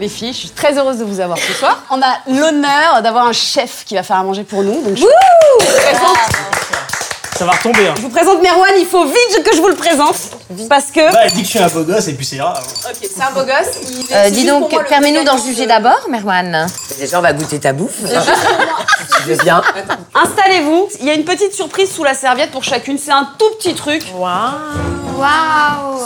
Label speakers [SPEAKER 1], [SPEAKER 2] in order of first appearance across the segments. [SPEAKER 1] les filles. Je suis très heureuse de vous avoir ce soir. On a l'honneur d'avoir un chef qui va faire à manger pour nous. Donc je vous présente,
[SPEAKER 2] Ça va retomber. Hein.
[SPEAKER 1] je vous présente Merwan. Il faut vite que je vous le présente parce que
[SPEAKER 2] Bah, elle dit que je suis un beau gosse et puis c'est rare.
[SPEAKER 1] Ok, c'est un beau gosse. Il
[SPEAKER 3] Euh,
[SPEAKER 1] est
[SPEAKER 3] dis
[SPEAKER 1] juste
[SPEAKER 3] donc,
[SPEAKER 1] pour moi le
[SPEAKER 3] permets-nous d'en
[SPEAKER 1] prétexte
[SPEAKER 3] juger
[SPEAKER 1] de-
[SPEAKER 4] Oh,
[SPEAKER 3] d'abord, Merwan.
[SPEAKER 5] Déjà, on va goûter ta bouffe. Tu veux bien
[SPEAKER 1] Installez-vous. Il y a une petite surprise sous la serviette pour chacune. C'est un tout petit truc.
[SPEAKER 4] Waouh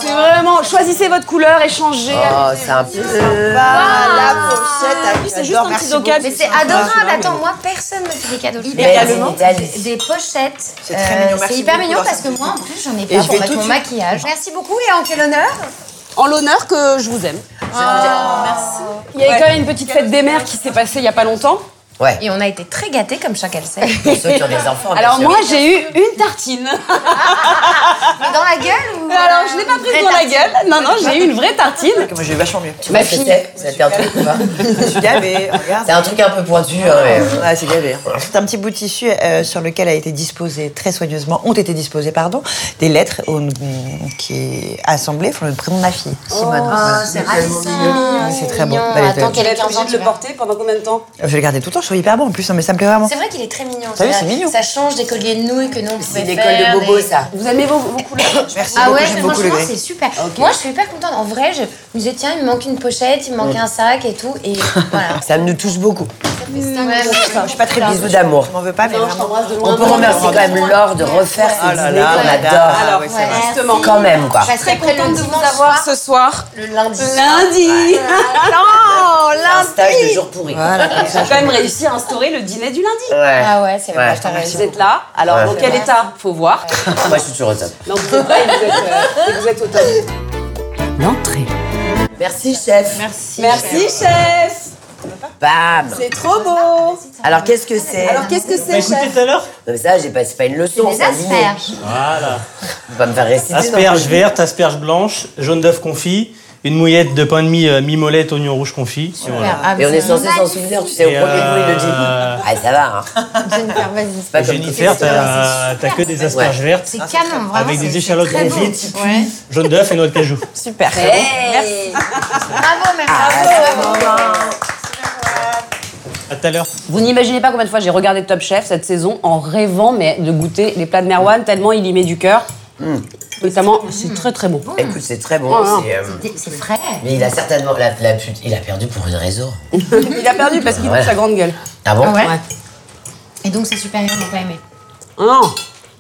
[SPEAKER 1] C'est vraiment. Choisissez votre couleur, échangez.
[SPEAKER 5] Oh, c'est un peu...
[SPEAKER 6] la fourchette,
[SPEAKER 1] C'est juste un petit docal.
[SPEAKER 4] Mais c'est adorable. Attends, moi, personne ne fait des cadeaux.
[SPEAKER 5] Mais également.
[SPEAKER 4] Des- Des pochettes. Euh,
[SPEAKER 6] C'est très mignon,
[SPEAKER 4] C'est
[SPEAKER 6] merci
[SPEAKER 4] hyper
[SPEAKER 6] beaucoup,
[SPEAKER 4] mignon parce
[SPEAKER 6] merci
[SPEAKER 4] que moi, en plus, j'en ai
[SPEAKER 5] je
[SPEAKER 4] pas pour
[SPEAKER 5] vais
[SPEAKER 4] mettre
[SPEAKER 5] tout
[SPEAKER 4] mon
[SPEAKER 5] de
[SPEAKER 4] maquillage. Merci beaucoup et en quel honneur
[SPEAKER 1] En l'honneur que je vous aime. Il y a quand même une petite fête des mères qui s'est passée il y a pas longtemps.
[SPEAKER 5] Ouais,
[SPEAKER 4] Et on a été très gâtés, comme chacun le sait.
[SPEAKER 5] pour ceux qui ont des enfants, bien
[SPEAKER 1] Alors
[SPEAKER 5] sûr.
[SPEAKER 1] moi j'ai eu une tartine.
[SPEAKER 4] Mais dans la gueule ou
[SPEAKER 1] Alors je l'ai pas prise dans la gueule. Non non j'ai eu une vraie tartine.
[SPEAKER 6] Moi, j'ai eu vachement mieux.
[SPEAKER 5] Tu vois ce que c'est C'était un truc ou pas
[SPEAKER 6] Je suis gavée, regarde.
[SPEAKER 5] C'est un truc un peu pointu, hein, mais...
[SPEAKER 6] Ah, c'est gavé. C'est un petit bout de tissu euh, sur lequel a été disposé très soigneusement, ont été disposées, pardon, des lettres au- qui assemblées font le prénom de ma fille, Simone.
[SPEAKER 5] Oh,
[SPEAKER 6] Voilà.
[SPEAKER 4] c'est ravissant.
[SPEAKER 6] C'est très bon.
[SPEAKER 4] mignon.
[SPEAKER 6] Elle est
[SPEAKER 4] Attends
[SPEAKER 6] belle.
[SPEAKER 4] qu'elle ait 15 ans, tu vois.
[SPEAKER 1] porter pendant combien de temps
[SPEAKER 6] Je vais le garder tout le temps, je trouve hyper bon en plus, mais ça me plaît vraiment.
[SPEAKER 4] C'est vrai qu'il est très mignon.
[SPEAKER 6] T'as vu,
[SPEAKER 4] ça-
[SPEAKER 6] c'est mignon.
[SPEAKER 4] Ça change des colliers de nouilles que nous on pouvait
[SPEAKER 5] C'est des
[SPEAKER 4] faire,
[SPEAKER 5] cols de bobo,
[SPEAKER 4] des-
[SPEAKER 5] ça.
[SPEAKER 1] Vous aimez vos, vos couleurs
[SPEAKER 6] Merci
[SPEAKER 4] Ah
[SPEAKER 6] beaucoup,
[SPEAKER 4] ouais,
[SPEAKER 6] j'aime beaucoup le
[SPEAKER 4] franchement, c'est
[SPEAKER 6] gris.
[SPEAKER 4] super. Moi, je suis hyper contente. En vrai, je me disais, tiens, il me manque une pochette, il me manque un sac et tout. Et voilà.
[SPEAKER 5] Ça nous touche beaucoup.
[SPEAKER 6] Je suis pas très
[SPEAKER 5] Bisous d'amour.
[SPEAKER 6] Je m'en veux pas, mais vraiment.
[SPEAKER 5] On peut remercier quand même Laure de refaire
[SPEAKER 6] Oh
[SPEAKER 5] ces
[SPEAKER 6] là
[SPEAKER 5] dîners
[SPEAKER 6] là,
[SPEAKER 5] qu'on
[SPEAKER 6] ouais.
[SPEAKER 5] adore.
[SPEAKER 6] Ah ouais, c'est vrai.
[SPEAKER 1] Justement.
[SPEAKER 5] Quand même, quoi.
[SPEAKER 4] Parce
[SPEAKER 1] Très
[SPEAKER 4] qu'après, le
[SPEAKER 1] contente de vous
[SPEAKER 4] dimanche
[SPEAKER 1] avoir
[SPEAKER 4] soir,
[SPEAKER 1] ce soir.
[SPEAKER 4] le lundi.
[SPEAKER 1] Lundi. Non
[SPEAKER 5] Un
[SPEAKER 1] lundi.
[SPEAKER 5] stage de jour pourri.
[SPEAKER 6] Voilà.
[SPEAKER 1] J'ai quand même réussi à instaurer le dîner du lundi.
[SPEAKER 5] Ouais.
[SPEAKER 4] Ah ouais, c'est vrai,
[SPEAKER 5] Ouais.
[SPEAKER 4] je t'en
[SPEAKER 1] Vous êtes là. Alors
[SPEAKER 5] Ouais.
[SPEAKER 1] dans quel état Faut voir.
[SPEAKER 5] Moi, je suis toujours au top.
[SPEAKER 1] Non, vous êtes là et vous êtes, euh, et vous êtes au top.
[SPEAKER 5] L'entrée. Merci, chef.
[SPEAKER 1] Merci chef.
[SPEAKER 5] Bam.
[SPEAKER 1] C'est trop beau.
[SPEAKER 5] Alors, qu'est-ce que c'est
[SPEAKER 1] Alors qu'est-ce que
[SPEAKER 2] Bah,
[SPEAKER 1] c'est
[SPEAKER 2] écoutez
[SPEAKER 1] chef
[SPEAKER 2] tout à l'heure.
[SPEAKER 5] Non, mais ça, j'ai pas, c'est pas une leçon,
[SPEAKER 4] Les
[SPEAKER 5] c'est un dîner.
[SPEAKER 4] asperges.
[SPEAKER 2] Voilà.
[SPEAKER 5] Faut pas me faire réciter. non
[SPEAKER 2] Asperge verte, asperge blanche, jaune d'œuf confit, une mouillette de pain de mie euh, mi-molette, oignon rouge confit. Voilà.
[SPEAKER 4] Ah,
[SPEAKER 5] Et on est
[SPEAKER 4] c'est
[SPEAKER 5] censé s'en
[SPEAKER 4] magnifique.
[SPEAKER 5] souvenir, tu sais, au
[SPEAKER 2] Et
[SPEAKER 5] premier coup, il le dit.
[SPEAKER 2] euh,
[SPEAKER 5] Ah, ça va, hein. C'est
[SPEAKER 4] Jennifer, vas-y.
[SPEAKER 5] pas comme
[SPEAKER 2] Jennifer,
[SPEAKER 5] tout le monde.
[SPEAKER 2] t'as t'as que des asperges vertes
[SPEAKER 4] C'est canon, vraiment. Ah,
[SPEAKER 2] avec
[SPEAKER 4] c'est-
[SPEAKER 2] des
[SPEAKER 4] c'est
[SPEAKER 2] échalotes
[SPEAKER 4] très beau.
[SPEAKER 2] confites,
[SPEAKER 4] Ouais.
[SPEAKER 2] jaune d'œuf et noix de cajou.
[SPEAKER 4] Bravo, merci.
[SPEAKER 2] À tout à l'heure.
[SPEAKER 1] Vous n'imaginez pas combien de fois j'ai regardé Top Chef cette saison en rêvant mais de goûter les plats de Merwan tellement il y met du cœur. Notamment, c'est très très bon.
[SPEAKER 5] Bah, Écoute, c'est très bon.
[SPEAKER 1] Ouais,
[SPEAKER 5] c'est, euh,
[SPEAKER 4] C'est- C'est frais.
[SPEAKER 5] Mais il a certainement. La, la pute, il a perdu pour une raison.
[SPEAKER 1] Il a perdu parce qu'il
[SPEAKER 5] Ouais.
[SPEAKER 1] a sa grande gueule.
[SPEAKER 5] Ah bon
[SPEAKER 4] Ouais. Et donc, c'est super bien, on pas aimé.
[SPEAKER 1] Ah non,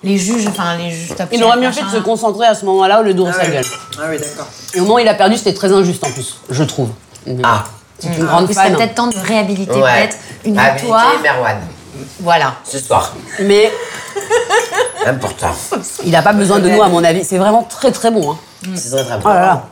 [SPEAKER 4] Les juges, enfin, les juges top
[SPEAKER 1] il
[SPEAKER 4] chef,
[SPEAKER 1] aurait mieux fait de se
[SPEAKER 4] machin.
[SPEAKER 1] concentrer à ce moment-là au lieu d'ouvrir sa gueule.
[SPEAKER 6] Ah oui, d'accord.
[SPEAKER 1] Et au moment où il a perdu, c'était très injuste en plus, je trouve.
[SPEAKER 5] Ah.
[SPEAKER 1] C'est une grande
[SPEAKER 4] Il
[SPEAKER 1] fan. hein.
[SPEAKER 4] serait peut-être temps de réhabiliter
[SPEAKER 5] Ouais. Ah,
[SPEAKER 4] peut-être une
[SPEAKER 5] Habilité
[SPEAKER 4] victoire.
[SPEAKER 5] Merwan.
[SPEAKER 4] Voilà.
[SPEAKER 5] Ce soir.
[SPEAKER 1] Mais
[SPEAKER 5] Important.
[SPEAKER 1] il n'a pas besoin de nous, à mon avis. C'est vraiment très très bon. Hein.
[SPEAKER 5] C'est très très bon.
[SPEAKER 1] Oh là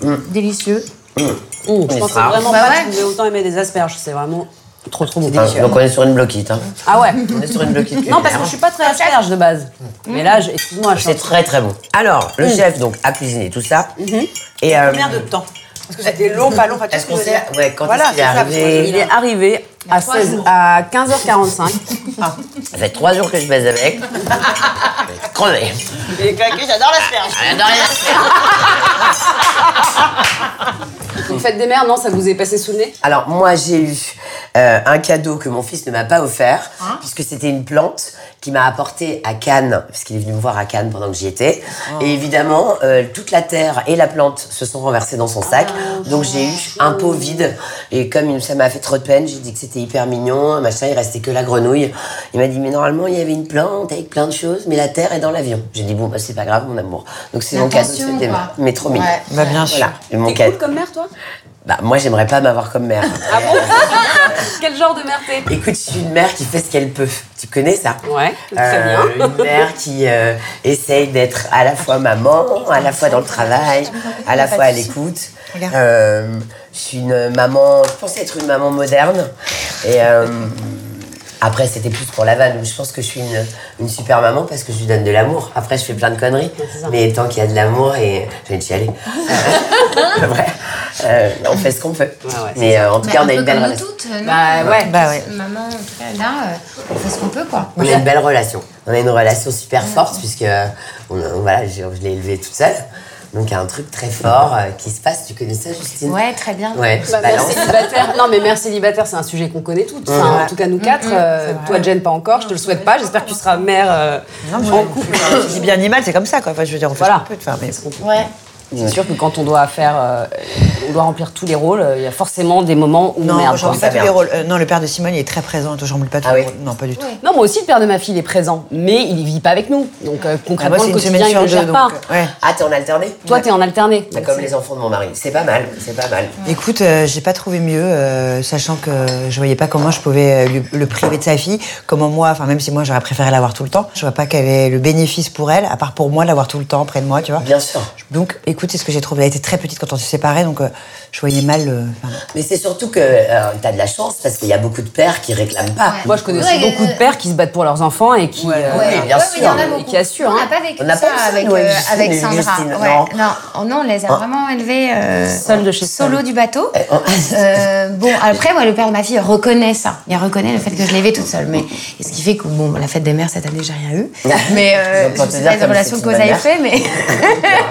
[SPEAKER 1] là.
[SPEAKER 4] Délicieux.
[SPEAKER 1] Mmh, je
[SPEAKER 5] Mais
[SPEAKER 1] pense
[SPEAKER 5] ça-
[SPEAKER 1] vraiment
[SPEAKER 4] Bah
[SPEAKER 1] pas
[SPEAKER 4] ouais.
[SPEAKER 1] que vous avez autant aimé des asperges. C'est vraiment trop trop bon.
[SPEAKER 5] Enfin, donc on est sur une bloquite. Hein.
[SPEAKER 1] Ah ouais
[SPEAKER 5] On est sur une bloquite.
[SPEAKER 1] Non, parce que je suis pas très asperge de base. Mais là, je- excuse-moi, je suis en
[SPEAKER 5] Hum. C'est très très bon. Alors, le chef donc a cuisiné tout ça. Et euh,
[SPEAKER 6] Combien de temps Parce que c'était long, pas long, pas
[SPEAKER 5] est-ce qu'on sait ouais, quand
[SPEAKER 6] Voilà,
[SPEAKER 5] est-ce qu'il est
[SPEAKER 6] c'est ça,
[SPEAKER 5] arrivé
[SPEAKER 1] Il est arrivé à, 16 à 15h45.
[SPEAKER 5] Ça fait trois jours que je baise avec. Crevé.
[SPEAKER 6] J'ai claqué, j'adore l'asperge.
[SPEAKER 5] J'adore les-
[SPEAKER 1] Vous faites des mères, non Ça vous est passé sous le nez
[SPEAKER 5] Alors moi j'ai eu euh, un cadeau que mon fils ne m'a pas offert
[SPEAKER 4] Hein
[SPEAKER 5] puisque c'était une plante qu'il m'a apportée à Cannes puisqu'il est venu me voir à Cannes pendant que j'y étais.
[SPEAKER 4] Oh.
[SPEAKER 5] Et évidemment euh, toute la terre et la plante se sont renversées dans son sac.
[SPEAKER 4] Ah,
[SPEAKER 5] donc j'ai eu un pot vide et comme il- ça m'a fait trop de peine, j'ai dit que c'était hyper mignon, machin, il restait que la grenouille. Il m'a dit mais normalement il y avait une plante avec plein de choses mais la terre est dans l'avion. J'ai dit bon bah c'est pas grave mon amour. Donc c'est mon cadeau de
[SPEAKER 4] L'attention,
[SPEAKER 5] cette démarche.
[SPEAKER 4] quoi.
[SPEAKER 5] mais trop mignon.
[SPEAKER 4] Ouais.
[SPEAKER 6] Bah, bien sûr.
[SPEAKER 5] Voilà, Et mon cadeau.
[SPEAKER 1] comme mère, toi
[SPEAKER 5] Bah, moi, j'aimerais pas m'avoir comme mère.
[SPEAKER 1] Quel genre de mère t'es
[SPEAKER 5] Écoute, je suis une mère qui fait ce qu'elle peut. Tu connais ça
[SPEAKER 1] Ouais, très bien.
[SPEAKER 5] Euh, Une mère qui euh, essaye d'être à la fois maman, à la fois dans le travail, à la fois à l'écoute. Euh, je suis une maman, je pensais être une maman moderne. Et euh, après, c'était plus pour la vanne. Je pense que je suis une, une super maman parce que je lui donne de l'amour. Après, je fais plein de conneries. Mais tant qu'il y a de l'amour, et je vais te chialer. C'est vrai. Euh, on fait ce qu'on peut. Mais euh, en tout
[SPEAKER 4] Mais
[SPEAKER 5] cas, on
[SPEAKER 4] un
[SPEAKER 5] a
[SPEAKER 4] peu
[SPEAKER 5] une belle
[SPEAKER 4] comme nous
[SPEAKER 5] relation.
[SPEAKER 4] toutes, non
[SPEAKER 1] Bah ouais.
[SPEAKER 6] Bah ouais.
[SPEAKER 4] Maman, en tout cas, là, euh, on fait ce qu'on peut, quoi.
[SPEAKER 5] On a une belle relation. On a une relation super forte puisque euh, on, on- voilà, j'ai- je l'ai élevée toute seule. Donc il y a un truc très fort euh, qui se passe. Tu connais ça, Justine
[SPEAKER 4] Ouais, très bien.
[SPEAKER 5] Ouais,
[SPEAKER 1] Bah, mère
[SPEAKER 5] balance.
[SPEAKER 1] célibataire. Non, mais mère célibataire, c'est un sujet qu'on connaît toutes. Enfin, en tout cas, nous quatre. euh, toi, Jen, pas encore. Je te le souhaite pas. J'espère que tu seras mère euh, en couple.
[SPEAKER 6] Je dis bien ni mal, c'est comme ça, quoi. Enfin, je veux dire, on fait
[SPEAKER 1] Voilà.
[SPEAKER 6] ce qu'on peut, enfin, mais-
[SPEAKER 4] Ouais.
[SPEAKER 1] C'est sûr que quand on doit faire, euh, on doit remplir tous les rôles. euh, Il y a forcément des moments où
[SPEAKER 6] Non,
[SPEAKER 1] merde.
[SPEAKER 6] je
[SPEAKER 1] quoi.
[SPEAKER 6] remboule pas tous les rôles. Euh, non, le père de Simone il est très présent. Je remboule pas tous
[SPEAKER 5] Ah
[SPEAKER 6] les
[SPEAKER 5] oui.
[SPEAKER 6] rôles. Non, pas du tout.
[SPEAKER 4] Ouais.
[SPEAKER 1] Non, moi aussi, le père de ma fille, il est présent, mais il vit pas avec nous. Donc euh,
[SPEAKER 6] Ah, Moi,
[SPEAKER 1] concrètement,
[SPEAKER 6] c'est
[SPEAKER 1] le
[SPEAKER 6] une
[SPEAKER 1] quotidien,
[SPEAKER 6] semaine
[SPEAKER 1] il ne
[SPEAKER 6] sur
[SPEAKER 1] gère
[SPEAKER 6] deux.
[SPEAKER 1] pas.
[SPEAKER 6] Donc, euh, ouais.
[SPEAKER 5] Ah, t'es en alterné
[SPEAKER 1] Toi, t'es en alterné.
[SPEAKER 5] Bah, Comme les enfants de mon mari. C'est pas mal, c'est pas mal.
[SPEAKER 6] Écoute, euh, j'ai pas trouvé mieux, euh, sachant que je voyais pas comment je pouvais euh, lui- le priver de sa fille, comment moi, enfin même si moi j'aurais préféré l'avoir tout le temps, je vois pas quel est le bénéfice pour elle, à part pour moi l'avoir tout le temps près de moi, tu vois.
[SPEAKER 5] Bien sûr.
[SPEAKER 6] Donc, écoute, c'est ce que j'ai trouvé. Elle était très petite quand on s'est séparés, donc euh, je voyais mal. euh, enfin,
[SPEAKER 5] Mais c'est surtout que euh, t'as de la chance parce qu'il y a beaucoup de pères qui réclament pas.
[SPEAKER 4] Ouais.
[SPEAKER 1] Moi, je connais aussi
[SPEAKER 4] Ouais,
[SPEAKER 1] beaucoup de
[SPEAKER 4] euh,
[SPEAKER 1] pères qui se battent pour leurs enfants et qui. euh,
[SPEAKER 5] Ouais, bien
[SPEAKER 4] mais il y en a
[SPEAKER 5] sûr.
[SPEAKER 4] beaucoup.
[SPEAKER 1] Qui assure,
[SPEAKER 4] On
[SPEAKER 1] hein.
[SPEAKER 4] n'a pas vécu
[SPEAKER 5] On n'a
[SPEAKER 4] ça
[SPEAKER 5] pas eu ça,
[SPEAKER 4] avec,
[SPEAKER 5] nous,
[SPEAKER 4] euh,
[SPEAKER 5] Justine
[SPEAKER 4] avec
[SPEAKER 5] et
[SPEAKER 4] Sandra.
[SPEAKER 5] Justine,
[SPEAKER 4] Ouais,
[SPEAKER 5] non. Ah.
[SPEAKER 4] non. oh non, on les a vraiment élevés euh,
[SPEAKER 1] Seul de chez
[SPEAKER 4] solo
[SPEAKER 1] seul.
[SPEAKER 4] du bateau.
[SPEAKER 5] Eh, oh.
[SPEAKER 4] Euh, bon, après, moi, le père de ma fille reconnaît ça. Il reconnaît le fait que je l'ai élevée toute seule. Mais et ce qui fait que, bon, la fête des mères cette année, j'ai rien eu. Mais euh,
[SPEAKER 5] Donc,
[SPEAKER 4] je
[SPEAKER 5] pour
[SPEAKER 4] ne
[SPEAKER 5] te
[SPEAKER 4] sais
[SPEAKER 5] dire
[SPEAKER 4] pas de
[SPEAKER 5] comme
[SPEAKER 4] relation
[SPEAKER 5] c'est une
[SPEAKER 4] cause à
[SPEAKER 5] bonne
[SPEAKER 4] effet, mais.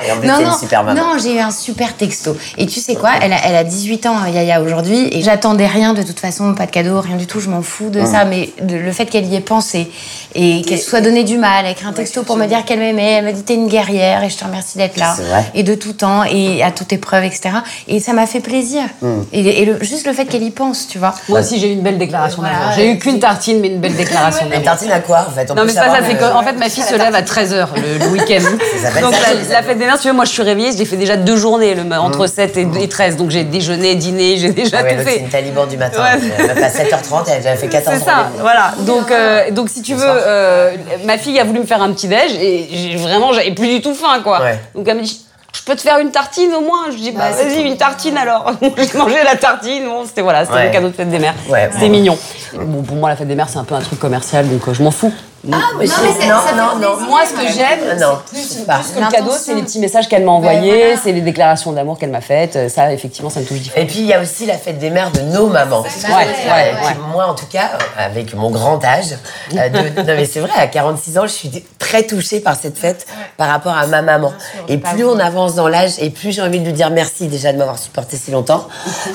[SPEAKER 5] Et en plus, t'es une super maman.
[SPEAKER 4] non, j'ai eu un super texto. Et tu sais quoi, elle a, elle a 18 ans, euh, Yaya, aujourd'hui, et j'attendais rien de toute façon, pas de cadeau, rien du tout, je m'en fous de ça, mais de- le fait qu'elle y ait pensé et qu'elle se soit donné du mal, avec un texto pour me dire qu'elle m'aimait, elle m'a dit t'es une guerrière et je te remercie d'être là,
[SPEAKER 5] C'est vrai.
[SPEAKER 4] et de tout temps, et à toute épreuve, etc. Et ça m'a fait plaisir. Et, et le- juste le fait qu'elle y pense, tu vois.
[SPEAKER 1] Moi aussi, j'ai eu une belle déclaration
[SPEAKER 4] Voilà,
[SPEAKER 1] d'amour. J'ai
[SPEAKER 4] ouais.
[SPEAKER 1] eu qu'une tartine, mais une belle déclaration
[SPEAKER 5] Une
[SPEAKER 1] d'amour.
[SPEAKER 5] tartine à quoi en fait On
[SPEAKER 1] Non,
[SPEAKER 5] peut
[SPEAKER 1] mais c'est pas
[SPEAKER 5] savoir,
[SPEAKER 1] ça, c'est
[SPEAKER 5] euh,
[SPEAKER 1] qu'en fait, ma fille se lève à 13h le, le week-end.
[SPEAKER 5] s'appelle
[SPEAKER 1] Donc, la,
[SPEAKER 5] ça, les
[SPEAKER 1] la fête des mères, tu vois, moi, je suis réveillée, je l'ai fait déjà deux journées, le, entre 7 et, et 13. Donc, j'ai déjeuné, dîné, j'ai déjà
[SPEAKER 5] Ah ouais,
[SPEAKER 1] tout
[SPEAKER 5] l'autre,
[SPEAKER 1] fait.
[SPEAKER 5] c'est une taliban du matin. Euh,
[SPEAKER 1] Ouais.
[SPEAKER 5] Elle meuf, à 7h30, elle a déjà fait 14
[SPEAKER 1] C'est ça,
[SPEAKER 5] rendez-vous.
[SPEAKER 1] voilà. Donc, euh, donc si tu veux, euh, ma fille a voulu me faire un petit déj et j'ai- vraiment, j'avais plus du tout faim, quoi.
[SPEAKER 5] Ouais.
[SPEAKER 1] Donc elle me dit, je peux te faire une tartine au moins. Je dis, bah, vas-y, une tartine alors. J'ai mangé la tartine. Bon, c'était voilà, c'était
[SPEAKER 5] Ouais.
[SPEAKER 1] le cadeau de fête des mères.
[SPEAKER 5] Ouais,
[SPEAKER 1] c'était
[SPEAKER 5] bon.
[SPEAKER 1] mignon. Bon, pour moi, la fête des mères, c'est un peu un truc commercial, donc euh, je m'en fous.
[SPEAKER 5] Ah, mais
[SPEAKER 4] Non, Ah, mais c'est- ça fait plaisir.
[SPEAKER 1] Moi, ce que j'aime,
[SPEAKER 5] Non,
[SPEAKER 1] c'est plus,
[SPEAKER 5] je sais pas.
[SPEAKER 1] plus que le cadeau, c'est les petits messages qu'elle m'a
[SPEAKER 4] Ben,
[SPEAKER 1] envoyés,
[SPEAKER 4] voilà.
[SPEAKER 1] c'est les déclarations d'amour qu'elle m'a faites. Euh, Ça, effectivement, ça me touche différemment.
[SPEAKER 5] Et puis il y a aussi la fête des mères de nos mamans.
[SPEAKER 1] Ouais, ouais,
[SPEAKER 5] Qui,
[SPEAKER 1] ouais.
[SPEAKER 5] Moi en tout cas, euh, avec mon grand âge, euh, de- non mais c'est vrai, à 46 ans, je suis très touchée par cette fête par rapport à ma maman. Et plus on avance dans l'âge, et plus j'ai envie de lui dire merci déjà de m'avoir supporté si longtemps.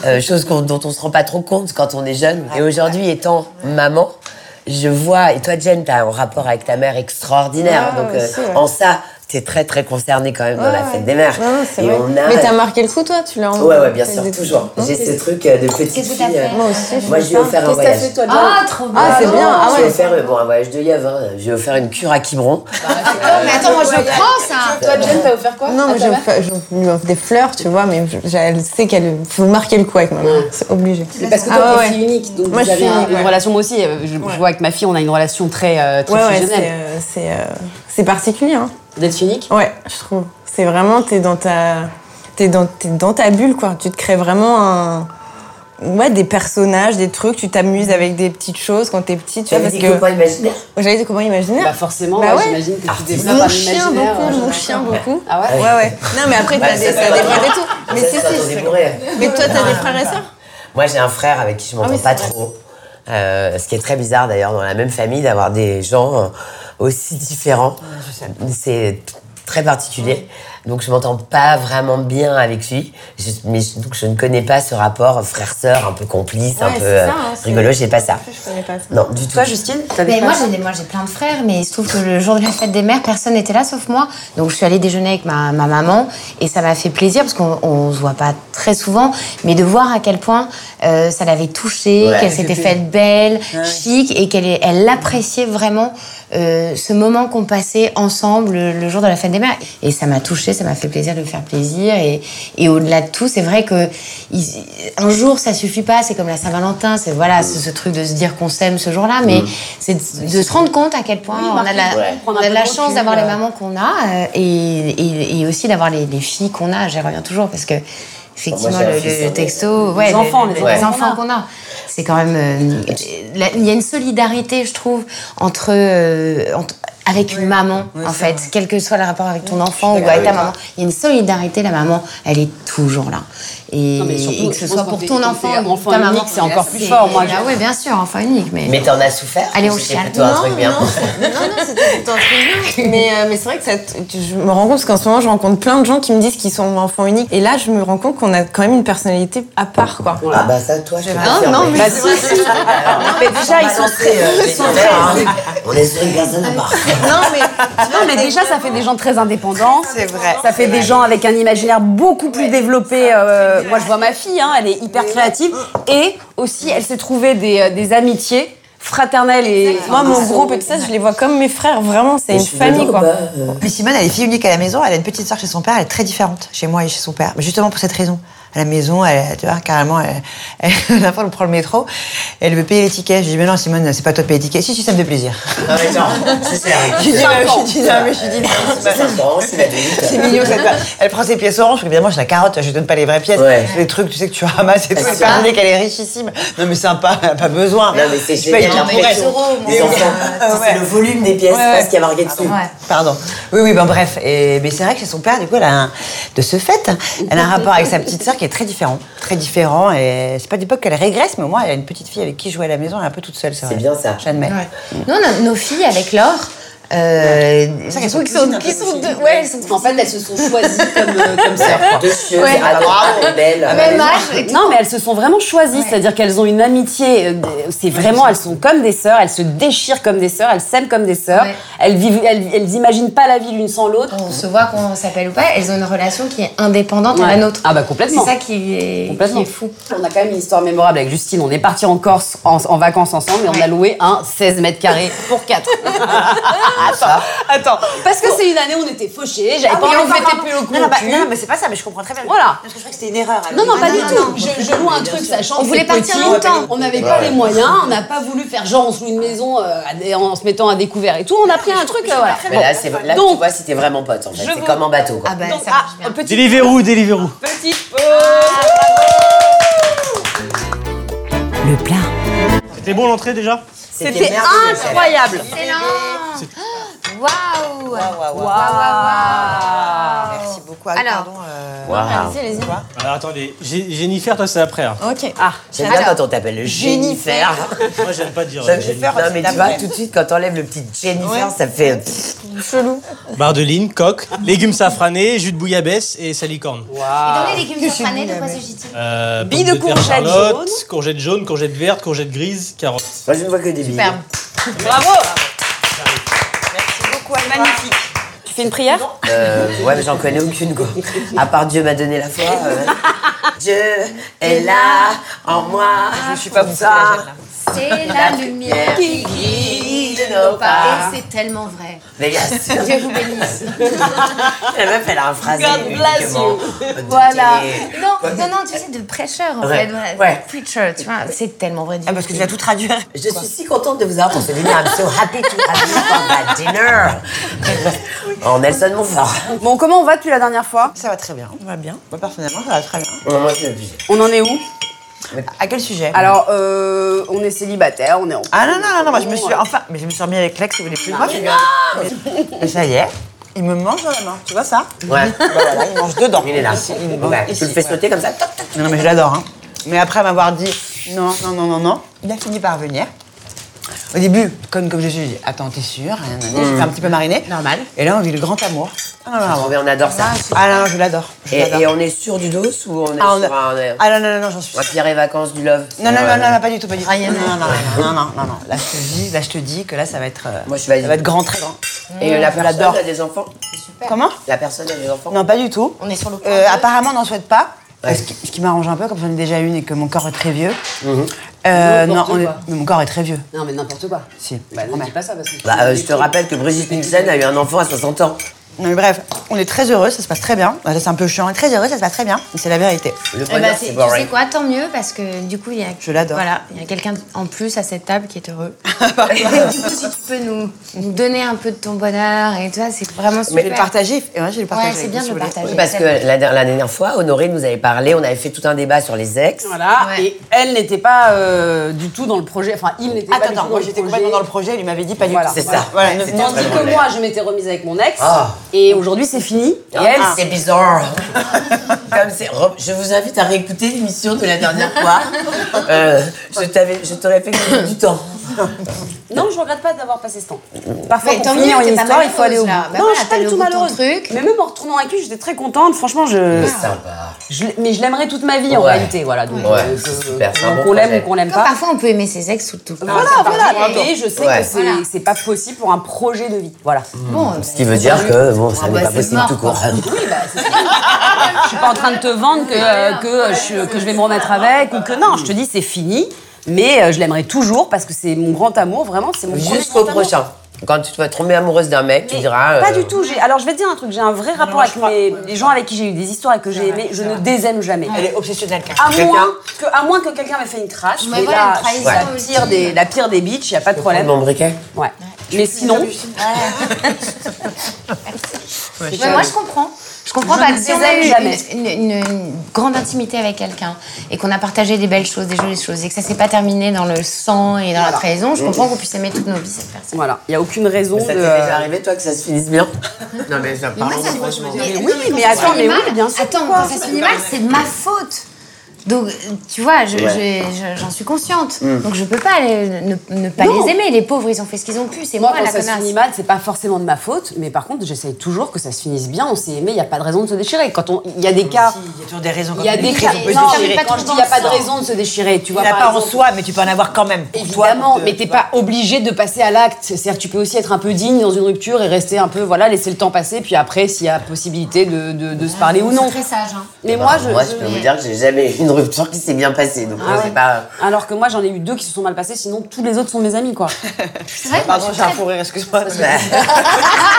[SPEAKER 5] Euh, chose qu'on- dont on se rend pas trop compte quand on est jeune. Et aujourd'hui, étant maman, je vois, et toi Jen, tu as un rapport avec ta mère extraordinaire. donc euh, en ça, tu es très très concernée quand même dans la fête des mères. et on a-
[SPEAKER 3] Mais t'as marqué le coup, toi Tu l'as
[SPEAKER 5] Ouais, ouais, bien sûr, toujours. J'ai ce truc euh, de petite
[SPEAKER 4] Qu'est-ce que t'as
[SPEAKER 5] fille.
[SPEAKER 4] fait
[SPEAKER 5] euh,
[SPEAKER 4] Moi
[SPEAKER 5] Moi, je lui ai offert un voyage.
[SPEAKER 4] Ah, trop bien.
[SPEAKER 3] Ah, c'est bien. Ah
[SPEAKER 5] Je lui ai
[SPEAKER 3] ouais. Ah,
[SPEAKER 5] offert euh, bon, un voyage de Yavin, euh, je lui ai offert une cure à Quiberon.
[SPEAKER 4] Attends, mais attends, moi je le prends ça.
[SPEAKER 7] Toi, Jen, t'as offert quoi
[SPEAKER 3] Non,
[SPEAKER 7] à
[SPEAKER 3] mais
[SPEAKER 7] ta
[SPEAKER 3] je,
[SPEAKER 7] mère
[SPEAKER 3] fais- je lui offre des fleurs, tu vois, mais je, elle sait qu'elle faut marquer le coup avec ma mère. C'est obligé.
[SPEAKER 7] Parce que toi,
[SPEAKER 3] Ah
[SPEAKER 7] t'es
[SPEAKER 3] ouais,
[SPEAKER 7] fille unique, donc
[SPEAKER 3] Moi,
[SPEAKER 7] vous
[SPEAKER 3] je
[SPEAKER 7] avez
[SPEAKER 3] suis
[SPEAKER 7] un-
[SPEAKER 3] unique,
[SPEAKER 1] Une
[SPEAKER 3] ouais.
[SPEAKER 1] relation, moi aussi, euh, je, je vois avec ma fille, on a une relation très, euh, très
[SPEAKER 3] Ouais, ouais,
[SPEAKER 1] fusionnelle.
[SPEAKER 3] c'est, euh, c'est, euh, c'est particulier, hein.
[SPEAKER 1] D'être unique.
[SPEAKER 3] Ouais, je trouve. C'est vraiment, t'es dans ta, t'es dans, t'es dans ta bulle, quoi. Tu te crées vraiment un, ouais, des personnages, des trucs. Tu t'amuses avec des petites choses quand t'es petit, tu vois,
[SPEAKER 5] J'avais
[SPEAKER 3] parce
[SPEAKER 5] dit que...
[SPEAKER 3] que
[SPEAKER 5] copain imaginaire.
[SPEAKER 3] j'avais des copains imaginaires.
[SPEAKER 1] Bah forcément, ouais,
[SPEAKER 3] Bah ouais.
[SPEAKER 1] j'imagine que tu
[SPEAKER 5] Artiste.
[SPEAKER 1] développes
[SPEAKER 3] Mon
[SPEAKER 1] un
[SPEAKER 3] chien
[SPEAKER 1] imaginaire.
[SPEAKER 5] hein,
[SPEAKER 3] beaucoup,
[SPEAKER 1] euh,
[SPEAKER 3] mon chien beaucoup.
[SPEAKER 1] Ah ouais,
[SPEAKER 3] Ouais, ouais. Non, mais après,
[SPEAKER 5] Bah,
[SPEAKER 3] t'as des,
[SPEAKER 5] ça,
[SPEAKER 3] ça
[SPEAKER 5] c'est
[SPEAKER 3] dépend
[SPEAKER 5] pas-
[SPEAKER 3] des tout. Mais
[SPEAKER 5] Ça,
[SPEAKER 3] si,
[SPEAKER 5] c'est quand on est
[SPEAKER 3] si. c'est- Ah.
[SPEAKER 5] bourré.
[SPEAKER 3] Mais toi, t'as des frères et sœurs
[SPEAKER 5] Moi, j'ai un frère avec qui je m'entends
[SPEAKER 3] Ah oui,
[SPEAKER 5] pas
[SPEAKER 3] c'est vrai.
[SPEAKER 5] trop. Euh, ce qui est très bizarre d'ailleurs dans la même famille d'avoir des gens euh, aussi différents. C'est t- très particulier. Donc je m'entends pas vraiment bien avec lui. Je, mais je- donc je ne connais pas ce rapport frère-sœur, un peu complice, un
[SPEAKER 3] Ouais,
[SPEAKER 5] peu
[SPEAKER 3] c'est ça,
[SPEAKER 5] euh,
[SPEAKER 3] hein, c'est-
[SPEAKER 5] rigolo. J'ai pas ça.
[SPEAKER 3] Je connais pas ça.
[SPEAKER 5] Non, du tout.
[SPEAKER 1] Toi, Justine, t'as des
[SPEAKER 4] Mais Ben, moi
[SPEAKER 1] frères
[SPEAKER 4] j'ai des- moi, j'ai plein de frères, mais il se trouve que le jour de la fête des mères, personne n'était là sauf moi. Donc je suis allée déjeuner avec ma, ma maman et ça m'a fait plaisir parce qu'on on se voit pas très souvent, mais de voir à quel point euh, ça l'avait touchée,
[SPEAKER 5] Ouais.
[SPEAKER 4] qu'elle s'était faite belle, chic et qu'elle est- elle appréciait vraiment euh, ce moment qu'on passait ensemble le, le jour de la fête des mères. Et ça m'a touchée, ça m'a fait plaisir de lui faire plaisir et, et au-delà de tout, c'est vrai que ils- un jour ça suffit pas, c'est comme la Saint-Valentin, c'est
[SPEAKER 5] Mm.
[SPEAKER 4] voilà ce, ce truc de se dire qu'on s'aime ce jour-là, mais c'est de, de se rendre compte à quel point on a de la,
[SPEAKER 5] Ouais.
[SPEAKER 4] on a de la
[SPEAKER 1] Prendre un peu de
[SPEAKER 4] chance
[SPEAKER 1] recul,
[SPEAKER 4] d'avoir
[SPEAKER 1] euh.
[SPEAKER 4] les mamans qu'on a euh, et, et- et aussi d'avoir les, les filles qu'on a. J'y reviens toujours parce que effectivement
[SPEAKER 5] j'ai un
[SPEAKER 4] le,
[SPEAKER 5] fils
[SPEAKER 4] le- le
[SPEAKER 5] aîné.
[SPEAKER 4] texto, ouais, le-
[SPEAKER 1] enfants, les
[SPEAKER 4] les,
[SPEAKER 1] enfants qu'on
[SPEAKER 4] enfants
[SPEAKER 1] a.
[SPEAKER 4] qu'on a, c'est quand même euh, la- il y a une solidarité je trouve entre, euh, entre- avec une maman,
[SPEAKER 7] Ouais,
[SPEAKER 4] en
[SPEAKER 7] c'est
[SPEAKER 4] fait.
[SPEAKER 7] vrai.
[SPEAKER 4] Quel que soit le rapport avec ton enfant ou
[SPEAKER 5] d'accord
[SPEAKER 4] avec ta
[SPEAKER 5] avec
[SPEAKER 4] maman,
[SPEAKER 5] toi.
[SPEAKER 4] il y a une solidarité, la maman, elle est toujours là. Et,
[SPEAKER 1] Non, mais surtout,
[SPEAKER 4] et que
[SPEAKER 1] je
[SPEAKER 4] ce
[SPEAKER 1] pense
[SPEAKER 4] soit
[SPEAKER 1] quand
[SPEAKER 4] pour
[SPEAKER 1] t'es-
[SPEAKER 4] ton
[SPEAKER 1] quand
[SPEAKER 4] enfant,
[SPEAKER 1] t'es
[SPEAKER 4] ou
[SPEAKER 1] enfant
[SPEAKER 4] ta
[SPEAKER 1] unique,
[SPEAKER 4] maman,
[SPEAKER 1] c'est encore plus fort, moi, je-
[SPEAKER 4] Ah oui, bien sûr, enfant unique, mais...
[SPEAKER 5] Mais t'en as souffert
[SPEAKER 4] Allez,
[SPEAKER 5] ou
[SPEAKER 4] on
[SPEAKER 5] C'était
[SPEAKER 4] chiale.
[SPEAKER 5] plutôt un truc bien.
[SPEAKER 3] Non, c'est- non, non, c'était plutôt un truc bien. Mais, euh, mais c'est vrai que ça te- je me rends compte parce qu'en ce moment, je rencontre plein de gens qui me disent qu'ils sont enfants uniques. Et là, je me rends compte qu'on a quand même une personnalité à part, quoi.
[SPEAKER 5] Ah bah ça, toi, je te
[SPEAKER 3] Non,
[SPEAKER 5] confirme.
[SPEAKER 3] non, mais
[SPEAKER 5] Bah,
[SPEAKER 3] c'est
[SPEAKER 5] si,
[SPEAKER 3] vrai.
[SPEAKER 5] si. Mais déjà, ils sont très... Ils sont très... On est sur une personne à part.
[SPEAKER 1] Non mais, non, mais déjà, ça fait des gens très indépendants.
[SPEAKER 6] C'est vrai.
[SPEAKER 1] Ça fait des gens avec un imaginaire beaucoup plus développé. euh, moi, je vois ma fille, hein, elle est hyper créative. Et aussi, elle s'est trouvée des, euh, des amitiés fraternelles. Et
[SPEAKER 3] Moi, mon groupe et tout ça, je les vois comme mes frères, vraiment, c'est une
[SPEAKER 5] Je suis
[SPEAKER 3] famille,
[SPEAKER 5] d'accord,
[SPEAKER 3] quoi.
[SPEAKER 5] bah, euh,
[SPEAKER 6] Mais Simone, elle est fille unique à la maison, elle a une petite sœur chez son père, elle est très différente chez moi et chez son père. Mais Justement pour cette raison. À la maison, elle, tu vois, carrément, elle, elle, la fois, elle prend le métro, elle veut payer les tickets. Je dis, mais non, Simone, c'est pas toi de payer les tickets. Si, si, ça me fait plaisir.
[SPEAKER 5] Non, mais non, c'est sérieux.
[SPEAKER 6] Je dis, non, je dis, euh, non, mais je dis, non, c'est pas-
[SPEAKER 5] C'est marrant, c'est la limite.
[SPEAKER 6] c'est mignon, cette fois. Elle prend ses pièces oranges, évidemment, je la carotte, je lui donne pas les vraies pièces.
[SPEAKER 5] Ouais. Bah,
[SPEAKER 6] Les trucs, tu sais, que tu ramasses et tout.
[SPEAKER 5] C'est
[SPEAKER 6] C'est pas qu'elle est richissime. Non, mais sympa, elle a pas besoin.
[SPEAKER 5] Non, mais c'est
[SPEAKER 6] Je paye
[SPEAKER 5] génial.
[SPEAKER 6] tout pour elle.
[SPEAKER 5] Les enfants, c'est le volume des pièces, parce qu'il y a marqué dessus.
[SPEAKER 6] Pardon. Oui, oui, ben bref. Et, mais c'est vrai que chez son père, du coup, elle a un- de ce fait, elle a un rapport avec sa petite sœur qui est très différent. Très différent. Et c'est pas du pop qu'elle régresse, mais au moins, elle a une petite fille avec qui jouer à la maison, elle est un peu toute seule, c'est vrai.
[SPEAKER 5] bien ça.
[SPEAKER 6] J'admets.
[SPEAKER 4] Non, non, nos filles avec Laure, euh,
[SPEAKER 6] vrai qu'elles
[SPEAKER 4] du coup,
[SPEAKER 6] sont
[SPEAKER 4] qui sont,
[SPEAKER 6] cousines un
[SPEAKER 4] qui
[SPEAKER 6] peu
[SPEAKER 4] sont
[SPEAKER 6] aussi.
[SPEAKER 4] deux- ouais, elles sont
[SPEAKER 1] En fait, elles se sont choisies comme, comme sœurs.
[SPEAKER 5] Deux cheveux,
[SPEAKER 4] Ouais.
[SPEAKER 5] ah, bravo, belle.
[SPEAKER 4] même âge. et tout.
[SPEAKER 1] Non, mais elles se sont vraiment choisies, c'est-à-dire qu'elles ont une amitié. euh, C'est vraiment, elles sont comme des sœurs, elles se déchirent comme des sœurs, elles s'aiment comme des sœurs.
[SPEAKER 4] Ouais.
[SPEAKER 1] Elles vivent, elles, elles imaginent pas la vie l'une sans l'autre.
[SPEAKER 4] On se voit qu'on s'appelle ou pas, elles ont une relation qui est indépendante à
[SPEAKER 1] Ouais.
[SPEAKER 4] la nôtre.
[SPEAKER 1] Ah bah complètement.
[SPEAKER 4] C'est ça qui est, qui
[SPEAKER 1] Complètement.
[SPEAKER 4] est fou.
[SPEAKER 1] On a quand même une histoire mémorable avec Justine. On est parti en Corse en, en vacances ensemble et on a loué un 16 mètres carrés pour 4. attends, Ah, attends. Parce que c'est une année où on était fauchés,
[SPEAKER 4] Ah
[SPEAKER 1] j'avais pas envie de fêter plus le coup.
[SPEAKER 6] Non, non,
[SPEAKER 1] au
[SPEAKER 6] bah,
[SPEAKER 1] cul.
[SPEAKER 6] non, non, mais c'est pas ça, mais je comprends très bien.
[SPEAKER 1] Voilà.
[SPEAKER 6] Parce que je crois que c'était une erreur. elle.
[SPEAKER 1] Non, non, pas
[SPEAKER 6] Ah,
[SPEAKER 1] du tout.
[SPEAKER 6] non.
[SPEAKER 1] je, je loue un truc, sachant
[SPEAKER 4] On
[SPEAKER 1] que
[SPEAKER 4] voulait
[SPEAKER 1] c'est
[SPEAKER 4] partir
[SPEAKER 1] petit.
[SPEAKER 4] longtemps.
[SPEAKER 1] On n'avait pas les moyens, on n'a pas voulu faire genre on se loue une maison euh, à des- en se mettant à découvert et tout. On a pris un truc, euh, voilà.
[SPEAKER 5] Mais là, c'est- là, tu
[SPEAKER 1] Donc-
[SPEAKER 5] vois si t'es vraiment pote, en fait.
[SPEAKER 1] Je
[SPEAKER 5] C'est
[SPEAKER 1] vous-
[SPEAKER 5] comme en bateau, quoi.
[SPEAKER 4] Ah bah,
[SPEAKER 1] Donc,
[SPEAKER 4] ça marche
[SPEAKER 1] ah,
[SPEAKER 4] bien.
[SPEAKER 1] un petit-
[SPEAKER 2] Deliveroo, Deliveroo.
[SPEAKER 1] petite pause.
[SPEAKER 7] Le plat.
[SPEAKER 2] C'était bon l'entrée déjà
[SPEAKER 1] C'était incroyable.
[SPEAKER 4] Waouh
[SPEAKER 6] Ah, Merci beaucoup. Ah,
[SPEAKER 4] Alors.
[SPEAKER 6] pardon, euh,
[SPEAKER 5] Waouh.
[SPEAKER 2] Alors Euh, attendez, Gé- Jennifer, toi c'est après. hein.
[SPEAKER 3] Ok.
[SPEAKER 1] Ah,
[SPEAKER 5] J'aime bien quand on t'appelle le Jennifer.
[SPEAKER 2] Moi j'aime pas dire. euh, Jennifer.
[SPEAKER 6] Jennifer,
[SPEAKER 5] Non, mais tu
[SPEAKER 6] c'est
[SPEAKER 5] vois,
[SPEAKER 6] après.
[SPEAKER 5] tout de suite, quand t'enlèves le petit Jennifer, ça fait. pff,
[SPEAKER 3] Chelou.
[SPEAKER 2] Barre de ligne, coque, légumes safranés, jus de bouillabaisse et salicorne.
[SPEAKER 4] Dans les légumes safranés, de quoi s'agit-il
[SPEAKER 2] Euh,
[SPEAKER 1] Billes
[SPEAKER 2] pommes
[SPEAKER 1] de
[SPEAKER 2] terre
[SPEAKER 1] courgette
[SPEAKER 2] charlotte,
[SPEAKER 1] jaune.
[SPEAKER 2] courgette jaune, courgette verte, courgette grise, carotte.
[SPEAKER 5] Moi, je ne vois que des billes.
[SPEAKER 4] Superbe.
[SPEAKER 1] bravo. Magnifique. Tu fais une prière
[SPEAKER 5] Euh, ouais, mais j'en connais aucune, quoi. À part Dieu m'a donné la foi. euh, Dieu est là, en moi. Je suis pas pour ça.
[SPEAKER 4] C'est la lumière qui guide nos pas. Et c'est tellement vrai.
[SPEAKER 5] Les gars, c'est-
[SPEAKER 4] Dieu vous bénisse.
[SPEAKER 5] la meuf, elle a un phrase.
[SPEAKER 1] God bless you.
[SPEAKER 4] Voilà. Non, non, non, tu sais, de prêcheur, en fait.
[SPEAKER 5] Ouais.
[SPEAKER 4] Voilà.
[SPEAKER 5] Ouais.
[SPEAKER 4] Preacher, tu vois, c'est tellement vrai. Dieu.
[SPEAKER 6] Ah, parce que tu vas tout traduire.
[SPEAKER 5] Je suis si contente de vous avoir pour ce dîner. I'm so happy to have you for that dinner. En Nelson Montfort.
[SPEAKER 1] Bon, comment on va depuis la dernière fois
[SPEAKER 6] Ça va très bien. Ça va bien. Moi, personnellement, ça va très bien.
[SPEAKER 5] Ouais, Moi, je le dis.
[SPEAKER 1] On en est où
[SPEAKER 6] À quel sujet
[SPEAKER 1] Alors, euh, on est célibataire, on est en
[SPEAKER 6] Ah non, non, non, non, moi je me
[SPEAKER 1] Oh.
[SPEAKER 6] suis enfin, mais je me suis remis avec l'ex, vous voulez plus de moi, tu mais Ça y est, il me mange dans la main, tu vois ça
[SPEAKER 5] Ouais.
[SPEAKER 6] Voilà, Ah, il mange dedans.
[SPEAKER 5] Il est là.
[SPEAKER 6] Ici, il me mange
[SPEAKER 5] Ouais,
[SPEAKER 6] ici,
[SPEAKER 5] tu le fais
[SPEAKER 6] ouais.
[SPEAKER 5] sauter comme ça. toc, toc.
[SPEAKER 6] Non, mais je l'adore, hein. Mais après m'avoir dit non, non, non, non, non, il a fini par venir. Au début, conne comme je suis, j'ai dit attends, t'es sûre Je fait un petit peu mariner. Mm. Normal. Et là, on vit le grand amour. Ah non, non,
[SPEAKER 5] Oh,
[SPEAKER 6] non.
[SPEAKER 5] mais on adore ça.
[SPEAKER 6] Ah non, non, je l'adore. Je
[SPEAKER 5] Et,
[SPEAKER 6] l'adore.
[SPEAKER 5] et on est sûr du dos ou on est
[SPEAKER 6] Ah, on-
[SPEAKER 5] sur un. euh,
[SPEAKER 6] Ah non, non, non, non, j'en suis
[SPEAKER 5] un pire et vacances du love.
[SPEAKER 6] Non, non,
[SPEAKER 5] Ouais.
[SPEAKER 6] non, non, non, pas du tout, pas du tout.
[SPEAKER 4] Rien.
[SPEAKER 6] Ah, Non, non, non, non, non, non, non, non. Là, je te dis, là, je te dis que là, ça va être. euh,
[SPEAKER 5] Moi, je valide.
[SPEAKER 6] Ça va être grand, très grand.
[SPEAKER 5] Et euh, la personne
[SPEAKER 6] l'adore.
[SPEAKER 5] a des enfants
[SPEAKER 6] Comment
[SPEAKER 5] La personne a des enfants
[SPEAKER 6] Non, pas du tout.
[SPEAKER 4] On est sur le point
[SPEAKER 6] Euh,
[SPEAKER 4] de-
[SPEAKER 6] apparemment, on n'en souhaite pas.
[SPEAKER 5] Ouais. Mhm.
[SPEAKER 6] Ce qui, ce qui m'arrange un peu, comme j'en ai déjà une et que mon corps est très vieux. Euh, non,
[SPEAKER 1] N'importe
[SPEAKER 6] on est-
[SPEAKER 1] quoi.
[SPEAKER 6] mais mon corps est très vieux.
[SPEAKER 1] Non, mais n'importe quoi.
[SPEAKER 6] Si.
[SPEAKER 1] Bah, ne dis pas ça parce que.
[SPEAKER 5] euh, Bah, euh, je te rappelle que Brigitte Nielsen a eu un enfant à 60 ans.
[SPEAKER 6] Non, mais bref, on est très heureux, ça se passe très bien. Là, C'est un peu chiant, on est très heureux, ça se passe très bien. C'est la vérité.
[SPEAKER 5] Le
[SPEAKER 4] Eh ben,
[SPEAKER 5] bonheur,
[SPEAKER 4] c'est-
[SPEAKER 5] c'est
[SPEAKER 4] tu sais
[SPEAKER 5] boring.
[SPEAKER 4] quoi, tant mieux, parce que du coup, il y a.
[SPEAKER 6] Je l'adore.
[SPEAKER 4] Voilà, il y a quelqu'un en plus à cette table qui est heureux. Et du coup, si tu peux nous, nous donner un peu de ton bonheur et tout ça, c'est vraiment
[SPEAKER 6] Je vais
[SPEAKER 4] super.
[SPEAKER 6] le partager. Et moi, je vais le partager.
[SPEAKER 4] c'est bien de le
[SPEAKER 6] si vous voulez.
[SPEAKER 4] partager.
[SPEAKER 5] Oui, parce que la, la dernière fois, Honoré nous avait parlé, on avait fait tout un débat sur les ex.
[SPEAKER 1] Voilà,
[SPEAKER 4] Ouais.
[SPEAKER 1] et elle n'était pas euh, du tout dans le projet. Enfin, il n'était pas
[SPEAKER 6] Attends,
[SPEAKER 1] du tout
[SPEAKER 6] attends,
[SPEAKER 1] dans
[SPEAKER 6] moi
[SPEAKER 1] le
[SPEAKER 6] j'étais
[SPEAKER 1] projet.
[SPEAKER 6] complètement dans le projet, il m'avait dit pas du
[SPEAKER 1] Voilà,
[SPEAKER 6] tout.
[SPEAKER 5] C'est
[SPEAKER 6] Voilà.
[SPEAKER 5] ça.
[SPEAKER 6] Voilà,
[SPEAKER 5] C'était
[SPEAKER 6] non,
[SPEAKER 1] Tandis
[SPEAKER 5] très
[SPEAKER 1] que
[SPEAKER 5] bon.
[SPEAKER 1] moi, je m'étais remise avec mon ex,
[SPEAKER 5] Ah.
[SPEAKER 1] et aujourd'hui, c'est fini. Et
[SPEAKER 5] Et
[SPEAKER 1] elle,
[SPEAKER 6] Ah.
[SPEAKER 5] elle, c'est bizarre. Comme c'est- Re- je vous invite à réécouter l'émission de la dernière fois. Euh, je t'avais- je t'aurais fait gagner du temps.
[SPEAKER 6] Ah.
[SPEAKER 1] Non, je regrette pas d'avoir passé ce temps. Parfois,
[SPEAKER 4] Mais
[SPEAKER 1] pour
[SPEAKER 4] tant
[SPEAKER 1] finir
[SPEAKER 4] mieux,
[SPEAKER 1] une
[SPEAKER 4] t'es pas
[SPEAKER 1] histoire, il faut aller au bout.
[SPEAKER 4] malheureuse, là. Bah
[SPEAKER 1] non,
[SPEAKER 4] voilà,
[SPEAKER 1] je suis
[SPEAKER 4] t'as
[SPEAKER 1] pas du
[SPEAKER 4] le
[SPEAKER 1] tout
[SPEAKER 4] goût de ton
[SPEAKER 1] malheureuse.
[SPEAKER 4] truc.
[SPEAKER 1] Mais même en retournant avec lui, j'étais très contente. Franchement, je,
[SPEAKER 5] Sympa.
[SPEAKER 1] je l'ai- mais je l'aimerais toute ma vie en
[SPEAKER 5] Ouais.
[SPEAKER 1] réalité, voilà. Donc,
[SPEAKER 5] Ouais,
[SPEAKER 1] euh,
[SPEAKER 5] c'est
[SPEAKER 1] que-
[SPEAKER 5] super, c'est un
[SPEAKER 1] donc
[SPEAKER 5] bon
[SPEAKER 1] on l'aime
[SPEAKER 5] projet.
[SPEAKER 1] ou qu'on l'aime
[SPEAKER 4] Comme
[SPEAKER 1] pas.
[SPEAKER 4] parfois, on peut aimer ses ex tout le temps.
[SPEAKER 1] Voilà, voilà. Mais je sais
[SPEAKER 5] Ouais. Mm.
[SPEAKER 1] que c'est
[SPEAKER 4] Voilà.
[SPEAKER 1] c'est pas possible pour un projet de vie. Voilà.
[SPEAKER 4] Bon, euh,
[SPEAKER 5] Ce qui veut dire que bon, ça
[SPEAKER 4] Ah
[SPEAKER 5] n'est
[SPEAKER 4] bah,
[SPEAKER 5] pas
[SPEAKER 4] c'est
[SPEAKER 5] possible
[SPEAKER 4] mort,
[SPEAKER 5] tout
[SPEAKER 4] quoi.
[SPEAKER 5] court.
[SPEAKER 1] Je suis pas en train de te vendre que, euh, que, je, que je vais me remettre avec ou que non. Je te dis, c'est fini. Mais euh, je l'aimerai toujours parce que c'est mon grand amour, vraiment, c'est mon premier
[SPEAKER 5] Jusqu'au
[SPEAKER 1] grand amour.
[SPEAKER 5] prochain. Quand tu te vas tomber amoureuse d'un mec, tu diras. euh,
[SPEAKER 1] Pas du tout. j'ai- Alors, je vais te dire un truc. J'ai un vrai rapport avec mes- les gens avec qui j'ai eu des histoires et que j'ai aimé. Je ne désaime jamais.
[SPEAKER 6] Elle est obsessionnelle, quand même.
[SPEAKER 1] À
[SPEAKER 5] Quelqu'un
[SPEAKER 1] moins, que, à moins que quelqu'un m'ait fait une crache.
[SPEAKER 4] Mais
[SPEAKER 1] mais
[SPEAKER 4] voilà,
[SPEAKER 1] là,
[SPEAKER 4] une trahison
[SPEAKER 1] je suis la
[SPEAKER 4] ultime.
[SPEAKER 1] pire des, la pire des bitches, y a pas de problème.
[SPEAKER 5] Mon briquet.
[SPEAKER 1] Ouais. Mais sinon,
[SPEAKER 4] Ouais, moi, je comprends. Je comprends
[SPEAKER 1] Je
[SPEAKER 4] pas
[SPEAKER 1] ne
[SPEAKER 4] si on a
[SPEAKER 1] désaime
[SPEAKER 4] eu
[SPEAKER 1] jamais.
[SPEAKER 4] une, une- une grande intimité avec quelqu'un et qu'on a partagé des belles choses, des jolies choses et que ça s'est pas terminé dans le sang et dans la trahison, je comprends qu'on puisse aimer toute nos vies cette personne.
[SPEAKER 1] voilà, il y a aucune raison
[SPEAKER 5] Ça t'est
[SPEAKER 1] de.
[SPEAKER 5] déjà arrivé, toi, que ça se finisse bien Non, mais ça parle.
[SPEAKER 1] oui, mais attends, mais oui, bien sûr.
[SPEAKER 4] Attends, quand ça se finit mal, c'est de ma faute. Donc, euh, tu vois, je- je- je- j'en suis consciente.
[SPEAKER 1] Hmm.
[SPEAKER 4] Donc, je peux pas les- ne, ne pas
[SPEAKER 1] Non.
[SPEAKER 4] les aimer. Les pauvres, ils ont fait ce qu'ils ont pu. C'est moi,
[SPEAKER 1] Moi, quand
[SPEAKER 4] la
[SPEAKER 1] ça se
[SPEAKER 4] connasse.
[SPEAKER 1] finit mal, c'est pas forcément de ma faute, mais par contre, j'essaye toujours que ça se finisse bien. On s'est aimé, il n'y a pas de raison de se déchirer. Quand on, il y a des cas,
[SPEAKER 6] Il y a toujours des raisons.
[SPEAKER 1] il y a des cas.
[SPEAKER 4] on peut se
[SPEAKER 1] Non,
[SPEAKER 4] déchirer.
[SPEAKER 1] mais pas quand je dis il n'y a pas de raison de se déchirer, tu vois.
[SPEAKER 6] Il n'a
[SPEAKER 1] par
[SPEAKER 6] pas en
[SPEAKER 1] exemple,
[SPEAKER 6] soi, mais tu peux en avoir quand même. pour toi,
[SPEAKER 1] Évidemment,
[SPEAKER 6] pour te-
[SPEAKER 1] mais t'es pas obligé de passer à l'acte. C'est-à-dire, que tu peux aussi être un peu digne dans une rupture et rester un peu, voilà, laisser le temps passer, puis après, s'il y a possibilité de, de- de se parler ou non.
[SPEAKER 4] C'est très sage. hein.
[SPEAKER 1] Mais moi, je.
[SPEAKER 5] Moi,
[SPEAKER 1] je-
[SPEAKER 5] je peux vous dire que j'ai jamais eu une rupture qui s'est bien passée. Donc,
[SPEAKER 1] Ah
[SPEAKER 5] moi,
[SPEAKER 1] ouais.
[SPEAKER 5] j'ai pas.
[SPEAKER 1] Alors que moi, j'en ai eu deux qui se sont mal passés, sinon tous les autres sont mes amis, quoi.
[SPEAKER 4] C'est vrai que moi,
[SPEAKER 6] Pardon,
[SPEAKER 4] je suis
[SPEAKER 6] j'ai un
[SPEAKER 4] très-
[SPEAKER 6] fou rire, excuse-moi.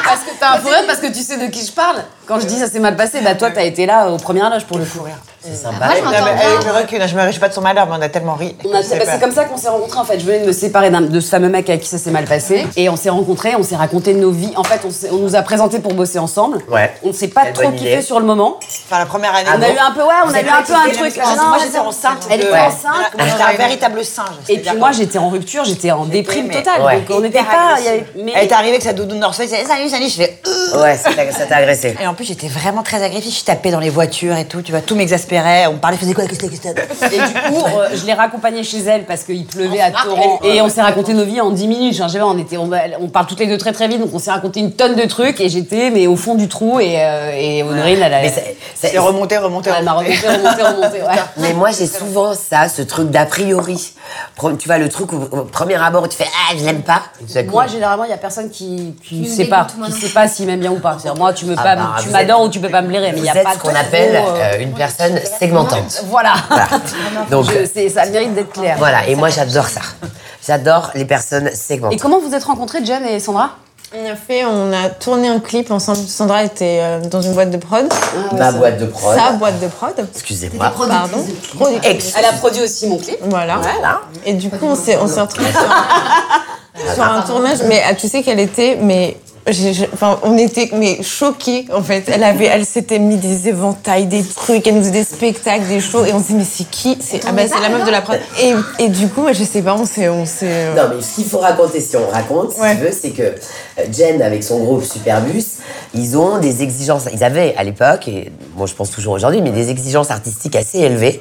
[SPEAKER 1] parce que t'as un problème, parce que tu sais de qui je parle. Quand je dis ça s'est mal passé, bah toi, t'as été là euh, au premier loge pour le courir.
[SPEAKER 5] C'est sympa.
[SPEAKER 1] Ah,
[SPEAKER 4] Moi, je
[SPEAKER 6] Non, mais
[SPEAKER 4] m'entends bien.
[SPEAKER 6] avec le recul, je me réjouis pas de son malheur, mais on a tellement ri.
[SPEAKER 1] On a- bah, c'est comme ça qu'on s'est rencontrés en fait. Je venais de me séparer d'un- de ce fameux mec avec qui ça s'est mal passé. Et on s'est rencontrés, on s'est raconté nos vies. En fait, on, s'est- on nous a présentés pour bosser ensemble.
[SPEAKER 5] Ouais.
[SPEAKER 1] On ne s'est pas
[SPEAKER 5] Quelle
[SPEAKER 1] trop
[SPEAKER 5] bonne idée.
[SPEAKER 1] kiffé sur le moment.
[SPEAKER 6] Enfin, la première
[SPEAKER 5] Ah
[SPEAKER 6] année.
[SPEAKER 1] Ah, on a eu un peu, ouais, on
[SPEAKER 6] Vous
[SPEAKER 1] a
[SPEAKER 6] avez
[SPEAKER 1] eu un
[SPEAKER 6] pas
[SPEAKER 1] peu un
[SPEAKER 6] kiffé la
[SPEAKER 1] truc.
[SPEAKER 6] même chose.
[SPEAKER 1] Ah non,
[SPEAKER 6] Moi, j'étais enceinte
[SPEAKER 1] Elle était
[SPEAKER 5] de-
[SPEAKER 1] enceinte.
[SPEAKER 6] Moi, j'étais un véritable singe.
[SPEAKER 1] Et puis moi, j'étais en rupture, j'étais en déprime totale.
[SPEAKER 5] Ouais.
[SPEAKER 1] Donc on n'était pas. il y avait- mais-
[SPEAKER 6] Elle est arrivée avec sa doudoune North Face, elle disait, salut, salut, je fais. Euh.
[SPEAKER 5] Ouais, ça t'a ça t'a agressé.
[SPEAKER 6] Et en plus, j'étais vraiment très agressive. Je tapais dans les voitures et tout, tu vois, tout m'exaspérait. On me parlait, faisait quoi, qu'est-ce que c'est que ça
[SPEAKER 1] Et du coup, euh, je l'ai raccompagnée chez elle parce qu'il pleuvait
[SPEAKER 5] Ah,
[SPEAKER 1] à torrent. Et on s'est raconté nos vies en 10 minutes. Enfin, je sais pas, on, était, on, on parle toutes les deux très très vite, donc on s'est raconté une tonne de trucs. Et j'étais mais au fond du trou. Et, euh, et Honorine, elle, a-
[SPEAKER 5] Mais ça- ça-
[SPEAKER 6] C'est remonté, remonté,
[SPEAKER 1] elle m'a
[SPEAKER 6] remonté.
[SPEAKER 1] remonté, remonté, remonté. ouais.
[SPEAKER 5] Mais moi, j'ai souvent ça, ce truc d'a priori. Pro- Tu vois, le truc où, au premier abord, tu fais Ah, je l'aime pas. Et tout à coup,
[SPEAKER 1] Moi, généralement, il n'y a personne qui, qui
[SPEAKER 4] me
[SPEAKER 1] sait pas,
[SPEAKER 4] dégoûte, moi,
[SPEAKER 1] qui
[SPEAKER 4] non.
[SPEAKER 1] sait pas s'il m'aime bien ou pas. C'est-à-dire, moi, tu me
[SPEAKER 5] Ah
[SPEAKER 1] pas-
[SPEAKER 5] bah,
[SPEAKER 1] tu
[SPEAKER 5] vous
[SPEAKER 1] m'adores ou tu peux pas me blairer, mais il
[SPEAKER 5] vous
[SPEAKER 1] n'y a
[SPEAKER 5] êtes
[SPEAKER 1] pas
[SPEAKER 5] ce
[SPEAKER 1] de
[SPEAKER 5] qu'on
[SPEAKER 1] trop,
[SPEAKER 5] appelle
[SPEAKER 1] euh,
[SPEAKER 5] euh, une personne segmentante.
[SPEAKER 1] Voilà.
[SPEAKER 5] Donc,
[SPEAKER 1] Je- c'est- ça mérite d'être clair.
[SPEAKER 5] Voilà, et moi, j'adore ça. J'adore les personnes
[SPEAKER 1] Et
[SPEAKER 5] segmentantes.
[SPEAKER 1] comment vous êtes rencontrés, Jen et Sandra
[SPEAKER 3] On a fait, on a tourné un clip ensemble. Sandra était euh, dans une boîte de prod.
[SPEAKER 5] Ma boîte de prod.
[SPEAKER 3] Sa boîte de Ah. prod.
[SPEAKER 5] Excusez-moi.
[SPEAKER 3] Pardon.
[SPEAKER 5] Ex-
[SPEAKER 1] Elle a produit aussi mon clip.
[SPEAKER 3] Voilà. Et du coup, on s'est, on s'est retrouvés sur un, sur un tournage. Mais ah, tu sais qu'elle était, mais. j'ai- j'ai- enfin, on était mais choqués en fait. Elle avait, elle s'était mis des éventails, des trucs. Elle nous faisait des spectacles, des shows. Et on se dit mais c'est qui C'est ah bah, c'est la meuf de la prod. Et, et du coup, moi, je sais pas, on s'est, on s'est. euh,
[SPEAKER 5] Non, mais ce qu'il faut raconter, si on raconte, si
[SPEAKER 3] Ouais.
[SPEAKER 5] tu veux, c'est que euh, Jen, avec son groupe Superbus, ils ont des exigences. Ils avaient à l'époque, et bon, je pense toujours aujourd'hui, mais des exigences artistiques assez élevées.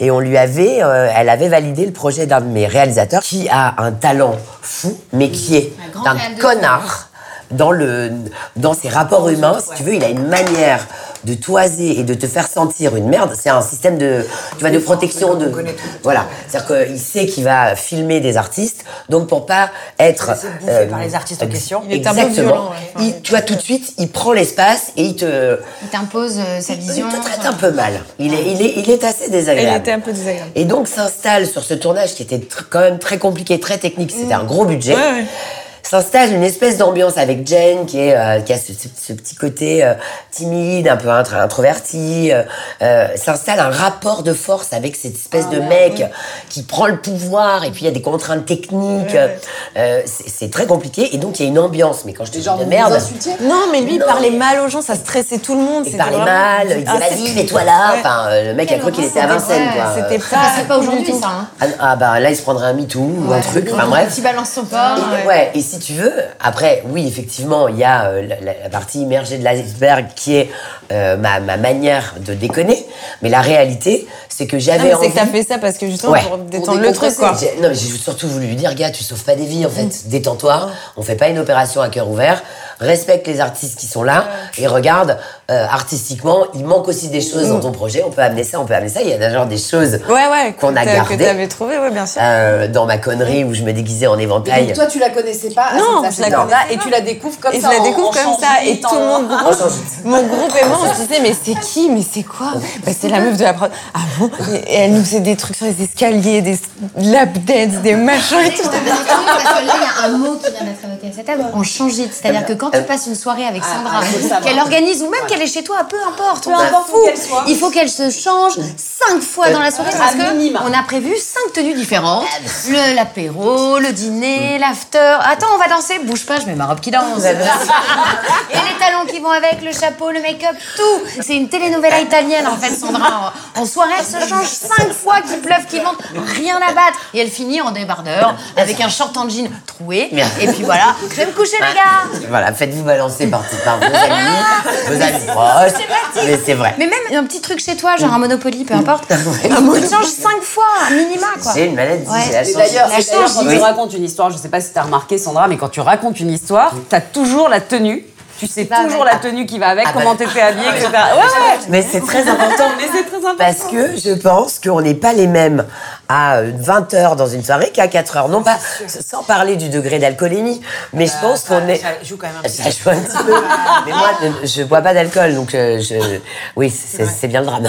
[SPEAKER 5] Et on lui avait, euh, elle avait validé le projet d'un de mes réalisateurs qui a un talent fou, mais qui est
[SPEAKER 4] Un grand
[SPEAKER 5] d'un
[SPEAKER 4] réal de
[SPEAKER 5] connard dans, le, dans ses rapports humains, si tu veux, il a une manière de toiser et de te faire sentir une merde. C'est un système de, tu vois, de protection. De, voilà. C'est-à-dire qu'il sait qu'il va filmer des artistes, donc pour pas être. euh,
[SPEAKER 6] bouffé par les artistes en question.
[SPEAKER 3] Il est un peu
[SPEAKER 5] Exactement.
[SPEAKER 3] violent, ouais.
[SPEAKER 5] Il- tu vois, tout de suite, il prend l'espace et il te.
[SPEAKER 4] Il t'impose euh, sa vision.
[SPEAKER 5] Il te traite un peu mal. Il est, il est, il est assez désagréable.
[SPEAKER 3] Elle était un peu désagréable.
[SPEAKER 5] Et donc s'installe sur ce tournage qui était tr- quand même très compliqué, très technique. C'était un gros budget.
[SPEAKER 3] Mm. Ouais, ouais.
[SPEAKER 5] s'installe une espèce d'ambiance avec Jane qui, est, euh, qui a ce, ce- ce petit côté euh, timide, un peu intr- introverti. euh, euh, s'installe un rapport de force avec cette espèce
[SPEAKER 3] Ah
[SPEAKER 5] de mec qui prend le pouvoir et puis il y a des contraintes techniques. euh, c'est c'est très compliqué et donc il y a une ambiance. Mais quand je te dis
[SPEAKER 1] Genre,
[SPEAKER 5] de
[SPEAKER 1] vous
[SPEAKER 5] merde,
[SPEAKER 1] vous insultiez
[SPEAKER 3] Non, mais lui, il
[SPEAKER 5] Non,
[SPEAKER 3] parlait
[SPEAKER 5] mais-
[SPEAKER 3] mal aux gens, ça stressait tout le monde.
[SPEAKER 5] il
[SPEAKER 3] c'était
[SPEAKER 5] parlait
[SPEAKER 3] vraiment-
[SPEAKER 5] mal, il disait
[SPEAKER 3] Ah,
[SPEAKER 5] vas-y,
[SPEAKER 3] c'était-
[SPEAKER 5] mets-toi là.
[SPEAKER 3] Ouais.
[SPEAKER 5] Enfin, euh, le mec a cru qu'il était à Vincennes. quoi.
[SPEAKER 3] C'était pas.
[SPEAKER 4] Ça, Ah, c'est pas aujourd'hui, ça. hein.
[SPEAKER 5] Ah, ah, bah là, il se prendrait un MeToo ou Bah, un truc. Enfin bref.
[SPEAKER 4] Tu balances son corps. euh,
[SPEAKER 5] Et, ouais. et si tu veux, après, oui, effectivement, il y a euh, la, la- la partie immergée de l'iceberg qui est euh, ma, ma manière de déconner, mais la réalité, c'est que
[SPEAKER 3] Non,
[SPEAKER 5] j'avais
[SPEAKER 3] Ah, mais
[SPEAKER 5] envie.
[SPEAKER 3] c'est que t'as fait ça parce que justement,
[SPEAKER 5] Ouais.
[SPEAKER 3] pour
[SPEAKER 5] Pour
[SPEAKER 3] détendre le truc, quoi. Mm.
[SPEAKER 5] J'ai- Non, mais j'ai surtout voulu lui dire, gars, tu sauves pas des vies, en fait. Détends-toi. On fait pas une opération à cœur ouvert. Respecte les artistes qui sont là et regarde, euh, artistiquement, il manque aussi des choses dans ton projet. On peut amener ça, on peut amener ça. Il y a d'ailleurs des choses
[SPEAKER 3] Mm. Ouais, ouais,
[SPEAKER 5] qu'on a
[SPEAKER 3] que t'as-
[SPEAKER 5] gardées
[SPEAKER 3] Que t'avais trouvé, ouais, bien sûr.
[SPEAKER 5] euh, dans ma connerie où je me déguisais en éventail.
[SPEAKER 1] Mais donc, toi, tu la connaissais pas à
[SPEAKER 3] Non,
[SPEAKER 1] cette
[SPEAKER 3] je la
[SPEAKER 1] âge-là,
[SPEAKER 3] connaissais
[SPEAKER 1] Et
[SPEAKER 3] pas.
[SPEAKER 1] tu la découvres comme
[SPEAKER 3] Et je
[SPEAKER 1] ça.
[SPEAKER 3] la
[SPEAKER 1] en-
[SPEAKER 3] découvre
[SPEAKER 1] en
[SPEAKER 3] comme ça, et
[SPEAKER 1] changeant
[SPEAKER 3] tout le monde,
[SPEAKER 5] On change.
[SPEAKER 3] mon groupe et moi, on se disait, mais c'est qui, mais c'est quoi bah, C'est la meuf de la prod. Ah bon Et elle nous faisait des trucs sur les escaliers, des lap dance, des machins et tout.
[SPEAKER 4] Parce que là, il y a un mot qui vient d'être évoqué à cette table. On change vite. C'est-à-dire que quand tu passes une soirée avec Sandra,
[SPEAKER 1] ah, faut le savoir.
[SPEAKER 4] qu'elle organise ou même qu'elle est chez toi, peu importe, on
[SPEAKER 1] Peu
[SPEAKER 4] s'en
[SPEAKER 1] importe où
[SPEAKER 4] fout.
[SPEAKER 1] qu'elle soit. Mm.
[SPEAKER 4] Il faut qu'elle se change cinq fois dans la soirée parce que
[SPEAKER 1] minima. Ah, bah,
[SPEAKER 4] on a prévu cinq tenues différentes. Le l'apéro, le dîner,
[SPEAKER 1] Mm.
[SPEAKER 4] l'after. Attends, on va danser. Bouge pas, je mets ma robe qui danse.
[SPEAKER 1] bah,
[SPEAKER 4] Et les talons qui vont avec, le chapeau, le make-up, tout. C'est une telenovela italienne en fait, Sandra. En en soirée, elle se change cinq fois, qu'il pleuve, qu'il vente, rien à battre. Et elle finit en débardeur avec un short en jean troué.
[SPEAKER 5] Merde.
[SPEAKER 4] Et puis voilà, je vais me coucher les gars.
[SPEAKER 5] Voilà, faites-vous balancer par, par vos amis, vos amis proches. Mais c'est vrai.
[SPEAKER 4] Mais même un petit truc chez toi,
[SPEAKER 5] Mm.
[SPEAKER 4] genre un Monopoly, peu
[SPEAKER 5] Ah
[SPEAKER 4] importe. On te change cinq fois, un minima, quoi.
[SPEAKER 5] J'ai une maladie,
[SPEAKER 4] Ouais.
[SPEAKER 5] j'ai la
[SPEAKER 1] Et
[SPEAKER 5] chance.
[SPEAKER 1] d'ailleurs,
[SPEAKER 4] La
[SPEAKER 1] et d'ailleurs,
[SPEAKER 4] chance,
[SPEAKER 1] quand
[SPEAKER 5] oui.
[SPEAKER 1] tu racontes une histoire, je sais pas si t'as remarqué Sandra, mais quand tu racontes une histoire, t'as toujours la tenue. Tu sais
[SPEAKER 4] va
[SPEAKER 1] toujours
[SPEAKER 4] avec.
[SPEAKER 1] la tenue qui va avec,
[SPEAKER 5] Ah bah-
[SPEAKER 1] comment t'étais habillée, etc. Ouais, ouais.
[SPEAKER 5] Mais c'est très important.
[SPEAKER 1] bah, Mais c'est très important.
[SPEAKER 5] Parce que je pense qu'on n'est pas les mêmes à euh, 20 heures dans une soirée qu'à 4 heures. Non pas, sans parler du degré d'alcoolémie, mais
[SPEAKER 4] Bah,
[SPEAKER 5] je pense qu'on est...
[SPEAKER 6] joue quand même un
[SPEAKER 5] Ah, Ça joue un petit peu. Mais moi, je- je bois pas d'alcool, donc euh, je... oui, c'est c'est bien le drame.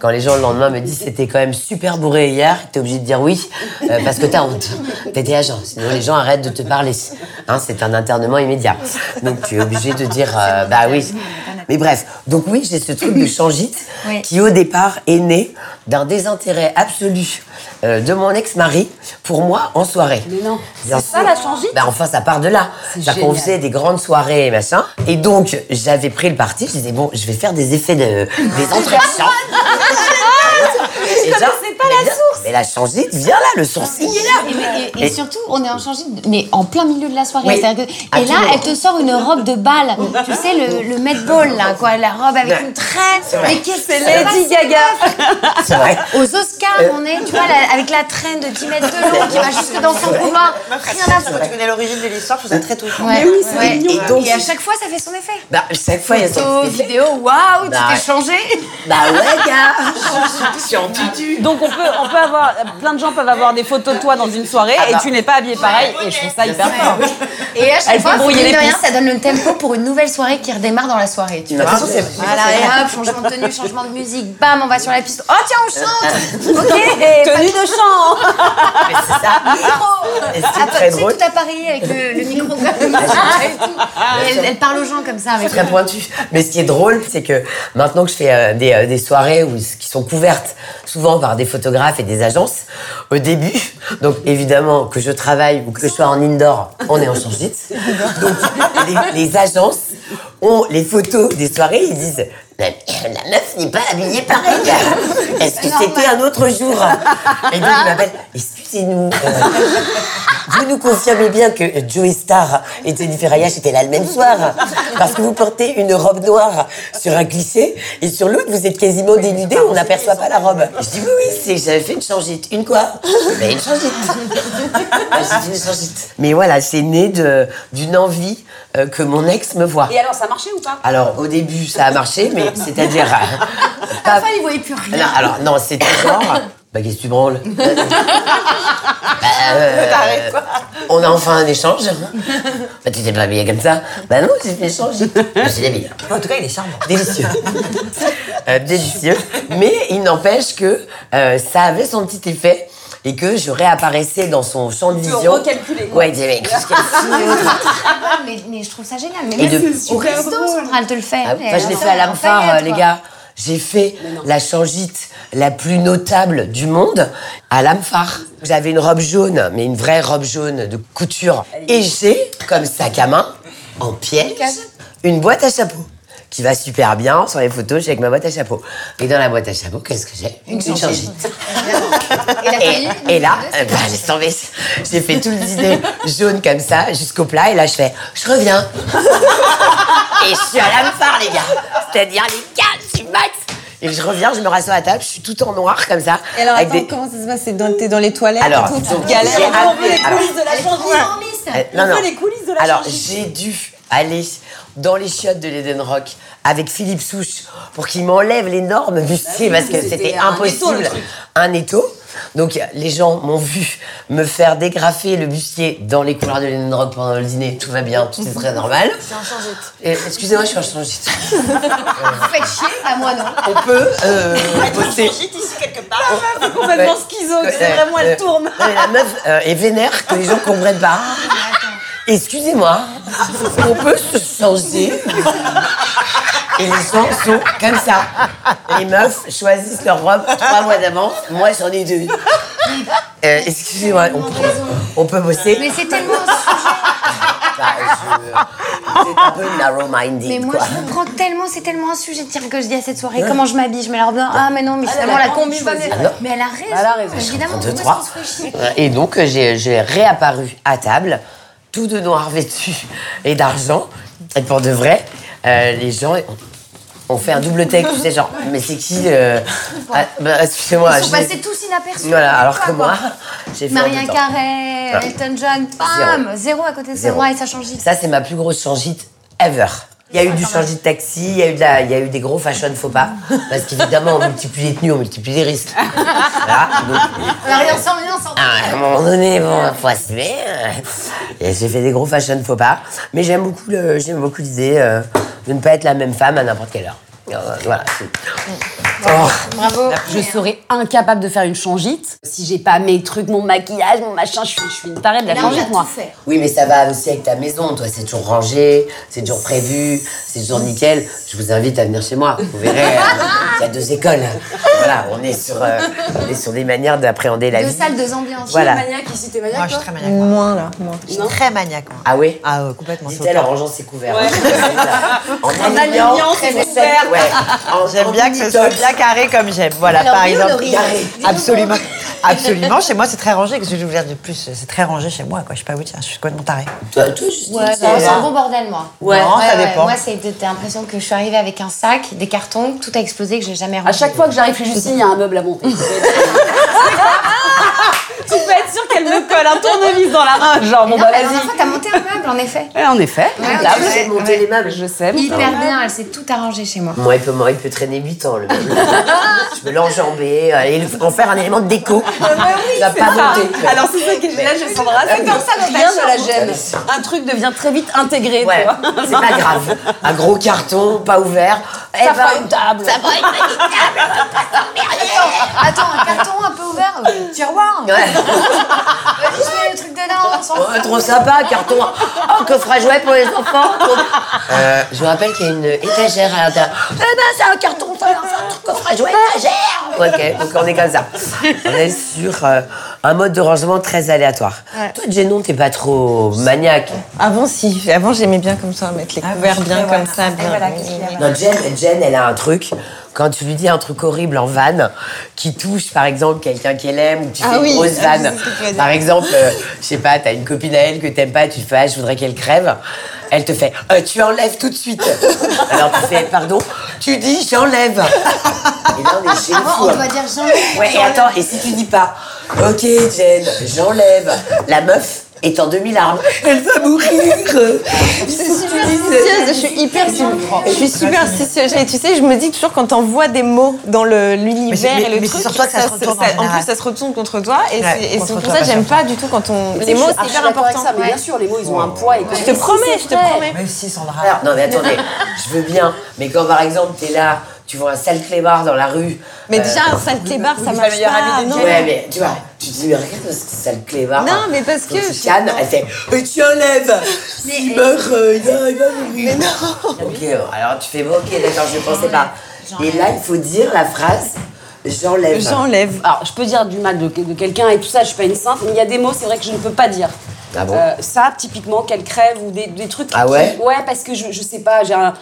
[SPEAKER 5] Quand les gens le lendemain me disent c'était quand même super bourré hier, t'es obligé de dire oui euh, parce que t'as honte. T'es agent, sinon les gens arrêtent de te parler. Hein, c'est un internement immédiat. Donc tu es obligé de dire euh, bah oui. Mais bref, donc oui, j'ai ce truc de changite
[SPEAKER 4] Oui.
[SPEAKER 5] qui au départ est né d'un désintérêt absolu euh, de mon ex-mari pour moi en soirée.
[SPEAKER 1] Mais non.
[SPEAKER 5] Bien
[SPEAKER 1] C'est ça,
[SPEAKER 5] sûr.
[SPEAKER 1] la changite
[SPEAKER 5] Bah, enfin, ça part de là.
[SPEAKER 1] C'est
[SPEAKER 5] C'est-à-dire qu'on
[SPEAKER 1] génial.
[SPEAKER 5] faisait des grandes soirées et machin. Et donc, j'avais pris le parti. Je disais, bon, je vais faire des effets de, des entretiens. Je connaissais pas la source. Mais la changite, viens là, le sourcil est là.
[SPEAKER 4] Et, et- et surtout, on est en change, mais en plein milieu de la soirée.
[SPEAKER 5] Oui. Ah,
[SPEAKER 4] C'est-à-dire que- et là,
[SPEAKER 5] Absolument.
[SPEAKER 4] elle te sort une robe de balle. tu sais, le, le Met Ball, là, quoi. La robe avec une traîne.
[SPEAKER 5] vrai.
[SPEAKER 4] Mais qu'est-ce que c'est Lady Gaga.
[SPEAKER 5] C'est vrai.
[SPEAKER 4] Aux Oscars,
[SPEAKER 5] Euh.
[SPEAKER 4] on est, tu vois, la- avec la traîne de 10 mètres de long qui va jusque dans son couloir. Rien à foutre.
[SPEAKER 6] Tu connais l'origine de l'histoire, je trouve ça très touchant.
[SPEAKER 4] Ouais, ouais.
[SPEAKER 5] mignon. Et donc-
[SPEAKER 4] et à chaque fois, ça fait son effet.
[SPEAKER 5] Bah, chaque fois, il y a
[SPEAKER 4] Photo,
[SPEAKER 5] son petit effet.
[SPEAKER 4] vidéo, waouh, tu
[SPEAKER 5] Bah ouais.
[SPEAKER 4] t'es changé.
[SPEAKER 5] Bah ouais, gars. Je suis en tutu.
[SPEAKER 1] Donc on peut, on peut avoir, plein de gens peuvent avoir des photos de toi dans une soirée et tu n'es pas habillé pareil et je trouve ça hyper fort.
[SPEAKER 4] Et à chaque
[SPEAKER 1] Elle
[SPEAKER 4] fois,
[SPEAKER 1] fait brouiller
[SPEAKER 4] mine
[SPEAKER 1] les
[SPEAKER 4] de rien,
[SPEAKER 1] pistes.
[SPEAKER 4] ça donne le tempo pour une nouvelle soirée qui redémarre dans la soirée. Tu vois.
[SPEAKER 5] Attention, c'est-
[SPEAKER 4] Voilà, et hop, changement de tenue, changement de musique, bam, on va sur la piste. Oh tiens, on chante Ok, et pas
[SPEAKER 1] Tenue de chant.
[SPEAKER 5] mais c'est ça.
[SPEAKER 4] de
[SPEAKER 5] Et
[SPEAKER 4] micro
[SPEAKER 5] c'est
[SPEAKER 4] Ah,
[SPEAKER 5] très
[SPEAKER 4] tu sais,
[SPEAKER 5] drôle. Ah,
[SPEAKER 4] tout appareillé avec le, le micro comme ça et tout. Et elle, elle parle aux gens comme ça avec
[SPEAKER 5] très pointu. Mais ce qui est drôle, c'est que maintenant que je fais euh, des, euh, des soirées où, qui sont couvertes souvent par des photographes et des agences, au début, donc évidemment que je travaille ou que je sois en indoor, on est en changite. Donc les, les agences ont les photos des soirées, ils disent la, la meuf n'est pas habillée pareil. Est-ce que c'était un autre jour Et donc ils m'appellent, excusez-nous. euh, vous nous confirmez bien que Joey Star et Jennifer Ayash étaient là le même soir parce que vous portez une robe noire sur un cliché et sur l'autre vous êtes quasiment dénudé, on n'aperçoit pas la robe. Je dis oui, oui, c'est j'avais fait une changite. Une quoi Mais Une changite. J'ai dit une changite. Mais voilà, c'est né de- d'une envie euh, que mon ex me voit.
[SPEAKER 1] Et alors ça marchait ou pas
[SPEAKER 5] Alors au début ça a marché, mais c'est-à-dire euh, pas-
[SPEAKER 4] Enfin, il voyait plus rien.
[SPEAKER 5] non, alors, non, c'était genre. Bah, qu'est-ce que tu branles Bah, euh, On a enfin un échange. Bah, tu t'es pas habillé comme ça Bah, non, j'ai fait échanger. Bah, c'est débile.
[SPEAKER 6] En tout cas, il est charmant.
[SPEAKER 5] Délicieux. Euh, délicieux. Mais il n'empêche que euh, ça avait son petit effet. et que je réapparaissais dans son champ de
[SPEAKER 1] Tu
[SPEAKER 5] vision.
[SPEAKER 1] recalculais, quoi.
[SPEAKER 5] Ouais, il disait, mais qu'est-ce qu'elle fout
[SPEAKER 4] mais, mais je trouve ça génial. Mais
[SPEAKER 5] Et
[SPEAKER 4] même
[SPEAKER 5] de-
[SPEAKER 4] au resto, Sandra, elle te le fait.
[SPEAKER 5] Ah oui, enfin, je l'ai fait à
[SPEAKER 4] la
[SPEAKER 5] l'Amphare, euh, les gars. J'ai fait la changite la plus notable du monde à l'Amphare. J'avais une robe jaune, mais une vraie robe jaune de couture. Et j'ai, comme sac à main, en pièce, une boîte à chapeau qui va super bien. Sur les photos, j'ai avec ma boîte à chapeau. Et dans la boîte à chapeau, qu'est-ce que j'ai Une changite. Et, et là, euh, bah, laisse tomber. J'ai fait tout le dîner jaune comme ça jusqu'au plat. Et là, je fais, je reviens. Et je suis à la phare, les gars. C'est-à-dire, les gars, je suis max. Et je reviens, je me rassois à table, je suis tout en noir comme ça.
[SPEAKER 3] Et alors,
[SPEAKER 5] avec
[SPEAKER 3] attends,
[SPEAKER 5] des-
[SPEAKER 3] comment ça se passe C'est dans- T'es dans les toilettes
[SPEAKER 5] Alors,
[SPEAKER 3] et tout,
[SPEAKER 5] donc,
[SPEAKER 3] tu galères.
[SPEAKER 5] j'ai
[SPEAKER 3] vraiment,
[SPEAKER 5] appelé-
[SPEAKER 3] mais-
[SPEAKER 5] alors,
[SPEAKER 1] la chanson.
[SPEAKER 5] Euh, non, non.
[SPEAKER 1] les coulisses de la
[SPEAKER 5] Alors,
[SPEAKER 1] changite.
[SPEAKER 5] j'ai dû aller dans les chiottes de l'Eden Rock avec Philippe Souche pour qu'il m'enlève
[SPEAKER 1] Bah
[SPEAKER 5] l'énorme bustier parce que c'était
[SPEAKER 1] étau, le
[SPEAKER 5] impossible.
[SPEAKER 1] truc.
[SPEAKER 5] Un étau. Donc, euh, les gens m'ont vu me faire dégrafer le bustier dans les couloirs de l'Eden Rock pendant le dîner. Tout va bien, tout est très normal. Euh, Excusez-moi, je suis en changite.
[SPEAKER 4] Faites chier, à moi non.
[SPEAKER 5] On peut euh, bosser.
[SPEAKER 1] Complètement
[SPEAKER 5] Ouais.
[SPEAKER 1] schizo,
[SPEAKER 5] Que-
[SPEAKER 1] c'est
[SPEAKER 5] euh,
[SPEAKER 1] vraiment,
[SPEAKER 5] euh,
[SPEAKER 1] elle tourne.
[SPEAKER 5] non, mais la meuf euh, est vénère que les gens comprennent pas. Excusez-moi, on peut se changer. Et les gens sont comme ça. Les meufs choisissent leur robe trois mois d'avance. Moi, j'en ai deux. Euh, Excusez-moi, on peut, on peut bosser.
[SPEAKER 4] Mais c'est tellement.
[SPEAKER 5] Bah, je- C'est un peu narrow-minded.
[SPEAKER 4] Mais moi,
[SPEAKER 5] quoi.
[SPEAKER 4] je comprends tellement, c'est tellement un sujet. Tiens, que je dis à cette soirée, comment je m'habille Je mets la robe noire. Ah, mais non, mais finalement,
[SPEAKER 1] elle a
[SPEAKER 4] la
[SPEAKER 1] pas envie
[SPEAKER 4] combi,
[SPEAKER 1] de
[SPEAKER 4] je vais
[SPEAKER 1] choisir.
[SPEAKER 4] mettre- Mais elle a raison.
[SPEAKER 1] Elle a raison.
[SPEAKER 4] Évidemment,
[SPEAKER 5] deux,
[SPEAKER 4] pourquoi
[SPEAKER 5] trois.
[SPEAKER 4] est-ce qu'on se fait chier
[SPEAKER 5] Et donc, euh, j'ai j'ai réapparu à table, tout de noir vêtu et d'argent. Et pour de vrai, euh, les gens ont fait un double take, tu sais, genre, mais c'est qui euh, ah, bah, Excusez-moi.
[SPEAKER 4] Ils sont
[SPEAKER 5] je-
[SPEAKER 4] passés tous inaperçus.
[SPEAKER 5] Voilà, alors
[SPEAKER 4] Quoi,
[SPEAKER 5] que moi,
[SPEAKER 4] quoi.
[SPEAKER 5] j'ai fait. en
[SPEAKER 4] Maria
[SPEAKER 5] deux temps.
[SPEAKER 4] Carré,
[SPEAKER 5] Ah.
[SPEAKER 4] Elton John, bam Zéro, à côté de
[SPEAKER 5] Zéro.
[SPEAKER 4] Sandra et ça change vite.
[SPEAKER 5] Ça, c'est ma plus grosse changite ever. Il y a eu du changit de taxi, il y, a eu de la- il y a eu des gros fashion faux pas. Parce qu'évidemment, on multiplie les tenues, on multiplie les risques. Voilà, donc,
[SPEAKER 4] Marie, on s'en vient, on s'en vient.
[SPEAKER 5] Ah, à un moment donné, bon, faut assumer. hein. Et j'ai fait des gros fashion faux pas. Mais j'aime beaucoup le- j'aime beaucoup l'idée euh, de ne pas être la même femme à n'importe quelle heure. Euh, voilà. c'est- Oh,
[SPEAKER 4] Bravo.
[SPEAKER 1] Je serais incapable de faire une changite si j'ai pas mes trucs, mon maquillage, mon machin. Je suis, je suis une tarée de la
[SPEAKER 4] Là, on a
[SPEAKER 1] changite,
[SPEAKER 4] tout
[SPEAKER 1] moi.
[SPEAKER 4] fait.
[SPEAKER 5] Oui, mais ça va aussi avec ta maison, toi. C'est toujours rangé, c'est toujours prévu, c'est toujours nickel. Je vous invite à venir chez moi. Vous verrez, euh, il y a deux écoles. Voilà, on est sur, euh, on est sur des manières d'appréhender la
[SPEAKER 4] Deux
[SPEAKER 5] vie.
[SPEAKER 4] salles, deux ambiances.
[SPEAKER 5] Voilà.
[SPEAKER 1] Maniaque, ici, t'es
[SPEAKER 6] Moi,
[SPEAKER 1] maniaque,
[SPEAKER 6] je suis
[SPEAKER 1] toi
[SPEAKER 6] très maniaque. moi.
[SPEAKER 3] Moins là, moins.
[SPEAKER 6] Je suis très maniaque. moi.
[SPEAKER 5] Ah oui
[SPEAKER 6] Ah, ouais, complètement. c'est
[SPEAKER 5] Dit-elle
[SPEAKER 6] au
[SPEAKER 5] en
[SPEAKER 6] top.
[SPEAKER 5] rangeant ses couverts. en alignant
[SPEAKER 1] alignant
[SPEAKER 5] très
[SPEAKER 1] ses
[SPEAKER 5] bien.
[SPEAKER 1] couverts.
[SPEAKER 5] Ouais. En- en
[SPEAKER 6] J'aime bien que ce soit
[SPEAKER 5] demi-toque.
[SPEAKER 6] bien carré comme j'aime. Voilà,
[SPEAKER 4] Alors,
[SPEAKER 6] par
[SPEAKER 4] dis-nous,
[SPEAKER 6] exemple.
[SPEAKER 4] Laurie.
[SPEAKER 5] Carré.
[SPEAKER 6] Absolument. Absolument. Chez moi, c'est très rangé. Qu'est-ce que je vais vous dire de plus C'est très rangé chez moi, quoi. Je sais pas vous dire. Je suis complètement tarée.
[SPEAKER 5] Toi, toi, Justine,
[SPEAKER 4] Ouais,
[SPEAKER 5] c'est-
[SPEAKER 4] bah, c'est un bon bordel, moi.
[SPEAKER 6] Ouais. Non, ça dépend.
[SPEAKER 4] Moi, c'est t'as l'impression que je suis arrivée avec un sac, des cartons, tout a explosé, que j'ai jamais rangé.
[SPEAKER 1] À chaque fois que j'arrive chez Justine, il y a un meuble à monter. tu peux être sûr qu'elle me colle un tournevis dans la rage. Genre, bon,
[SPEAKER 4] Non,
[SPEAKER 1] bah
[SPEAKER 4] la dernière
[SPEAKER 1] vas-y.
[SPEAKER 4] fois, t'as monté un meuble, en effet.
[SPEAKER 1] Ouais, En effet,
[SPEAKER 4] Ouais,
[SPEAKER 1] la table.
[SPEAKER 4] ouais, ouais.
[SPEAKER 5] monter les meubles.
[SPEAKER 1] Je sais. Ah.
[SPEAKER 4] Hyper bien, elle s'est tout arrangée chez moi.
[SPEAKER 5] Moi, il peut, moi, il peut traîner 8 ans, le meuble. je peux l'enjamber euh, et le- en faire un élément de déco. ça va pas monter.
[SPEAKER 1] Alors, c'est ça qui est génial chez Sandra. C'est comme ça, rien ne la gêne. Un truc devient très vite intégré, tu
[SPEAKER 5] Ouais,
[SPEAKER 1] vois.
[SPEAKER 5] c'est pas grave. Un gros carton, pas ouvert. Eh
[SPEAKER 1] Ça
[SPEAKER 5] ben,
[SPEAKER 1] fera une table. Ah,
[SPEAKER 5] Ça fera une
[SPEAKER 4] Attends, Ah, un carton un peu ouvert, euh, tiroir.
[SPEAKER 5] Ouais.
[SPEAKER 4] Vas-y, je mets le truc dedans, on s'en fout.
[SPEAKER 5] Ouais, trop sympa, carton. Oh, coffre à jouets pour les enfants. Euh, je vous rappelle qu'il y a une étagère à l'intérieur. Eh ben, c'est un carton, ça, c'est un truc coffre à jouets, étagère. Ok, donc on est comme ça. On est sur euh, un mode de rangement très aléatoire. Toi, Jenon, t'es pas trop maniaque.
[SPEAKER 3] Avant, si. Avant, j'aimais bien comme ça, mettre
[SPEAKER 5] Ah
[SPEAKER 3] les couverts bien comme ça. Bien.
[SPEAKER 5] Non, Jen, Jen, elle a un truc. Quand tu lui dis un truc horrible en vanne, qui touche par exemple quelqu'un qu'elle aime, ou tu fais
[SPEAKER 3] Ah oui,
[SPEAKER 5] une grosse
[SPEAKER 3] ah, je sais
[SPEAKER 5] vanne.
[SPEAKER 3] ce que tu vas dire.
[SPEAKER 5] Par exemple, euh, je sais pas, t'as une copine à elle que t'aimes pas, tu fais ah, je voudrais qu'elle crève. Elle te fait Euh, tu enlèves tout de suite. Alors tu fais pardon, tu dis j'enlève. Et là on est
[SPEAKER 3] Ah,
[SPEAKER 5] chez le
[SPEAKER 4] Avant,
[SPEAKER 5] fou,
[SPEAKER 4] on
[SPEAKER 5] hein.
[SPEAKER 4] doit dire Jean-Luc.
[SPEAKER 5] Ouais, et attends, et si tu dis pas Ok, Jen, j'enlève. La meuf est en demi-larme. Elle va mourir.
[SPEAKER 3] Superstitieuse, je suis hyper Je suis superstitieuse. Et tu sais, je me dis toujours quand t'envoies des mots dans le- l'univers
[SPEAKER 6] Mais-
[SPEAKER 3] et le
[SPEAKER 6] mais c'est
[SPEAKER 3] truc,
[SPEAKER 6] sur toi que ça se retourne en
[SPEAKER 3] en
[SPEAKER 6] général.
[SPEAKER 3] plus ça se retourne contre toi.
[SPEAKER 6] Ouais,
[SPEAKER 3] Et c'est- et c'est
[SPEAKER 6] contre
[SPEAKER 3] pour
[SPEAKER 6] toi,
[SPEAKER 3] ça
[SPEAKER 6] pas
[SPEAKER 3] que j'aime
[SPEAKER 6] sur
[SPEAKER 3] pas du tout quand on. Les mots, c'est hyper
[SPEAKER 1] important.
[SPEAKER 3] important.
[SPEAKER 1] mais bien sûr, les mots, ils ont un poids. Et
[SPEAKER 3] Je te promets, je te promets.
[SPEAKER 6] Même si Sandra.
[SPEAKER 5] Alors, non, mais attendez, je veux bien, mais quand par exemple, t'es là, tu vois un sale clébard dans la rue.
[SPEAKER 3] Mais
[SPEAKER 5] euh,
[SPEAKER 3] déjà, un sale clébard, ça marche
[SPEAKER 6] meilleur
[SPEAKER 3] pas.
[SPEAKER 6] ami des
[SPEAKER 3] non.
[SPEAKER 5] Ouais, mais tu vois, tu te dis, mais regarde ce sale clébard. hein.
[SPEAKER 3] Non, mais parce
[SPEAKER 5] Donc,
[SPEAKER 3] que
[SPEAKER 5] tu
[SPEAKER 3] je-
[SPEAKER 5] cannes, elle fait, mais tu enlèves Il meurt, euh, il va, il va mourir. Ok, alors tu fais, bon, ok, d'accord, je ne pensais pas. Et là, il faut dire la phrase, j'enlève.
[SPEAKER 3] J'enlève.
[SPEAKER 1] Alors, je peux dire du mal de, de quelqu'un et tout ça, je suis pas une sainte, mais il y a des mots, c'est vrai que je ne peux pas dire. Euh,
[SPEAKER 5] Ah bon
[SPEAKER 1] ça, typiquement, qu'elle crève ou des, des trucs.
[SPEAKER 5] Ah ouais
[SPEAKER 1] qui- Ouais, parce que je, je sais pas, j'ai un-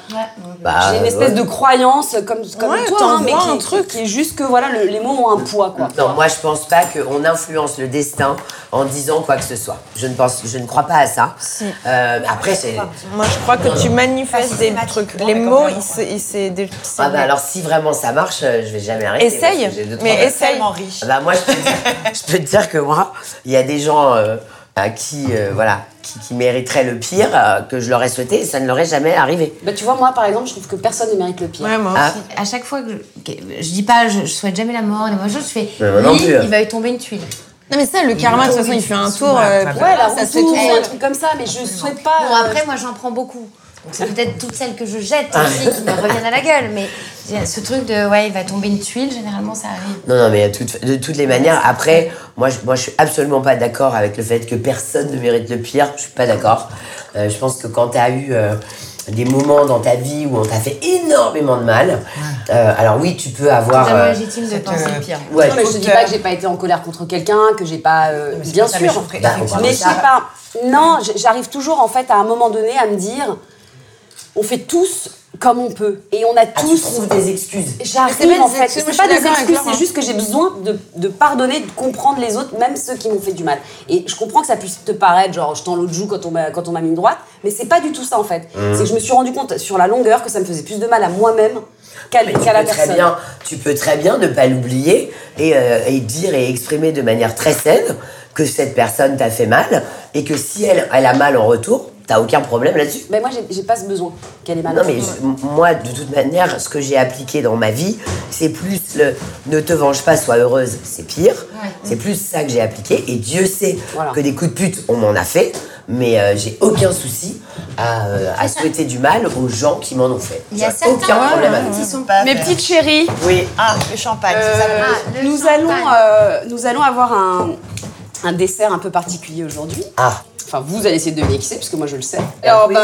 [SPEAKER 5] Bah,
[SPEAKER 1] j'ai une espèce
[SPEAKER 5] ouais.
[SPEAKER 1] de croyance comme, comme
[SPEAKER 3] Ouais,
[SPEAKER 1] toi, hein,
[SPEAKER 3] t'en
[SPEAKER 1] mais
[SPEAKER 3] vois
[SPEAKER 1] qui,
[SPEAKER 3] un truc.
[SPEAKER 1] qui est juste que voilà, le- les mots ont un poids, quoi.
[SPEAKER 5] Non, moi je pense pas qu'on influence le destin en disant quoi que ce soit. Je ne pense, je ne crois pas à ça. Euh, après, c'est.
[SPEAKER 3] Moi, je crois que tu
[SPEAKER 1] Ah,
[SPEAKER 3] manifestes des trucs. Les mots, ils se- ils se. des- c'est-
[SPEAKER 5] Ah bah alors si vraiment ça marche, euh, je vais jamais arrêter.
[SPEAKER 3] Essaye,
[SPEAKER 5] parce que j'ai deux, trois
[SPEAKER 3] mais
[SPEAKER 5] personnes.
[SPEAKER 3] essaye.
[SPEAKER 5] Ah Bah moi, je peux, te dire, je peux te dire que moi, il y a des gens euh, à qui, euh, voilà, qui, qui mériteraient le pire, euh, que je leur ai souhaité, et ça ne leur est jamais arrivé.
[SPEAKER 1] Bah, tu vois, moi, par exemple, je trouve que personne ne mérite le pire.
[SPEAKER 3] Ouais, moi
[SPEAKER 5] Ah.
[SPEAKER 3] aussi.
[SPEAKER 4] À chaque fois que je, que- je dis pas, je, je souhaite jamais la mort, la mort, je fais.
[SPEAKER 5] Mais moi non
[SPEAKER 4] lui,
[SPEAKER 5] plus, hein.
[SPEAKER 4] il va lui tomber une tuile.
[SPEAKER 3] Non, mais ça, le karma, de toute façon, il fait un tour. euh,
[SPEAKER 6] Ouais,
[SPEAKER 1] Ouais, la
[SPEAKER 3] ça
[SPEAKER 1] roue
[SPEAKER 3] se fait tout
[SPEAKER 1] tourne,
[SPEAKER 3] seul.
[SPEAKER 1] un truc comme ça, mais je souhaite pas.
[SPEAKER 4] Bon,
[SPEAKER 1] euh,
[SPEAKER 4] après, moi, j'en prends beaucoup. Donc, c'est peut-être toutes celles que je jette aussi qui me reviennent à la gueule. Mais j'ai ce truc de, ouais, il va tomber une tuile, généralement, ça arrive.
[SPEAKER 5] Non, non, mais à toute- de toutes les manières, après, moi, je, moi, je suis absolument pas d'accord avec le fait que personne ne mérite le pire. Je suis pas d'accord. Euh, je pense que quand tu as eu euh, des moments dans ta vie où on t'a fait énormément de mal, euh, alors oui, tu peux
[SPEAKER 6] Ah,
[SPEAKER 5] avoir.
[SPEAKER 4] Totalement
[SPEAKER 5] euh,
[SPEAKER 4] légitime de penser le pire.
[SPEAKER 5] ouais,
[SPEAKER 1] euh, Non, mais je te dis pas que j'ai pas été en colère contre quelqu'un, que j'ai pas. euh, bien
[SPEAKER 6] pour ça, mais je
[SPEAKER 1] sûr.
[SPEAKER 6] trouve que-
[SPEAKER 5] Bah, on parle
[SPEAKER 1] mais
[SPEAKER 5] de
[SPEAKER 1] je sais
[SPEAKER 5] ça.
[SPEAKER 1] pas. Non, j- j'arrive toujours en fait à un moment donné à me dire, on fait tous comme on peut et on a
[SPEAKER 5] Ah,
[SPEAKER 1] tous.
[SPEAKER 5] tu trouves des excuses.
[SPEAKER 3] C'est pas
[SPEAKER 1] J'arrive
[SPEAKER 3] des
[SPEAKER 1] en fait.
[SPEAKER 3] excuses,
[SPEAKER 1] C'est
[SPEAKER 3] moi, je
[SPEAKER 1] pas
[SPEAKER 3] suis
[SPEAKER 1] des
[SPEAKER 3] d'accord avec
[SPEAKER 1] excuses,
[SPEAKER 3] Laure,
[SPEAKER 1] c'est
[SPEAKER 3] hein.
[SPEAKER 1] juste que j'ai besoin de, de pardonner, de comprendre les autres, même ceux qui m'ont fait du mal. Et je comprends que ça puisse te paraître genre je tends l'autre joue quand on m'a quand on m'a mis une droite, mais c'est pas du tout ça en fait.
[SPEAKER 5] Mmh.
[SPEAKER 1] C'est que je me suis rendu compte sur la longueur que ça me faisait plus de mal à moi-même qu'à
[SPEAKER 5] Ah, Mais
[SPEAKER 1] qu'à
[SPEAKER 5] tu,
[SPEAKER 1] la
[SPEAKER 5] peux
[SPEAKER 1] personne.
[SPEAKER 5] très bien, tu peux très bien ne pas l'oublier et, euh, et dire et exprimer de manière très saine que cette personne t'a fait mal et que si elle, elle a mal en retour, t'as aucun problème là-dessus.
[SPEAKER 1] Ben moi j'ai- j'ai pas ce besoin qu'elle ait mal.
[SPEAKER 5] Non, mais je- m- moi, de toute manière, ce que j'ai appliqué dans ma vie, c'est plus le ne te venge pas, sois heureuse, c'est pire. C'est plus ça que j'ai appliqué. Et Dieu sait
[SPEAKER 1] Voilà.
[SPEAKER 5] que des coups de pute, on m'en a fait. Mais euh, j'ai aucun souci à, euh, à souhaiter du mal aux gens qui m'en ont fait.
[SPEAKER 4] Il y a
[SPEAKER 5] J'ai
[SPEAKER 4] certains
[SPEAKER 5] aucun problème avec
[SPEAKER 4] qui
[SPEAKER 5] ça.
[SPEAKER 6] Hum,
[SPEAKER 4] sont
[SPEAKER 8] Mes petites chéries,
[SPEAKER 5] Oui,
[SPEAKER 6] Ah, le champagne, c'est ça.
[SPEAKER 4] le
[SPEAKER 1] Euh, nous,
[SPEAKER 4] champagne.
[SPEAKER 1] allons, euh, nous allons avoir un, un dessert un peu particulier aujourd'hui.
[SPEAKER 5] ah,
[SPEAKER 1] Enfin, vous allez essayer de deviner qui c'est, parce que moi je le sais.
[SPEAKER 5] Un
[SPEAKER 1] Alors,
[SPEAKER 5] quiz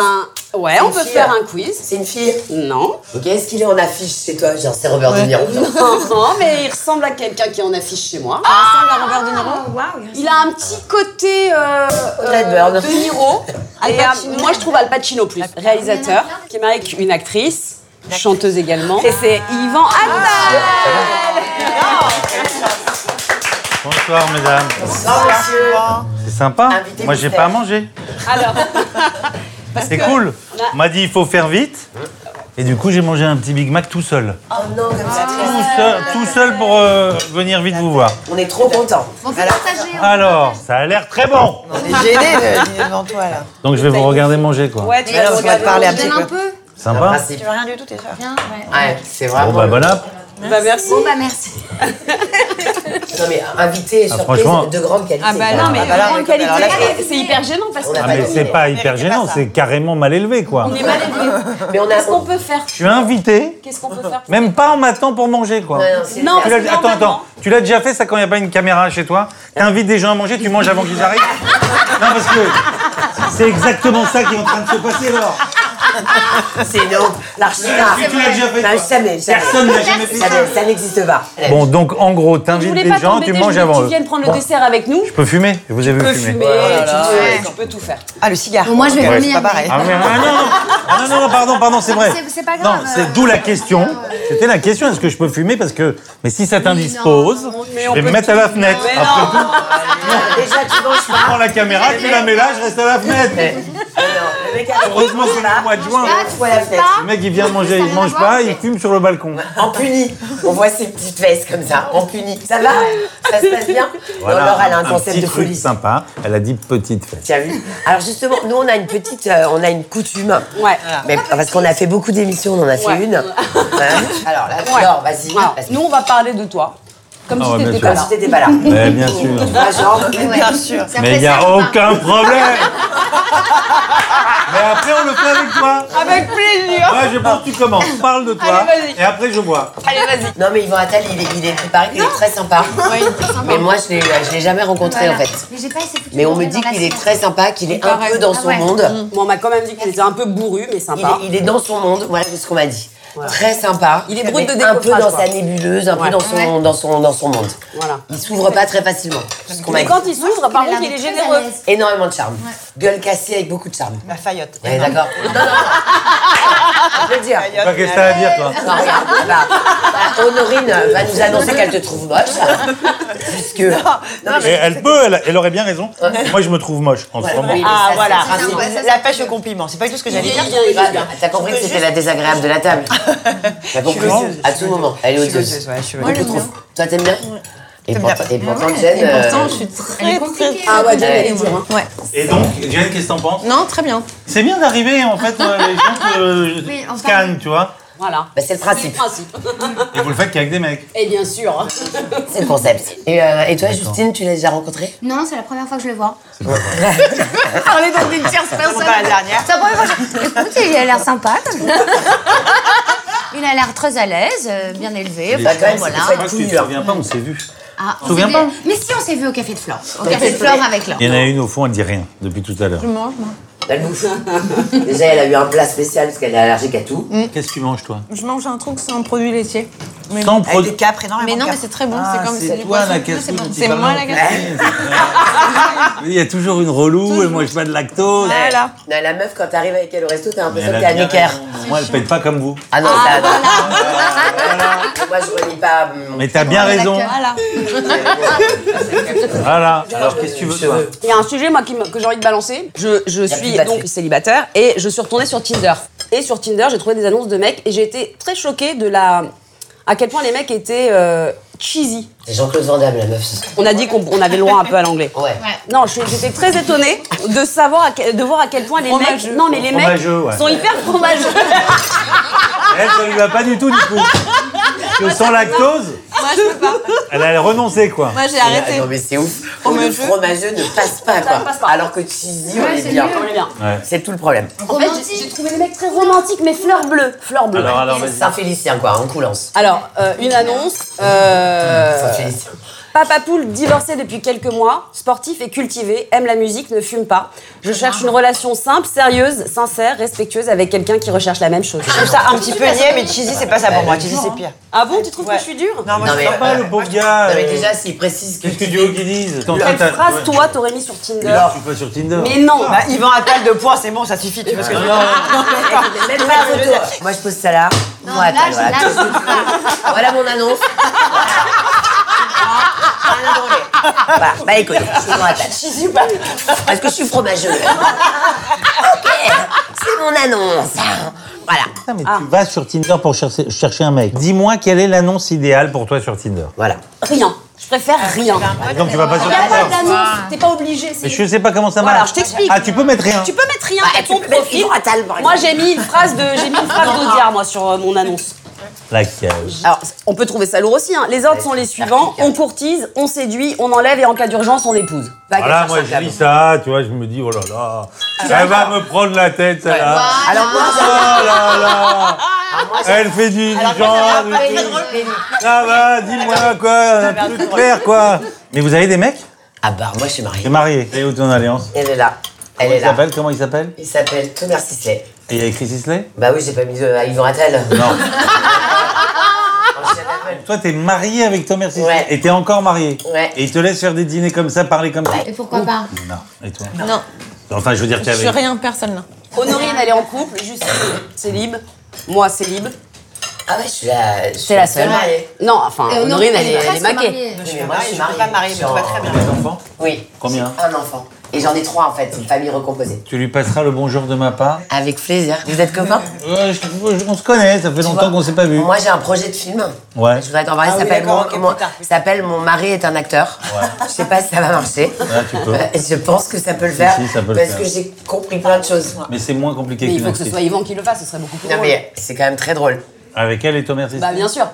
[SPEAKER 1] ben, ouais,
[SPEAKER 5] C'est
[SPEAKER 1] on
[SPEAKER 5] une
[SPEAKER 1] peut
[SPEAKER 5] fille,
[SPEAKER 1] faire
[SPEAKER 5] hein.
[SPEAKER 1] un quiz.
[SPEAKER 5] c'est une fille.
[SPEAKER 1] Non.
[SPEAKER 5] Ok, est-ce qu'il est en affiche chez toi Genre, c'est Robert De Niro. genre.
[SPEAKER 1] non, Oh, mais il ressemble à quelqu'un qui en affiche chez moi. Ah, il a un petit côté euh,
[SPEAKER 5] Redbird.
[SPEAKER 1] De Niro. Et, euh, moi, je trouve Al Pacino plus. Réalisateur, qui est marié avec une actrice, chanteuse également. Ah. Et c'est Yvan Attal.
[SPEAKER 2] Bonsoir, mesdames. C'est sympa.
[SPEAKER 5] Invité
[SPEAKER 2] Moi, j'ai
[SPEAKER 5] mystère.
[SPEAKER 2] pas mangé.
[SPEAKER 1] Alors,
[SPEAKER 2] C'est cool. On m'a dit, il faut faire vite. Et du coup, j'ai mangé un petit Big Mac tout seul.
[SPEAKER 5] Oh non, comme ça,
[SPEAKER 6] Ah.
[SPEAKER 2] Tout seul, tout seul pour euh, venir vite vous voir.
[SPEAKER 5] on est trop contents.
[SPEAKER 4] On fait partager.
[SPEAKER 6] Ah,
[SPEAKER 4] on-
[SPEAKER 2] Alors, ça a l'air très bon.
[SPEAKER 6] On est gênés de- de- devant toi, là.
[SPEAKER 2] Donc, je vais vous regarder manger, quoi.
[SPEAKER 1] ouais, tu
[SPEAKER 6] Alors,
[SPEAKER 1] vas
[SPEAKER 6] on va te parler un
[SPEAKER 4] Je
[SPEAKER 6] petit
[SPEAKER 4] donne un
[SPEAKER 6] peu.
[SPEAKER 4] peu.
[SPEAKER 2] Sympa.
[SPEAKER 5] Principe.
[SPEAKER 6] rien du tout, t'es frère.
[SPEAKER 4] Bien, ouais.
[SPEAKER 5] Ouais, c'est
[SPEAKER 2] Bon,
[SPEAKER 5] vraiment.
[SPEAKER 2] bah, bon app.
[SPEAKER 1] Bah, merci.
[SPEAKER 4] Bon, bah merci.
[SPEAKER 5] Non, mais invité, surprise,
[SPEAKER 2] Ah, franchement.
[SPEAKER 5] de grande qualité.
[SPEAKER 3] Ah bah non, mais
[SPEAKER 6] Ah bah là,
[SPEAKER 1] En
[SPEAKER 6] mais
[SPEAKER 1] qualité,
[SPEAKER 6] alors là, c'est-
[SPEAKER 1] c'est hyper gênant parce
[SPEAKER 5] On
[SPEAKER 1] que
[SPEAKER 5] a
[SPEAKER 2] Ah,
[SPEAKER 5] pas
[SPEAKER 2] mais
[SPEAKER 5] de-
[SPEAKER 2] c'est pas hyper gênant, c'est carrément mal élevé, quoi.
[SPEAKER 1] on est mal élevé.
[SPEAKER 5] mais on a.
[SPEAKER 1] Qu'est-ce qu'on peut faire
[SPEAKER 2] Je suis invité,
[SPEAKER 1] Qu'est-ce qu'on peut faire
[SPEAKER 2] même pas en m'attendant pour manger, quoi.
[SPEAKER 5] Ouais, non, Ah, c'est-
[SPEAKER 1] Non, parce
[SPEAKER 2] Tu l'as-
[SPEAKER 1] que
[SPEAKER 2] attends,
[SPEAKER 1] normalement-
[SPEAKER 2] attends. Tu l'as déjà fait ça quand il n'y a pas une caméra chez toi T'invites des gens à manger, tu manges avant qu'ils arrivent Non, parce que c'est exactement ça qui est en train de se passer alors.
[SPEAKER 5] C'est non,
[SPEAKER 1] Ah,
[SPEAKER 5] l'archivage.
[SPEAKER 2] Mais tu l'as déjà fait,
[SPEAKER 1] Bah,
[SPEAKER 5] Non,
[SPEAKER 2] toi.
[SPEAKER 5] Bah, jamais, jamais.
[SPEAKER 2] Personne n'a jamais fait
[SPEAKER 5] Ça,
[SPEAKER 2] ça.
[SPEAKER 5] ça n'existe pas.
[SPEAKER 2] Bon, donc en gros,
[SPEAKER 1] Je
[SPEAKER 2] t'invites
[SPEAKER 1] voulais
[SPEAKER 2] des
[SPEAKER 1] pas
[SPEAKER 2] gens, tu
[SPEAKER 1] t'embêter, je
[SPEAKER 2] manges
[SPEAKER 1] voulais
[SPEAKER 2] avant
[SPEAKER 1] que
[SPEAKER 2] eux.
[SPEAKER 1] tu viennes prendre
[SPEAKER 2] Bon,
[SPEAKER 1] le dessert avec nous.
[SPEAKER 2] Je peux fumer Je vous ai vu
[SPEAKER 1] Tu peux
[SPEAKER 2] fumer.
[SPEAKER 1] fumer, tu, peux, tu peux tout faire.
[SPEAKER 6] Ah, le cigare.
[SPEAKER 4] Moi, je vais
[SPEAKER 6] Ouais,
[SPEAKER 4] vomir,
[SPEAKER 6] C'est pas
[SPEAKER 4] mais-
[SPEAKER 6] pareil.
[SPEAKER 2] Ah, mais- ah, non, non. Ah, non, non, non, pardon, pardon, c'est vrai.
[SPEAKER 4] C'est- c'est pas grave.
[SPEAKER 2] Non, c'est d'où la question. C'était la question, est-ce que je peux fumer Parce que, mais si ça t'indispose,
[SPEAKER 4] non,
[SPEAKER 2] je vais me mettre à la fenêtre.
[SPEAKER 1] Mais
[SPEAKER 2] Après,
[SPEAKER 1] non,
[SPEAKER 5] Déjà, tu manges
[SPEAKER 2] tu
[SPEAKER 5] pas.
[SPEAKER 2] prends la caméra, tu la mets là, je reste à la fenêtre.
[SPEAKER 5] Non, le mec a
[SPEAKER 2] Heureusement, c'est le mois de juin.
[SPEAKER 5] Ou à la fenêtre.
[SPEAKER 2] Le mec, il vient manger, il mange pas, il fume sur le balcon.
[SPEAKER 5] En puni, on voit ses petites fesses comme ça, en puni. Ça va Ça se passe bien Non, Laure, elle a un, concept
[SPEAKER 2] petit
[SPEAKER 5] de
[SPEAKER 2] truc
[SPEAKER 5] folie.
[SPEAKER 2] sympa. Elle a dit petite fête.
[SPEAKER 5] Tu as vu Alors justement, nous on a une petite, euh, on a une coutume.
[SPEAKER 1] Ouais.
[SPEAKER 5] Ah. Mais parce qu'on a fait beaucoup d'émissions, on en a fait
[SPEAKER 1] Ouais.
[SPEAKER 5] une. Hein Alors là,
[SPEAKER 1] Ouais.
[SPEAKER 5] Laure, vas-y.
[SPEAKER 1] Alors,
[SPEAKER 5] parce que
[SPEAKER 1] nous, on va parler de toi. Comme
[SPEAKER 2] Ah
[SPEAKER 1] si
[SPEAKER 2] ouais,
[SPEAKER 1] t'étais
[SPEAKER 2] bien
[SPEAKER 1] pas
[SPEAKER 5] comme
[SPEAKER 1] là.
[SPEAKER 5] si t'étais pas là.
[SPEAKER 2] Mais bien sûr.
[SPEAKER 5] Tu vois, genre,
[SPEAKER 4] Bien sûr.
[SPEAKER 2] Mais il n'y a aucun problème. Mais après, on le fait avec toi.
[SPEAKER 3] Avec plaisir.
[SPEAKER 2] Ouais, je pense que tu commences. Parle de toi.
[SPEAKER 3] Allez, vas-y.
[SPEAKER 2] et après, je vois.
[SPEAKER 3] Allez, vas-y.
[SPEAKER 5] Non, mais Yvan Attal, il, est, il, est, il paraît qu'il est très sympa. Mais moi, je ne l'ai jamais rencontré, en
[SPEAKER 4] Voilà.
[SPEAKER 5] fait.
[SPEAKER 4] Mais j'ai pas essayé de
[SPEAKER 5] Mais on me
[SPEAKER 4] tomber
[SPEAKER 5] dit
[SPEAKER 4] dans la
[SPEAKER 5] qu'il est
[SPEAKER 4] sauce.
[SPEAKER 5] très sympa, qu'il est un
[SPEAKER 3] paraît-
[SPEAKER 5] peu dans
[SPEAKER 4] Ah
[SPEAKER 5] son
[SPEAKER 4] ouais.
[SPEAKER 5] monde.
[SPEAKER 1] Bon, on m'a quand même dit qu'il était un peu bourru, mais
[SPEAKER 5] Il est,
[SPEAKER 1] Mmh. sympa.
[SPEAKER 5] il est dans son monde, voilà c'est ce qu'on m'a dit. Très sympa.
[SPEAKER 1] Il est brut de
[SPEAKER 5] Mais Un peu
[SPEAKER 1] décoffrage,
[SPEAKER 5] dans
[SPEAKER 1] quoi.
[SPEAKER 5] sa nébuleuse, un
[SPEAKER 1] Ouais.
[SPEAKER 5] peu dans son, dans son, dans son monde.
[SPEAKER 1] Voilà.
[SPEAKER 5] Il s'ouvre pas très facilement. c'est ce qu'on m'a
[SPEAKER 1] Mais
[SPEAKER 5] dit.
[SPEAKER 1] quand il s'ouvre, par
[SPEAKER 4] Il a
[SPEAKER 1] contre,
[SPEAKER 4] l'air
[SPEAKER 1] il est
[SPEAKER 4] très à
[SPEAKER 1] généreux.
[SPEAKER 4] l'aise.
[SPEAKER 5] Énormément de charme. Gueule cassée avec beaucoup de charme.
[SPEAKER 6] La faillotte.
[SPEAKER 5] Ouais, d'accord. Non, non, non. Je veux dire.
[SPEAKER 2] Bah, Qu'est-ce que t'as à dire, toi
[SPEAKER 5] Non, regarde, bah, bah, Honorine va nous annoncer qu'elle te trouve moche. Parce que. Non,
[SPEAKER 2] Et elle peut, elle, elle aurait bien raison. Moi, je me trouve moche en ce
[SPEAKER 5] Voilà,
[SPEAKER 2] moment.
[SPEAKER 5] oui, mais
[SPEAKER 6] Ah
[SPEAKER 5] ça,
[SPEAKER 6] voilà,
[SPEAKER 5] c'est racisme.
[SPEAKER 6] racisme. la pêche au compliment. C'est pas du tout ce que j'allais dire.
[SPEAKER 5] Bah, T'as compris que c'était la désagréable de la table. T'as compris
[SPEAKER 6] odieuse,
[SPEAKER 5] À
[SPEAKER 6] je suis
[SPEAKER 5] tout moment. Elle est
[SPEAKER 6] Je suis
[SPEAKER 5] odieuse.
[SPEAKER 6] odieuse, ouais, je suis
[SPEAKER 5] On te
[SPEAKER 6] odieuse.
[SPEAKER 5] trouve. Toi, t'aimes bien Et
[SPEAKER 6] bien.
[SPEAKER 5] pourtant, et pourtant, Jen. euh,
[SPEAKER 3] Pourtant, je suis
[SPEAKER 4] Elle est
[SPEAKER 3] très, très.
[SPEAKER 4] compliquée.
[SPEAKER 1] Ah ouais, Jen,
[SPEAKER 5] Ouais.
[SPEAKER 1] elle est dure. hein.
[SPEAKER 3] Ouais.
[SPEAKER 2] Et donc, Jane, qu'est-ce que t'en penses
[SPEAKER 3] Non, très bien.
[SPEAKER 2] C'est bien d'arriver, en fait, euh, les gens euh,
[SPEAKER 4] Oui,
[SPEAKER 2] se
[SPEAKER 4] enfin-
[SPEAKER 2] calment, tu vois.
[SPEAKER 1] Voilà.
[SPEAKER 5] Bah, c'est le
[SPEAKER 1] C'est le
[SPEAKER 5] principe,
[SPEAKER 1] principe.
[SPEAKER 2] Et vous le faites qu'avec des mecs.
[SPEAKER 1] Et bien sûr. hein.
[SPEAKER 5] c'est le concept. Et, euh, et toi, Justine, tu l'as déjà rencontré
[SPEAKER 4] Non, c'est la première fois que je le vois.
[SPEAKER 3] Parler dans une tierce personne. Pas la dernière.
[SPEAKER 4] C'est la première fois que je... Écoute, il a l'air sympa. comme- Il a l'air très à l'aise, euh, bien élevé.
[SPEAKER 5] Bah, quand même,
[SPEAKER 4] voilà.
[SPEAKER 5] c'est-
[SPEAKER 2] Moi, je te souviens pas, on s'est vu.
[SPEAKER 4] Ah, on
[SPEAKER 2] Souviens
[SPEAKER 4] s'est
[SPEAKER 2] pas.
[SPEAKER 4] vu- Mais si, on s'est vu au Café de Flore. Au Café de Flore avec Laure.
[SPEAKER 2] Il y en a une au fond, elle dit rien depuis tout à l'heure.
[SPEAKER 5] Elle bouffe. Déjà, elle a eu un plat spécial parce qu'elle est allergique à tout.
[SPEAKER 2] Qu'est-ce que tu manges, toi
[SPEAKER 3] Je mange un truc sans produit laitier. Mais
[SPEAKER 2] Sans
[SPEAKER 6] Avec des
[SPEAKER 2] produit.
[SPEAKER 6] capres énormément.
[SPEAKER 3] Mais non,
[SPEAKER 6] de
[SPEAKER 3] mais
[SPEAKER 6] capres.
[SPEAKER 3] c'est très bon. c'est comme
[SPEAKER 2] Ah,
[SPEAKER 3] du
[SPEAKER 2] C'est toi
[SPEAKER 3] poisson.
[SPEAKER 2] la
[SPEAKER 3] Non, c'est
[SPEAKER 2] casse-couille.
[SPEAKER 3] bon.
[SPEAKER 2] qui
[SPEAKER 3] C'est
[SPEAKER 2] parle
[SPEAKER 3] moi
[SPEAKER 2] en
[SPEAKER 3] la
[SPEAKER 2] fait.
[SPEAKER 3] casse-couille.
[SPEAKER 2] Il y a toujours une relou, et moi je pas de lactose.
[SPEAKER 3] Voilà.
[SPEAKER 5] Non, la meuf, quand t'arrives avec elle au resto, t'as
[SPEAKER 2] Mais
[SPEAKER 5] l'impression
[SPEAKER 2] elle
[SPEAKER 5] que
[SPEAKER 2] a
[SPEAKER 5] t'es à
[SPEAKER 2] bien
[SPEAKER 5] Necker.
[SPEAKER 2] raison. Moi, elle paye pas comme vous.
[SPEAKER 5] Ah non, ça, non. Moi, je relis pas. hum,
[SPEAKER 2] Mais t'as bien raison.
[SPEAKER 3] Voilà.
[SPEAKER 2] Voilà. Alors, qu'est-ce que tu veux, toi
[SPEAKER 1] Il y a un sujet, moi, qui me- que j'ai envie de balancer. Je, je suis
[SPEAKER 5] plus de
[SPEAKER 1] donc
[SPEAKER 5] batterie.
[SPEAKER 1] célibataire et je suis retournée sur Tinder. Et sur Tinder, j'ai trouvé des annonces de mecs et j'ai été très choquée de la. à quel point les mecs étaient euh, cheesy.
[SPEAKER 5] C'est Jean-Claude Van Damme, la meuf, ce soir.
[SPEAKER 1] On a dit qu'on on avait le droit un peu à l'anglais.
[SPEAKER 5] Ouais.
[SPEAKER 1] Non, je- j'étais très étonnée de savoir, à quel- de voir à quel point les mecs,
[SPEAKER 3] Fromageux.
[SPEAKER 1] non mais les mecs
[SPEAKER 2] Fromageux, ouais.
[SPEAKER 1] sont hyper fromageux.
[SPEAKER 3] Ah.
[SPEAKER 2] Elle, ça lui va pas du tout, du coup. Parce que sans lactose,
[SPEAKER 3] Moi, je peux pas.
[SPEAKER 2] elle a renoncé, quoi.
[SPEAKER 3] Moi, j'ai
[SPEAKER 5] Ah,
[SPEAKER 3] arrêté.
[SPEAKER 5] non, mais c'est ouf. Le fromageux ne passe pas, quoi.
[SPEAKER 1] passe pas.
[SPEAKER 5] Alors que Cheesy, on
[SPEAKER 4] Ouais,
[SPEAKER 5] est
[SPEAKER 4] c'est
[SPEAKER 5] bien.
[SPEAKER 4] mieux.
[SPEAKER 1] On est bien.
[SPEAKER 2] Ouais.
[SPEAKER 5] C'est tout le problème.
[SPEAKER 1] En fait, j'ai- j'ai trouvé les mecs très romantiques, mais fleurs bleues, fleurs bleues.
[SPEAKER 2] Alors,
[SPEAKER 1] Alors,
[SPEAKER 2] alors, vas-y.
[SPEAKER 5] Saint-Félicien, quoi, en coulance.
[SPEAKER 1] euh, une annonce. euh,
[SPEAKER 5] Saint-Félicien.
[SPEAKER 1] Papa Poule, divorcé depuis quelques mois, sportif et cultivé, aime la musique, ne fume pas. Je cherche une relation simple, sérieuse, sincère, respectueuse avec quelqu'un qui recherche la même chose.
[SPEAKER 6] Je trouve ça un petit peu niais, mais cheesy, c'est pas ça pour moi. Cheesy, c'est pire.
[SPEAKER 1] Ah bon, tu trouves que je suis dure
[SPEAKER 6] bah, hein. Non, moi,
[SPEAKER 5] Non,
[SPEAKER 6] je
[SPEAKER 5] mais-
[SPEAKER 6] trouve
[SPEAKER 2] Pas le pauvre gars.
[SPEAKER 5] Non, mais
[SPEAKER 2] euh,
[SPEAKER 5] déjà, s'il précise que.
[SPEAKER 2] Qu'est-ce que Dieu qui dise
[SPEAKER 1] Quelle phrase, toi, t'aurais mis sur Tinder
[SPEAKER 2] Je suis pas sur Tinder.
[SPEAKER 1] Mais non
[SPEAKER 6] Bah, Yvan Attal de points, c'est bon, ça suffit. Tu vois ce que je veux dire
[SPEAKER 5] Même pas photo. Moi, je pose ça là.
[SPEAKER 4] Non,
[SPEAKER 5] Moi,
[SPEAKER 4] là,
[SPEAKER 5] attends,
[SPEAKER 4] je-
[SPEAKER 5] voilà.
[SPEAKER 4] là, je-
[SPEAKER 5] Voilà mon annonce. Voilà, bah écoute, je suis pas. Parce que je suis fromageux. ok, c'est mon annonce. Voilà.
[SPEAKER 2] Putain,
[SPEAKER 1] Ah.
[SPEAKER 2] mais tu vas sur Tinder pour chercher, chercher un mec. Dis-moi quelle est l'annonce idéale pour toi sur Tinder.
[SPEAKER 5] Voilà.
[SPEAKER 1] Rien. Je préfère rien.
[SPEAKER 2] Donc tu vas pas sur
[SPEAKER 1] Y a pas
[SPEAKER 2] Tinder.
[SPEAKER 1] d'annonce, t'es pas obligé. c'est-
[SPEAKER 2] Mais je sais pas comment ça
[SPEAKER 1] Ah, Voilà,
[SPEAKER 2] marche.
[SPEAKER 1] je t'explique.
[SPEAKER 2] Ah, tu peux mettre rien.
[SPEAKER 1] Tu peux mettre rien à
[SPEAKER 5] Bah,
[SPEAKER 1] ton
[SPEAKER 5] tu peux mettre
[SPEAKER 1] profil.
[SPEAKER 5] Yvan Attal, par
[SPEAKER 1] Moi,
[SPEAKER 5] exemple.
[SPEAKER 1] j'ai mis une phrase de, j'ai mis une phrase d'Audiard, moi, sur euh, mon annonce.
[SPEAKER 2] La cage.
[SPEAKER 1] Alors, on peut trouver ça lourd aussi. hein. Les ordres sont les suivants on courtise, on séduit, on enlève et en cas d'urgence, on épouse. Bah,
[SPEAKER 2] Voilà,
[SPEAKER 1] quelque
[SPEAKER 2] moi
[SPEAKER 1] chose
[SPEAKER 2] je lis ça, tu vois, je me dis, oh là là,
[SPEAKER 1] Ah,
[SPEAKER 2] elle va me prendre la tête, celle-là.
[SPEAKER 5] Alors moi,
[SPEAKER 2] Oh là là,
[SPEAKER 1] Ah,
[SPEAKER 2] elle fait du, du Ah, genre, du
[SPEAKER 5] j'ai-
[SPEAKER 2] tout. Ça va, dis-moi quoi, plus clair quoi. Mais vous avez des mecs
[SPEAKER 5] Ah bah moi, je suis
[SPEAKER 2] T'es
[SPEAKER 5] mariée.
[SPEAKER 2] marié. Et où ton alliance
[SPEAKER 5] Elle est là. Elle
[SPEAKER 2] Comment
[SPEAKER 5] est
[SPEAKER 2] il
[SPEAKER 5] là.
[SPEAKER 2] s'appelle Comment il s'appelle
[SPEAKER 5] Il s'appelle Tonnerre Sisley.
[SPEAKER 2] Et il y a écrit Sisley
[SPEAKER 5] Bah oui, j'ai pas mis de à Yvan Attal.
[SPEAKER 2] Non.
[SPEAKER 5] Je suis à la
[SPEAKER 2] Toi, t'es marié avec Thomas Sisley
[SPEAKER 5] Ouais.
[SPEAKER 2] et t'es encore marié.
[SPEAKER 5] Ouais.
[SPEAKER 2] Et il te laisse faire des dîners comme ça, parler comme ça. Oh.
[SPEAKER 4] Et pourquoi pas
[SPEAKER 2] Non. Et toi
[SPEAKER 3] Non,
[SPEAKER 2] Enfin, je veux dire, t'es
[SPEAKER 3] je suis
[SPEAKER 2] avec.
[SPEAKER 3] rien, personne là.
[SPEAKER 1] Honorine, elle est en couple, juste célib. Moi, célib.
[SPEAKER 5] Ah ouais, je suis la. je suis
[SPEAKER 1] C'est la seule.
[SPEAKER 5] mariée.
[SPEAKER 1] Non, enfin,
[SPEAKER 4] Euh, non,
[SPEAKER 1] Honorine, elle, est- elle est
[SPEAKER 4] presque
[SPEAKER 1] maquée.
[SPEAKER 4] mariée.
[SPEAKER 5] Oui, mais moi, je suis mariée.
[SPEAKER 6] mariée, mais tout va très bien.
[SPEAKER 2] Des enfants
[SPEAKER 5] Oui.
[SPEAKER 2] Combien
[SPEAKER 5] J'ai Un enfant. Et j'en ai trois en fait, une famille recomposée.
[SPEAKER 2] Tu lui passeras le bonjour de ma part
[SPEAKER 5] Avec plaisir. Vous êtes copains
[SPEAKER 2] Ouais, je- je- On se connaît, ça fait longtemps qu'on s'est pas vu.
[SPEAKER 5] Moi, j'ai un projet de film.
[SPEAKER 2] Ouais.
[SPEAKER 5] Je voudrais t'en parler.
[SPEAKER 6] Ah
[SPEAKER 5] ça
[SPEAKER 6] oui,
[SPEAKER 5] s'appelle
[SPEAKER 6] d'accord,
[SPEAKER 5] mon,
[SPEAKER 6] ok,
[SPEAKER 5] mon-
[SPEAKER 6] plus tard, plus
[SPEAKER 5] ça s'appelle Mon mari est un acteur. Je sais pas si ça va marcher. Euh,
[SPEAKER 2] tu peux.
[SPEAKER 5] Je pense que ça peut le faire.
[SPEAKER 2] si, ça peut le
[SPEAKER 5] parce
[SPEAKER 2] faire.
[SPEAKER 5] que j'ai compris plein de choses.
[SPEAKER 2] Mais c'est moins compliqué
[SPEAKER 1] Mais il
[SPEAKER 2] qu'une
[SPEAKER 1] faut que ce
[SPEAKER 2] actrice.
[SPEAKER 1] soit Yvan qui le fasse, ce serait beaucoup plus
[SPEAKER 5] Non,
[SPEAKER 1] drôle.
[SPEAKER 5] mais c'est quand même très drôle.
[SPEAKER 2] Avec elle et Thomas Sisley
[SPEAKER 1] Bah, bien sûr.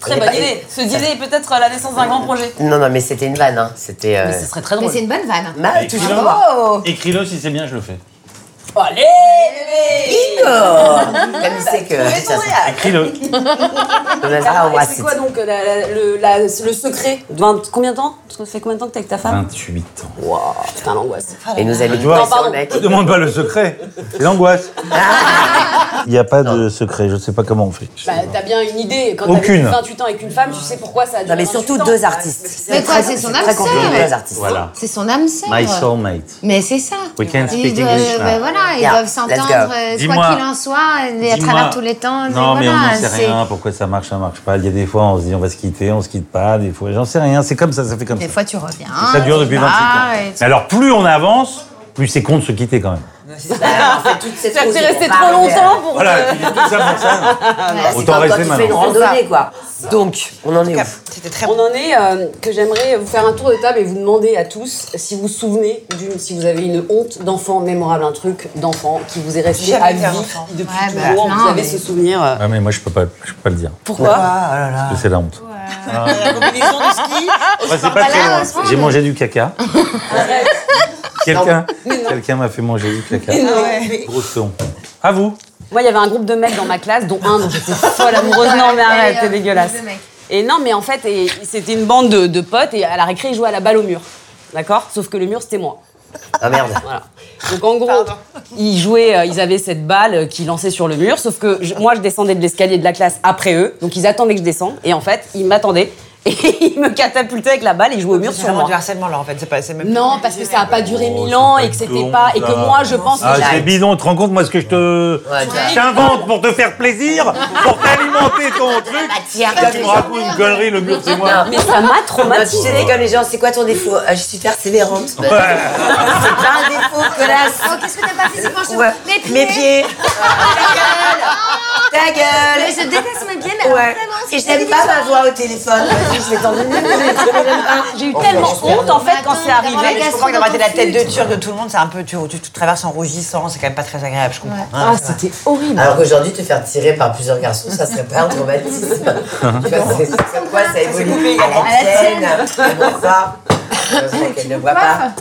[SPEAKER 1] Très
[SPEAKER 5] Et
[SPEAKER 1] bonne
[SPEAKER 5] bah,
[SPEAKER 1] idée. Ce dîner est peut-être la naissance d'un grand projet.
[SPEAKER 5] Non, non, mais c'était une vanne. hein. C'était. euh,
[SPEAKER 1] Mais ce serait très
[SPEAKER 4] Mais
[SPEAKER 1] drôle.
[SPEAKER 4] c'est une bonne vanne.
[SPEAKER 5] Mal,
[SPEAKER 1] Oh,
[SPEAKER 2] Écris-le.
[SPEAKER 5] toujours.
[SPEAKER 2] Écris-le si c'est bien, je le fais.
[SPEAKER 5] Allez, bébé Bingo Comme il sait que... de toute façon,
[SPEAKER 2] Crie-le.
[SPEAKER 5] on a ça, on va-
[SPEAKER 1] C'est quoi donc la- la- le, la- le secret de 20 Combien de temps Parce que ça fait combien de temps que t'es avec ta femme
[SPEAKER 2] 28 ans.
[SPEAKER 1] Waouh, putain, l'angoisse.
[SPEAKER 5] Et nos amis
[SPEAKER 2] Tu vois,
[SPEAKER 5] non,
[SPEAKER 1] pardon.
[SPEAKER 5] mec.
[SPEAKER 2] Ne demande pas le secret, c'est l'angoisse. Il n'y a pas de secret, je ne sais pas comment on fait.
[SPEAKER 1] Bah, t'as bien une idée. Quand t'as
[SPEAKER 2] Aucune.
[SPEAKER 1] vécu 28 ans avec une femme, tu sais pourquoi ça a duré
[SPEAKER 5] Non, mais
[SPEAKER 1] 28
[SPEAKER 5] surtout
[SPEAKER 1] ans.
[SPEAKER 5] deux artistes.
[SPEAKER 4] Mais quoi, c'est son âme
[SPEAKER 5] très compliqué,
[SPEAKER 4] sœur.
[SPEAKER 5] deux artistes.
[SPEAKER 2] Voilà.
[SPEAKER 4] C'est son âme sœur.
[SPEAKER 2] My soulmate.
[SPEAKER 4] Mais c'est ça.
[SPEAKER 2] We can't
[SPEAKER 4] Ils
[SPEAKER 2] speak
[SPEAKER 4] doivent-
[SPEAKER 2] English now.
[SPEAKER 4] ben voilà, ils
[SPEAKER 5] Yeah,
[SPEAKER 4] doivent
[SPEAKER 5] let's
[SPEAKER 4] s'entendre
[SPEAKER 5] go.
[SPEAKER 4] euh,
[SPEAKER 2] Dis-moi-
[SPEAKER 4] quoi qu'il en soit, et à
[SPEAKER 2] Dis-moi-
[SPEAKER 4] travers tous les temps.
[SPEAKER 2] Non, mais
[SPEAKER 4] voilà,
[SPEAKER 2] on n'en sait
[SPEAKER 4] c'est-
[SPEAKER 2] rien. Pourquoi ça marche, ça marche pas. Il y a des fois, on se dit on va se quitter, on se quitte pas. Des fois, j'en sais rien. C'est comme ça, ça fait comme
[SPEAKER 4] Des
[SPEAKER 2] ça.
[SPEAKER 4] fois, tu reviens.
[SPEAKER 2] ça dure depuis 28
[SPEAKER 4] Ah,
[SPEAKER 2] ans.
[SPEAKER 4] et tu-
[SPEAKER 2] Mais alors, plus on avance, plus c'est con de se quitter quand même.
[SPEAKER 5] Alors, on fait toutes ces
[SPEAKER 1] Ça
[SPEAKER 5] choses,
[SPEAKER 1] t'est
[SPEAKER 5] on
[SPEAKER 1] resté
[SPEAKER 5] va
[SPEAKER 1] trop
[SPEAKER 5] arriver à-
[SPEAKER 1] longtemps pour
[SPEAKER 2] Voilà,
[SPEAKER 1] que-
[SPEAKER 2] il est tout ça
[SPEAKER 5] Bah,
[SPEAKER 2] pour ça.
[SPEAKER 5] C'est
[SPEAKER 2] Autant
[SPEAKER 5] comme quand
[SPEAKER 2] rester
[SPEAKER 5] tu fais une
[SPEAKER 2] maintenant.
[SPEAKER 5] randonnée, quoi. Donc, on en est où
[SPEAKER 6] C'était très
[SPEAKER 1] On en est euh, que j'aimerais vous faire un tour de table et vous demander à tous si vous vous souvenez d'une, si vous avez une honte d'enfant mémorable, un truc d'enfant qui vous est resté
[SPEAKER 6] Jamais
[SPEAKER 1] à
[SPEAKER 6] été
[SPEAKER 1] vie
[SPEAKER 6] un enfant.
[SPEAKER 1] depuis
[SPEAKER 4] Ouais, bah,
[SPEAKER 1] toujours. vous
[SPEAKER 4] non,
[SPEAKER 1] avez
[SPEAKER 4] mais-
[SPEAKER 1] ce souvenir. euh,
[SPEAKER 2] Ah, mais moi, je peux pas, je peux pas le dire.
[SPEAKER 1] Pourquoi
[SPEAKER 6] Ah là là.
[SPEAKER 2] parce que C'est la honte. Moi, c'est
[SPEAKER 4] Voilà,
[SPEAKER 2] pas très loin.
[SPEAKER 4] on se rend.
[SPEAKER 2] J'ai mangé du caca. Quelqu'un quelqu'un m'a fait manger du caca. Grosse honte. À vous.
[SPEAKER 1] Moi, il y avait un groupe de mecs dans ma classe, dont un dont j'étais folle amoureuse. Non, mais arrête,
[SPEAKER 4] euh,
[SPEAKER 1] c'est dégueulasse. Et non, mais en fait, et- c'était une bande de, de potes et à la récré, ils jouaient à la balle au mur. D'accord Sauf que le mur, c'était moi.
[SPEAKER 5] Ah merde.
[SPEAKER 1] Voilà. Donc en gros, ils jouaient, euh, ils avaient cette balle euh, qu'ils lançaient sur le mur, sauf que je- moi je descendais de l'escalier de la classe après eux, donc ils attendaient que je descende, et en fait ils m'attendaient, et ils me catapultaient avec la balle et jouaient au mur
[SPEAKER 6] C'est
[SPEAKER 1] sur
[SPEAKER 6] vraiment
[SPEAKER 1] moi.
[SPEAKER 6] du harcèlement là en fait, c'est pas c'est même
[SPEAKER 1] Non, parce que ça a pas duré
[SPEAKER 2] Oh,
[SPEAKER 1] mille
[SPEAKER 2] c'est
[SPEAKER 1] ans
[SPEAKER 2] pas
[SPEAKER 1] et que c'était
[SPEAKER 2] con,
[SPEAKER 1] pas, et que
[SPEAKER 2] ça.
[SPEAKER 1] moi je pense
[SPEAKER 2] Ah,
[SPEAKER 1] que
[SPEAKER 2] c'est bidon, tu te rends compte, moi, ce que je te. je t'invente pour te faire plaisir, pour t'alimenter ton truc. Là, tu me racontes une connerie, le mur, c'est moi.
[SPEAKER 1] mais ça m'a
[SPEAKER 5] Bah, tu sais,
[SPEAKER 1] traumatisé.
[SPEAKER 5] c'est comme les gens, c'est quoi ton défaut Ah, Je suis persévérante. Bah, C'est pas un défaut, connasse.
[SPEAKER 4] Oh, qu'est-ce que t'as pas fait ce dimanche
[SPEAKER 5] Ouais.
[SPEAKER 4] Mes pieds.
[SPEAKER 5] Mes pieds. Ta gueule.
[SPEAKER 4] Mais je déteste mes pieds, mais
[SPEAKER 5] Ta
[SPEAKER 4] alors
[SPEAKER 5] gueule. Ouais.
[SPEAKER 4] vraiment, c'est
[SPEAKER 5] Et je n'aime pas ma voix au téléphone. Vas-y, Je vais t'en donner une minute.
[SPEAKER 1] J'ai eu tellement
[SPEAKER 2] Oh,
[SPEAKER 1] honte en fait quand c'est arrivé.
[SPEAKER 4] Mais
[SPEAKER 6] Mais je comprends que d'avoir été la tête de turc de tout le monde, c'est un peu tu, tu, tu traverses en rougissant, c'est quand même pas très agréable, je comprends. Hein.
[SPEAKER 1] Ah, c'était horrible.
[SPEAKER 5] Alors qu'aujourd'hui, te faire tirer par plusieurs garçons, ça serait pas un traumatisme. tu vois, c'est c'est comme quoi ça évolue à la tienne. Bon, ça, heureusement qu'elle ne voit pas.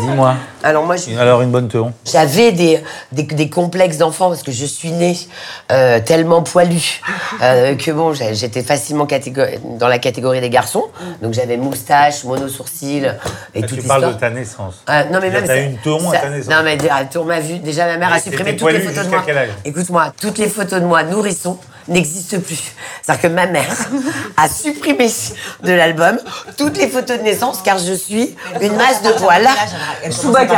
[SPEAKER 2] Dis-moi.
[SPEAKER 5] Alors moi, je
[SPEAKER 2] Alors, une bonne teon.
[SPEAKER 5] J'avais des, des, des complexes d'enfant parce que je suis née euh, tellement poilue euh, que bon, j'ai- j'étais facilement catégo- dans la catégorie des garçons. Donc j'avais moustache, mono sourcil et toute
[SPEAKER 2] Ah, tu
[SPEAKER 5] l'histoire.
[SPEAKER 2] parles de ta naissance.
[SPEAKER 5] Ah, non mais
[SPEAKER 2] Là,
[SPEAKER 5] même
[SPEAKER 2] t'as
[SPEAKER 5] ça-
[SPEAKER 2] une tauron à
[SPEAKER 5] ça-
[SPEAKER 2] ta naissance.
[SPEAKER 5] Non mais déjà, tour m'a vu. Déjà ma mère
[SPEAKER 2] Mais
[SPEAKER 5] a supprimé
[SPEAKER 2] t'étais
[SPEAKER 5] toutes les
[SPEAKER 2] poilue
[SPEAKER 5] photos de
[SPEAKER 2] jusqu'à
[SPEAKER 5] moi.
[SPEAKER 2] quel âge
[SPEAKER 5] Écoute-moi, toutes les photos de moi nourrisson n'existent plus. C'est-à-dire que ma mère a supprimé de l'album toutes les photos de naissance car je suis une masse de poils.
[SPEAKER 4] Ah,
[SPEAKER 6] Chewbacca.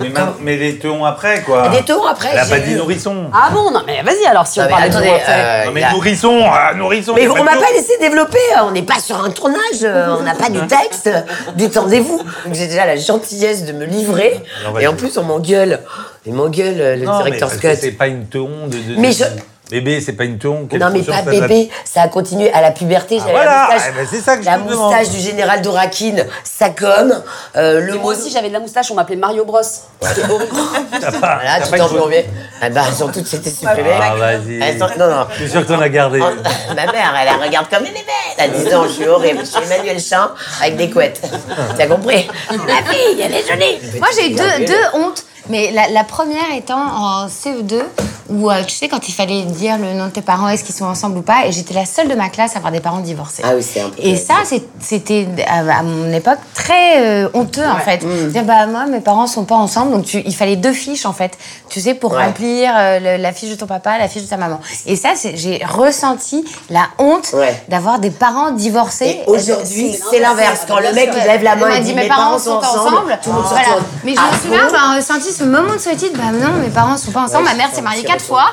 [SPEAKER 2] Mais, ma- mais les teons après, quoi.
[SPEAKER 5] Des taurons après.
[SPEAKER 2] Elle a
[SPEAKER 5] j'ai
[SPEAKER 2] pas
[SPEAKER 5] eu-
[SPEAKER 2] dit nourrisson.
[SPEAKER 1] Ah bon Non mais vas-y alors si
[SPEAKER 5] Non,
[SPEAKER 1] on
[SPEAKER 5] mais
[SPEAKER 1] parle de
[SPEAKER 5] attendez,
[SPEAKER 1] moi, c'est-
[SPEAKER 5] euh,
[SPEAKER 2] non, mais
[SPEAKER 5] il y a-
[SPEAKER 2] nourrisson, ah, nourrisson.
[SPEAKER 5] Mais
[SPEAKER 2] y a
[SPEAKER 5] on
[SPEAKER 2] pas
[SPEAKER 5] m'a
[SPEAKER 2] de
[SPEAKER 5] pas
[SPEAKER 2] teon.
[SPEAKER 5] laissé développer, euh, on n'est pas sur un tournage, euh, on n'a pas
[SPEAKER 2] Hein
[SPEAKER 5] de texte, détendez-vous. Donc J'ai déjà la gentillesse de me livrer,
[SPEAKER 2] Alors, vas-y.
[SPEAKER 5] et en plus on m'engueule. Il m'engueule euh, le
[SPEAKER 2] Non, mais
[SPEAKER 5] directeur
[SPEAKER 2] parce que c'est
[SPEAKER 5] Scott.
[SPEAKER 2] pas une teon de. de-
[SPEAKER 5] Mais
[SPEAKER 2] de-
[SPEAKER 5] je-
[SPEAKER 2] Bébé, c'est pas une teon. Quelle
[SPEAKER 5] Non mais
[SPEAKER 2] fonction
[SPEAKER 5] pas
[SPEAKER 2] ça de la-
[SPEAKER 5] bébé, ça a continué à la puberté, j'avais
[SPEAKER 2] voilà,
[SPEAKER 5] la moustache,
[SPEAKER 2] eh ben, c'est ça que je
[SPEAKER 5] la
[SPEAKER 2] te
[SPEAKER 5] moustache
[SPEAKER 2] demande.
[SPEAKER 5] du général Dorakine, ça comme, euh, le
[SPEAKER 1] Et moi
[SPEAKER 5] mot...
[SPEAKER 1] aussi j'avais de la moustache, on m'appelait Mario Bros. C'était horrible.
[SPEAKER 2] T'as pas-
[SPEAKER 5] Voilà,
[SPEAKER 2] t'as
[SPEAKER 5] tu
[SPEAKER 2] pas
[SPEAKER 5] t'en
[SPEAKER 2] une-
[SPEAKER 5] reviens. Ah bah, surtout que c'était supprimé.
[SPEAKER 2] Ah, vas-y.
[SPEAKER 5] Attends, non, non.
[SPEAKER 2] Je suis sûr que t'en as gardé.
[SPEAKER 5] Oh, Ma mère, elle la regarde comme une bébé. Elle a 10 ans, je suis horrible. Je suis Emmanuel Chin avec des couettes. T'as compris Ma fille, elle est jolie.
[SPEAKER 4] Moi, j'ai eu deux, deux hontes. Mais la, la première étant en CE2, où euh, tu sais, quand il fallait dire le nom de tes parents, est-ce qu'ils sont ensemble ou pas, et j'étais la seule de ma classe à avoir des parents divorcés.
[SPEAKER 5] Ah oui, c'est un peu-
[SPEAKER 4] Et ça, c'est- c'était euh, à, à mon époque très euh, honteux en fait.
[SPEAKER 5] Mm.
[SPEAKER 4] Dire, bah moi, mes parents sont pas ensemble, donc tu- il fallait deux fiches en fait, tu sais, pour
[SPEAKER 5] Ouais.
[SPEAKER 4] remplir euh, le- la fiche de ton papa, la fiche de ta maman. Et ça, c'est- j'ai ressenti la honte
[SPEAKER 5] Ouais.
[SPEAKER 4] d'avoir des parents divorcés.
[SPEAKER 5] Et aujourd'hui, c'est l'inverse. Quand le mec
[SPEAKER 4] Ouais.
[SPEAKER 5] il lève la main
[SPEAKER 4] Elle m'a
[SPEAKER 5] et dit mes parents sont ensemble, tout le monde se
[SPEAKER 4] Voilà.
[SPEAKER 5] retourne.
[SPEAKER 4] Mais je
[SPEAKER 5] Ah
[SPEAKER 4] me souviens bah,
[SPEAKER 5] bon
[SPEAKER 4] avoir ressenti ce moment de solitude. Bah non, mes parents sont pas ensemble.
[SPEAKER 5] Ouais,
[SPEAKER 4] Ma mère
[SPEAKER 5] c'est
[SPEAKER 4] s'est
[SPEAKER 5] un
[SPEAKER 4] mariée
[SPEAKER 5] petit
[SPEAKER 4] quatre fois.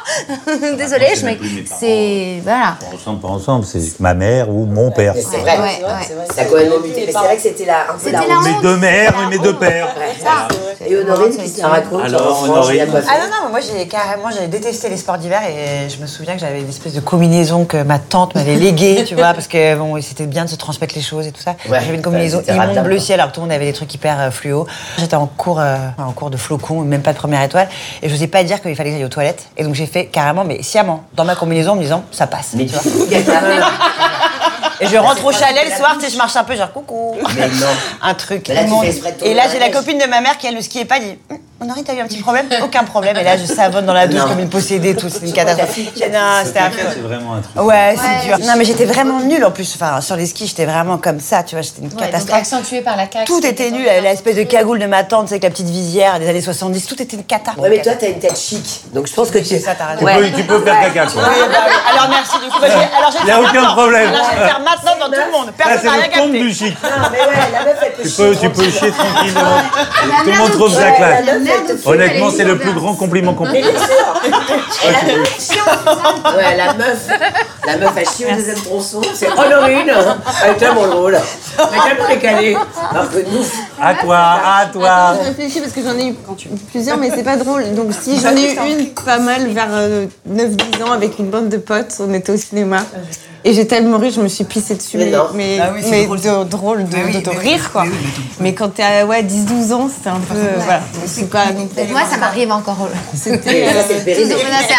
[SPEAKER 4] Désolée, je m'ai. C'est voilà.
[SPEAKER 2] Ensemble, pas ensemble, c'est ma mère ou mon père.
[SPEAKER 5] C'est vrai.
[SPEAKER 4] Ouais, ouais.
[SPEAKER 5] Ça a complètement muté. Mais c'est vrai que c'était la, un peu la
[SPEAKER 4] C'était la
[SPEAKER 5] honte.
[SPEAKER 2] Mes
[SPEAKER 4] honte,
[SPEAKER 2] deux
[SPEAKER 4] c'était
[SPEAKER 2] mères et
[SPEAKER 4] la
[SPEAKER 2] mes deux
[SPEAKER 4] honte.
[SPEAKER 2] pères.
[SPEAKER 4] Ça.
[SPEAKER 5] Et Honorine qui se la raconte.
[SPEAKER 2] Alors,
[SPEAKER 5] en France, j'ai la
[SPEAKER 2] Honorine.
[SPEAKER 5] coiffure.
[SPEAKER 6] Ah non, non, mais moi j'ai carrément j'ai détesté les sports d'hiver et je me souviens que j'avais une espèce de combinaison que ma tante m'avait léguée, tu vois, parce que bon, c'était bien de se transmettre les choses et tout ça.
[SPEAKER 5] Ouais,
[SPEAKER 6] j'avais une combinaison
[SPEAKER 5] c'était
[SPEAKER 6] immonde
[SPEAKER 5] rentable,
[SPEAKER 6] bleu
[SPEAKER 5] quoi.
[SPEAKER 6] ciel, alors que tout le monde avait des trucs hyper euh, fluo. J'étais en cours euh, en cours de flocon, même pas de première étoile, et je n'osais pas dire qu'il fallait que j'aille aux toilettes. Et donc j'ai fait carrément, mais sciemment, dans ma combinaison en me disant, ça passe.
[SPEAKER 5] Mais
[SPEAKER 6] tu
[SPEAKER 5] tu
[SPEAKER 6] vois.
[SPEAKER 5] fous, gaga.
[SPEAKER 6] Et je rentre au chalet le soir, tu sais, je marche un peu, genre coucou.
[SPEAKER 5] Mais non.
[SPEAKER 6] Un truc.
[SPEAKER 5] Mais là, tu
[SPEAKER 6] immonde.
[SPEAKER 5] fais exprès de tourner
[SPEAKER 6] et là,
[SPEAKER 5] la
[SPEAKER 6] j'ai la
[SPEAKER 5] neige.
[SPEAKER 6] copine de ma mère qui, elle, ne skiait pas, dit Hum, Honorine, t'as eu un petit problème Aucun problème. Et là, je savonne dans la douche
[SPEAKER 5] Non.
[SPEAKER 6] comme une possédée, et tout. C'est une catastrophe. Non, c'était affreux.
[SPEAKER 2] C'est vraiment un truc.
[SPEAKER 6] Ouais, c'est dur. Non, mais j'étais vraiment nulle en plus. Enfin, sur les skis, j'étais vraiment comme ça, tu vois, j'étais une
[SPEAKER 4] Ouais, donc
[SPEAKER 6] catastrophe.
[SPEAKER 4] accentué par la caque.
[SPEAKER 6] Tout était nul, l'espèce de cagoule de ma tante, c'est avec la petite visière des années 70, tout était une cata.
[SPEAKER 5] Ouais, mais toi, t'as une tête chic, donc je pense que tu.
[SPEAKER 6] ça, t'as raison.
[SPEAKER 2] Tu,
[SPEAKER 5] Ouais.
[SPEAKER 2] peux, tu peux faire caca, quoi.
[SPEAKER 6] Oui, bah, alors merci du coup. Bah, je vais- alors, je vais
[SPEAKER 2] Il n'y a
[SPEAKER 6] le faire
[SPEAKER 2] aucun
[SPEAKER 6] maintenant.
[SPEAKER 2] problème.
[SPEAKER 6] Alors, je vais le faire maintenant devant tout le monde.
[SPEAKER 2] Là,
[SPEAKER 5] Ah,
[SPEAKER 6] Personne
[SPEAKER 2] c'est
[SPEAKER 6] n'a rien
[SPEAKER 2] le compte
[SPEAKER 6] capté.
[SPEAKER 2] du chic.
[SPEAKER 5] Non, mais ouais, la meuf, elle peut
[SPEAKER 2] Tu
[SPEAKER 5] chier
[SPEAKER 2] peux, tu peux
[SPEAKER 5] tranquille.
[SPEAKER 2] chier tranquillement. Tout le
[SPEAKER 4] merde
[SPEAKER 2] monde trouve
[SPEAKER 4] de
[SPEAKER 2] ça
[SPEAKER 4] Dieu,
[SPEAKER 5] la
[SPEAKER 2] classe.
[SPEAKER 5] merde de Dieu,
[SPEAKER 2] Honnêtement, c'est le plus grand compliment qu'on peut.
[SPEAKER 5] Ouais, la meuf, la meuf a chié au deuxième tronçon, c'est Honorine, hein. elle est tellement drôle, elle est tellement décalée. Alors que nous,
[SPEAKER 2] À toi, à toi.
[SPEAKER 3] Je réfléchis parce que j'en ai eu plusieurs, mais c'est pas drôle. Donc si j'en ai eu une pas mal vers euh, 9-10 ans avec une bande de potes, on était au cinéma. Et j'ai tellement ri, je me suis pissée dessus.
[SPEAKER 5] Mais
[SPEAKER 3] Mais,
[SPEAKER 5] non.
[SPEAKER 3] mais,
[SPEAKER 6] Ah oui, c'est
[SPEAKER 3] mais
[SPEAKER 6] drôle,
[SPEAKER 3] de, drôle de, de te
[SPEAKER 6] mais oui,
[SPEAKER 3] rire, quoi. Mais, quand t'es à ouais, 10-12 ans, c'était un peu... euh, voilà, c'est pas...
[SPEAKER 4] Moi, ça m'arrive encore.
[SPEAKER 5] mais ça c'est le
[SPEAKER 4] C'est
[SPEAKER 5] périnée.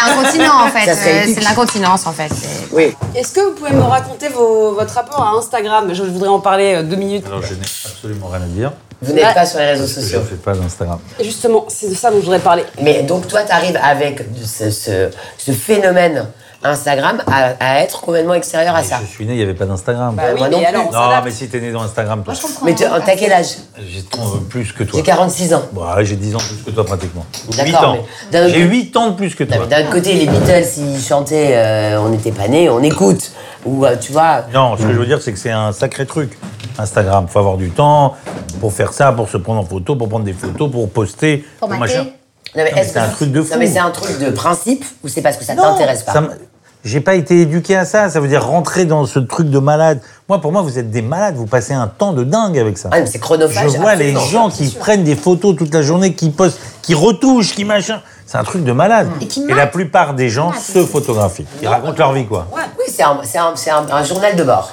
[SPEAKER 4] un continent en fait.
[SPEAKER 5] Ça, c'est
[SPEAKER 4] Euh,
[SPEAKER 5] épique.
[SPEAKER 4] C'est de l'incontinence en fait.
[SPEAKER 5] Oui,
[SPEAKER 1] Est-ce que vous pouvez me raconter vos- votre rapport à Instagram Je voudrais en parler euh, deux minutes.
[SPEAKER 2] Alors, je n'ai absolument rien à dire.
[SPEAKER 5] vous n'êtes pas sur les réseaux
[SPEAKER 2] Je
[SPEAKER 5] sociaux.
[SPEAKER 2] ne fais pas d'Instagram.
[SPEAKER 1] Justement, c'est de ça dont je voudrais parler.
[SPEAKER 5] Mais donc toi, t'arrives avec ce, ce, ce phénomène Instagram à, à être complètement extérieur à ça.
[SPEAKER 2] Je suis né, il n'y avait pas d'Instagram.
[SPEAKER 1] Bah oui,
[SPEAKER 5] moi non
[SPEAKER 1] mais
[SPEAKER 5] plus.
[SPEAKER 1] alors on
[SPEAKER 2] Non,
[SPEAKER 1] s'adapte.
[SPEAKER 2] mais si t'es né dans Instagram, toi.
[SPEAKER 5] Mais tu- t'as quel âge
[SPEAKER 2] J'ai euh, plus que toi.
[SPEAKER 5] J'ai 46 ans.
[SPEAKER 2] Bah, j'ai 10 ans de plus que toi, pratiquement. Ou 8
[SPEAKER 5] D'accord,
[SPEAKER 2] ans.
[SPEAKER 5] mais d'un autre
[SPEAKER 2] J'ai
[SPEAKER 5] côté-
[SPEAKER 2] 8 ans de plus que
[SPEAKER 5] Non,
[SPEAKER 2] toi.
[SPEAKER 5] mais D'un autre côté, les Beatles, ils chantaient, euh, on n'était pas nés, on écoute. Ou euh, tu vois,
[SPEAKER 2] Non, ce que je veux dire, c'est que c'est un sacré truc. Instagram, faut avoir du temps pour faire ça, pour se prendre en photo, pour prendre des photos, pour poster,
[SPEAKER 4] Pour mater.
[SPEAKER 5] Non, mais
[SPEAKER 2] Non, mais
[SPEAKER 5] est-ce
[SPEAKER 2] c'est
[SPEAKER 5] que-
[SPEAKER 2] un truc de fou.
[SPEAKER 5] Non, mais c'est un truc de principe ou c'est parce que ça
[SPEAKER 2] Non,
[SPEAKER 5] t'intéresse pas
[SPEAKER 2] ça m- J'ai pas été éduqué à ça. Ça veut dire rentrer dans ce truc de malade. Moi, pour moi, vous êtes des malades. Vous passez un temps de dingue avec ça.
[SPEAKER 5] Ah, mais c'est chronophage.
[SPEAKER 2] Je vois les
[SPEAKER 5] absolument.
[SPEAKER 2] gens qui prennent des photos toute la journée, qui postent, qui retouchent, qui machin. C'est un truc de malade.
[SPEAKER 4] Et qui
[SPEAKER 2] la
[SPEAKER 4] matent.
[SPEAKER 2] plupart des gens se photographient. Ils racontent leur vie, quoi.
[SPEAKER 5] Oui, c'est un, c'est un- c'est un- un journal de bord.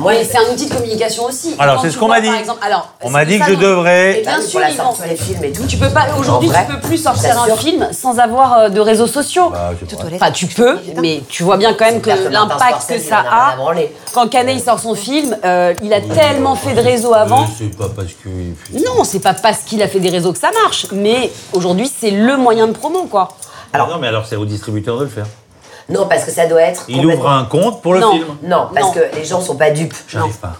[SPEAKER 5] Moi,
[SPEAKER 1] Mais c'est un outil de communication aussi.
[SPEAKER 2] Alors,
[SPEAKER 1] Quand
[SPEAKER 2] c'est
[SPEAKER 1] tu
[SPEAKER 2] ce qu'on
[SPEAKER 1] vois,
[SPEAKER 2] m'a dit.
[SPEAKER 1] par exemple- alors,
[SPEAKER 2] On m'a
[SPEAKER 1] c'est
[SPEAKER 2] dit
[SPEAKER 1] ça
[SPEAKER 2] que je
[SPEAKER 1] dont-
[SPEAKER 2] devrais-
[SPEAKER 1] Et bien
[SPEAKER 5] T'as vu,
[SPEAKER 1] sûr,
[SPEAKER 5] pour la
[SPEAKER 1] ils vendent.
[SPEAKER 5] sortie des films et tout.
[SPEAKER 1] Tu peux pas aujourd'hui,
[SPEAKER 5] En vrai,
[SPEAKER 1] tu peux plus sortir
[SPEAKER 5] t'as
[SPEAKER 1] un
[SPEAKER 5] sûr
[SPEAKER 1] film sans avoir euh, de réseaux sociaux.
[SPEAKER 2] Bah, je sais pas.
[SPEAKER 1] Enfin, tu peux, mais tu vois bien quand même que
[SPEAKER 5] clair que Martin
[SPEAKER 1] l'impact que ça
[SPEAKER 5] Scorsese, il en a rien à
[SPEAKER 1] a.
[SPEAKER 5] branler.
[SPEAKER 1] Quand Canet il sort son film, euh, il a tellement fait de réseaux avant.
[SPEAKER 2] Je sais pas parce que.
[SPEAKER 1] Non, c'est pas parce qu'il a fait des réseaux que ça marche, mais aujourd'hui c'est le moyen de promo quoi.
[SPEAKER 2] Alors, non, mais alors c'est au distributeur de le faire.
[SPEAKER 5] Non, parce que ça doit être.
[SPEAKER 2] Il
[SPEAKER 5] complètement-
[SPEAKER 2] ouvre un compte pour le
[SPEAKER 1] Non.
[SPEAKER 2] film.
[SPEAKER 5] Non, parce
[SPEAKER 1] Non.
[SPEAKER 5] que les gens sont pas dupes.
[SPEAKER 2] J'arrive pas.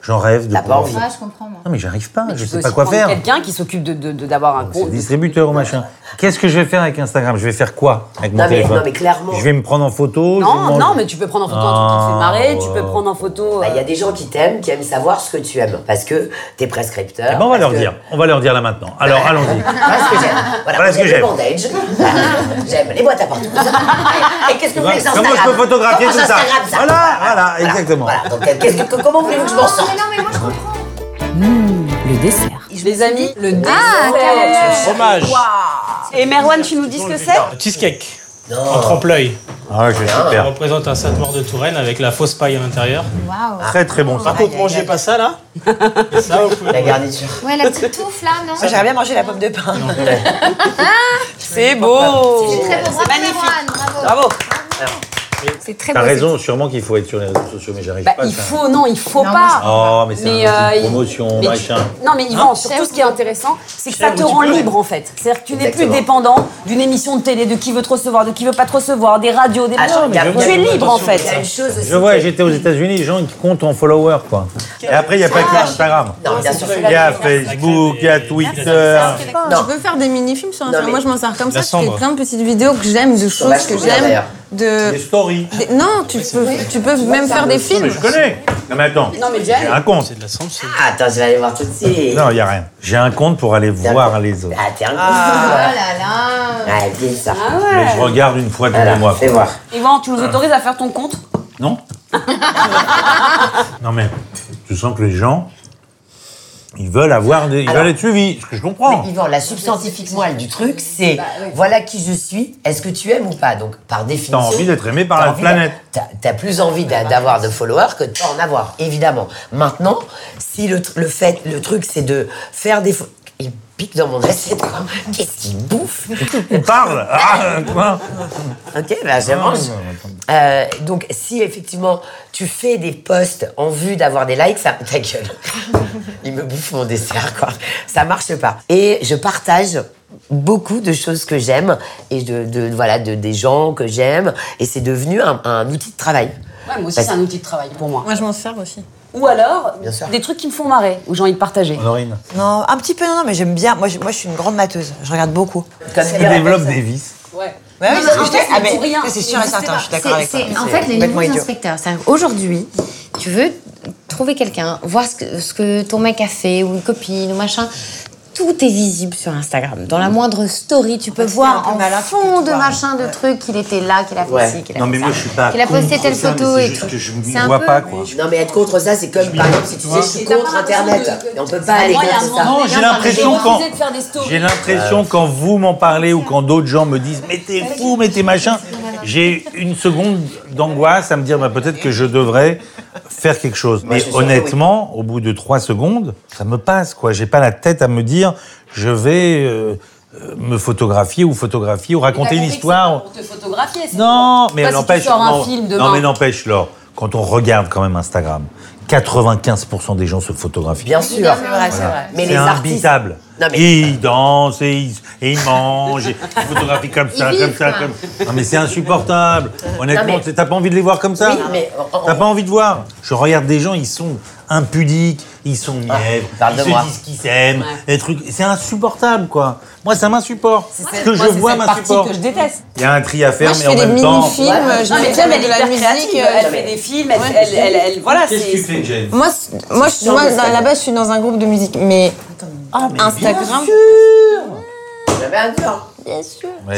[SPEAKER 2] J'en rêve de.
[SPEAKER 5] T'as pas
[SPEAKER 2] pouvoir-
[SPEAKER 5] envie.
[SPEAKER 4] Ah, je comprends moi.
[SPEAKER 2] Non, mais j'arrive pas.
[SPEAKER 1] Mais
[SPEAKER 2] je
[SPEAKER 1] tu
[SPEAKER 2] sais
[SPEAKER 1] peux
[SPEAKER 2] pas
[SPEAKER 1] aussi
[SPEAKER 2] quoi
[SPEAKER 1] prendre
[SPEAKER 2] faire.
[SPEAKER 1] Quelqu'un qui s'occupe de- de- de- d'avoir un
[SPEAKER 2] C'est
[SPEAKER 1] compte.
[SPEAKER 2] le distributeur ou machin. Qu'est-ce que je vais faire avec Instagram Je vais faire quoi avec mon
[SPEAKER 5] Non, mais-
[SPEAKER 2] téléphone
[SPEAKER 5] non, mais clairement.
[SPEAKER 2] Je vais me prendre en photo. je vais
[SPEAKER 1] Non,
[SPEAKER 2] manger-
[SPEAKER 1] non, mais tu peux prendre en photo un truc qui te fait marrer, tu peux prendre en photo.
[SPEAKER 5] Bah, Il y a
[SPEAKER 1] euh,
[SPEAKER 5] des gens qui t'aiment, qui aiment savoir ce que tu aimes. Parce que t'es prescripteur.
[SPEAKER 2] Eh ben, on va
[SPEAKER 5] parce
[SPEAKER 2] leur
[SPEAKER 5] que-
[SPEAKER 2] dire. On va leur dire là maintenant. Alors, allons-y.
[SPEAKER 5] Voilà ce que j'aime. Voilà,
[SPEAKER 2] Voilà ce que
[SPEAKER 5] j'aime.
[SPEAKER 2] j'aime.
[SPEAKER 5] Le bandage. Voilà. j'aime les boîtes à partout. Et qu'est-ce que vous voulez que
[SPEAKER 2] Bah, Comment je peux photographier tout ça Voilà, voilà, exactement.
[SPEAKER 5] Voilà, donc euh, qu'est-ce que, comment voulez-vous que je m'en sorte
[SPEAKER 4] non, mais moi je comprends.
[SPEAKER 7] le dessert.
[SPEAKER 1] Les amis, le dessert.
[SPEAKER 8] Fromage.
[SPEAKER 1] Ah, Et Merwan, tu nous dis ce que c'est
[SPEAKER 8] Cheesecake. En trompe-l'œil.
[SPEAKER 2] Ah, je suis
[SPEAKER 8] Ça
[SPEAKER 2] super.
[SPEAKER 8] représente un Sainte-Maure de Touraine avec la fausse paille à l'intérieur.
[SPEAKER 4] Waouh.
[SPEAKER 2] Très, très
[SPEAKER 1] Ah.
[SPEAKER 2] bon ça.
[SPEAKER 8] Par contre, Ah, mangez pas ça là. Et ça, vous pouvez.
[SPEAKER 5] La garniture.
[SPEAKER 4] Ouais, la petite touffe là, non
[SPEAKER 6] J'aurais bien mangé la pomme de pain.
[SPEAKER 1] C'est beau.
[SPEAKER 4] C'est très beau. Bravo,
[SPEAKER 1] magnifique.
[SPEAKER 4] Erwan, Bravo.
[SPEAKER 1] Bravo.
[SPEAKER 4] C'est très beau.
[SPEAKER 2] T'as raison, sûrement qu'il faut être sur les réseaux sociaux, mais j'arrive
[SPEAKER 1] Bah,
[SPEAKER 2] pas à
[SPEAKER 1] il
[SPEAKER 2] ça.
[SPEAKER 1] faut, non, il faut
[SPEAKER 4] Non,
[SPEAKER 1] pas.
[SPEAKER 2] Oh, mais c'est
[SPEAKER 1] Mais,
[SPEAKER 2] un outil
[SPEAKER 1] euh,
[SPEAKER 2] de
[SPEAKER 1] il-
[SPEAKER 2] promotion,
[SPEAKER 1] mais tu-
[SPEAKER 2] machin.
[SPEAKER 1] Non, mais Yvan, surtout
[SPEAKER 4] Chef
[SPEAKER 1] ce qui est intéressant, c'est que ça
[SPEAKER 8] Chef
[SPEAKER 1] te
[SPEAKER 8] ou
[SPEAKER 1] rend
[SPEAKER 8] diplômé.
[SPEAKER 1] libre en fait. C'est-à-dire que tu n'es plus
[SPEAKER 5] Exactement.
[SPEAKER 1] dépendant d'une émission de télé, de qui veut te recevoir, de qui veut pas te recevoir, des radios, des
[SPEAKER 5] Attends,
[SPEAKER 1] machins.
[SPEAKER 5] il y a-
[SPEAKER 1] Tu es libre en fait.
[SPEAKER 5] Il y a une chose aussi.
[SPEAKER 2] Je vois,
[SPEAKER 5] qui est-
[SPEAKER 2] j'étais aux États-Unis, les gens ils comptent en followers, quoi. Et après, il n'y a pas que Instagram.
[SPEAKER 5] Non, bien sûr,
[SPEAKER 2] Il
[SPEAKER 5] celui-là,
[SPEAKER 2] y a Facebook, il y a Twitter.
[SPEAKER 5] Non.
[SPEAKER 3] Je peux faire des mini-films sur Instagram.
[SPEAKER 5] mais-
[SPEAKER 3] Moi, je m'en sers comme ça. Je fais
[SPEAKER 8] sombre.
[SPEAKER 3] plein de petites vidéos que j'aime, de
[SPEAKER 5] va
[SPEAKER 3] choses
[SPEAKER 5] se
[SPEAKER 3] que
[SPEAKER 5] trouver,
[SPEAKER 3] j'aime.
[SPEAKER 5] d'ailleurs.
[SPEAKER 3] De...
[SPEAKER 2] Des stories.
[SPEAKER 3] des- Non, tu peux, tu peux même faire des films.
[SPEAKER 2] Je connais. Non, mais attends.
[SPEAKER 1] Non, mais
[SPEAKER 2] J'ai
[SPEAKER 1] Jen,
[SPEAKER 2] un compte.
[SPEAKER 8] C'est de la cendre, c'est
[SPEAKER 5] Attends, je vais aller voir tout de suite.
[SPEAKER 2] Non, il n'y a rien. J'ai un compte pour aller voir les autres.
[SPEAKER 5] Ah, t'es un
[SPEAKER 4] Oh
[SPEAKER 5] ah.
[SPEAKER 4] là là.
[SPEAKER 5] ah, bien ça.
[SPEAKER 2] Mais je regarde une fois tous les
[SPEAKER 5] Alors,
[SPEAKER 2] mois.
[SPEAKER 5] fais
[SPEAKER 2] quoi.
[SPEAKER 5] voir.
[SPEAKER 1] Yvan, tu nous autorises à faire ton compte
[SPEAKER 2] Non Non, mais tu sens que les gens, ils veulent avoir des. Ils
[SPEAKER 5] Alors-
[SPEAKER 2] veulent être suivis, ce que je
[SPEAKER 5] Mais
[SPEAKER 2] comprends.
[SPEAKER 5] Yvan, la substantifique moelle du truc, c'est Bah, voilà qui je suis, est-ce que tu aimes ou pas Donc, par définition.
[SPEAKER 2] envie d'être aimé par
[SPEAKER 5] t'as
[SPEAKER 2] la
[SPEAKER 5] envie
[SPEAKER 2] planète.
[SPEAKER 5] d'a- T'as t'as plus envie d'a- d'avoir de followers que de pas en avoir, évidemment. Maintenant, si le, tr- le fait, le truc, c'est de faire des. fo- Il pique dans mon assiette, quoi. Qu'est-ce qu'il bouffe
[SPEAKER 2] On parle Ah, quoi
[SPEAKER 5] Ok, bah,
[SPEAKER 2] Ah,
[SPEAKER 5] je mange.
[SPEAKER 2] non,
[SPEAKER 5] Euh, donc, si effectivement tu fais des posts en vue d'avoir des likes, ça. Ta gueule. Il me bouffe mon dessert, quoi. Ça marche pas. Et je partage beaucoup de choses que j'aime et de, de- voilà de, des gens que j'aime et c'est devenu un, un outil de travail.
[SPEAKER 1] Ouais, moi aussi, c'est un outil de travail pour moi.
[SPEAKER 3] Moi, je m'en sers aussi.
[SPEAKER 1] Ou alors,
[SPEAKER 5] Bien sûr.
[SPEAKER 1] des trucs qui me font marrer, où j'ai envie de partager.
[SPEAKER 2] Laurine,
[SPEAKER 6] Non, un petit peu, non, non, mais j'aime bien. Moi je, moi, je suis une grande mateuse. Je regarde beaucoup.
[SPEAKER 5] Comme
[SPEAKER 2] tu développes des vices.
[SPEAKER 1] Ouais.
[SPEAKER 6] Ouais,
[SPEAKER 1] Non,
[SPEAKER 6] oui,
[SPEAKER 1] mais
[SPEAKER 6] c'est ce que
[SPEAKER 1] en
[SPEAKER 6] je
[SPEAKER 1] fait,
[SPEAKER 6] t'ai-
[SPEAKER 1] c'est
[SPEAKER 6] ah, mais
[SPEAKER 1] pour rien.
[SPEAKER 6] ça, C'est sûr et
[SPEAKER 1] C'est
[SPEAKER 6] certain,
[SPEAKER 1] pas-
[SPEAKER 6] je suis Ah, d'accord avec toi.
[SPEAKER 4] C'est- En fait, les
[SPEAKER 6] complètement
[SPEAKER 4] nouveaux
[SPEAKER 6] idiot.
[SPEAKER 4] inspecteurs. C'est-à-dire, Aujourd'hui, tu veux trouver quelqu'un, voir ce que, ce que ton mec a fait ou une copine ou machin. Tout est visible sur Instagram. Dans la moindre story, tu peux
[SPEAKER 6] fait, c'est
[SPEAKER 4] voir
[SPEAKER 6] un peu
[SPEAKER 4] en
[SPEAKER 6] malin, tu peux
[SPEAKER 4] fond
[SPEAKER 6] tout
[SPEAKER 4] de
[SPEAKER 6] voir.
[SPEAKER 4] machin de trucs qu'il était là, qu'il a fait
[SPEAKER 5] Ouais.
[SPEAKER 4] ci, qu'il a
[SPEAKER 2] Non,
[SPEAKER 4] fait
[SPEAKER 2] mais
[SPEAKER 4] ça,
[SPEAKER 2] moi, je suis pas
[SPEAKER 4] qu'il a posté
[SPEAKER 2] contre
[SPEAKER 4] telle
[SPEAKER 2] ça, mais
[SPEAKER 4] photo
[SPEAKER 2] c'est
[SPEAKER 4] et
[SPEAKER 2] juste
[SPEAKER 4] tout.
[SPEAKER 2] que je m'y
[SPEAKER 4] C'est un
[SPEAKER 2] vois
[SPEAKER 4] peu-
[SPEAKER 2] pas, quoi.
[SPEAKER 5] Non mais être contre ça, c'est comme par exemple si tu sais je suis
[SPEAKER 1] t'as
[SPEAKER 5] contre
[SPEAKER 1] pas l'impression
[SPEAKER 5] Internet,
[SPEAKER 1] de-
[SPEAKER 5] mais on peut pas aller
[SPEAKER 1] Moi, il y a un
[SPEAKER 5] contre ça.
[SPEAKER 1] moment-
[SPEAKER 2] Non, j'ai l'impression
[SPEAKER 1] J'ai
[SPEAKER 2] quand
[SPEAKER 1] refusé de faire des stories.
[SPEAKER 2] j'ai l'impression quand vous m'en parlez ou quand d'autres gens me disent mais t'es fou, mais t'es machin, j'ai une seconde d'angoisse à me dire bah, peut-être que je devrais faire quelque chose.
[SPEAKER 5] Moi,
[SPEAKER 2] Mais
[SPEAKER 5] je suis sûr que
[SPEAKER 2] honnêtement, au bout de trois secondes, ça me passe quoi. J'ai pas la tête à me dire je vais euh, euh, me photographier ou photographier ou
[SPEAKER 1] T'as
[SPEAKER 2] raconter une
[SPEAKER 1] compris que
[SPEAKER 2] histoire.
[SPEAKER 1] c'est pas Pour te photographier. c'est
[SPEAKER 2] Non,
[SPEAKER 1] pour-
[SPEAKER 2] mais
[SPEAKER 1] Pas si tu
[SPEAKER 2] n'empêche.
[SPEAKER 1] sors un
[SPEAKER 2] non,
[SPEAKER 1] film
[SPEAKER 2] non,
[SPEAKER 1] demain.
[SPEAKER 2] mais n'empêche, Laure, quand on regarde quand même Instagram, 95% des gens se photographient.
[SPEAKER 5] Bien sûr.
[SPEAKER 6] C'est vrai, c'est vrai.
[SPEAKER 5] Mais
[SPEAKER 2] C'est
[SPEAKER 5] les artistes,
[SPEAKER 2] imbitable.
[SPEAKER 5] Non, mais-
[SPEAKER 2] Et ils dansent, et ils, et ils mangent, et ils photographient comme ça,
[SPEAKER 4] Ils
[SPEAKER 2] comme
[SPEAKER 4] vivent,
[SPEAKER 2] ça,
[SPEAKER 4] quoi.
[SPEAKER 2] comme Non, mais c'est insupportable.
[SPEAKER 5] Non,
[SPEAKER 2] Honnêtement,
[SPEAKER 5] mais-
[SPEAKER 2] t'es- t'as pas envie de les voir comme ça
[SPEAKER 5] Oui, mais-
[SPEAKER 2] T'as pas envie de voir Je regarde des gens, ils sont impudiques, ils sont mièvres,
[SPEAKER 5] parle
[SPEAKER 2] ils
[SPEAKER 5] de
[SPEAKER 2] se
[SPEAKER 5] moi.
[SPEAKER 2] disent qu'ils s'aiment, des trucs. C'est insupportable, quoi. Moi, ça m'insupporte. Ce que
[SPEAKER 3] Moi,
[SPEAKER 2] je
[SPEAKER 3] c'est
[SPEAKER 2] vois
[SPEAKER 3] cette partie
[SPEAKER 2] m'insupporte.
[SPEAKER 3] que je déteste.
[SPEAKER 2] Il y a un tri à faire,
[SPEAKER 3] Moi, je
[SPEAKER 2] mais en
[SPEAKER 3] fais des
[SPEAKER 2] même temps.
[SPEAKER 3] mini-films, je
[SPEAKER 1] Non, mais
[SPEAKER 3] mets
[SPEAKER 1] Diane, elle
[SPEAKER 3] de
[SPEAKER 1] est
[SPEAKER 3] la
[SPEAKER 1] hyper
[SPEAKER 3] musique.
[SPEAKER 1] créative.
[SPEAKER 3] euh,
[SPEAKER 1] Elle fait des films, elle, elle, elle, elle- voilà,
[SPEAKER 2] Qu'est-ce que
[SPEAKER 1] c'est-
[SPEAKER 2] tu fais, Jane
[SPEAKER 3] Moi, c'est- moi, je, moi
[SPEAKER 5] de
[SPEAKER 3] dans-
[SPEAKER 5] faire.
[SPEAKER 3] là-bas, je suis dans un groupe de musique, mais Instagram.
[SPEAKER 5] j'avais un cœur. hein.
[SPEAKER 2] Ouais,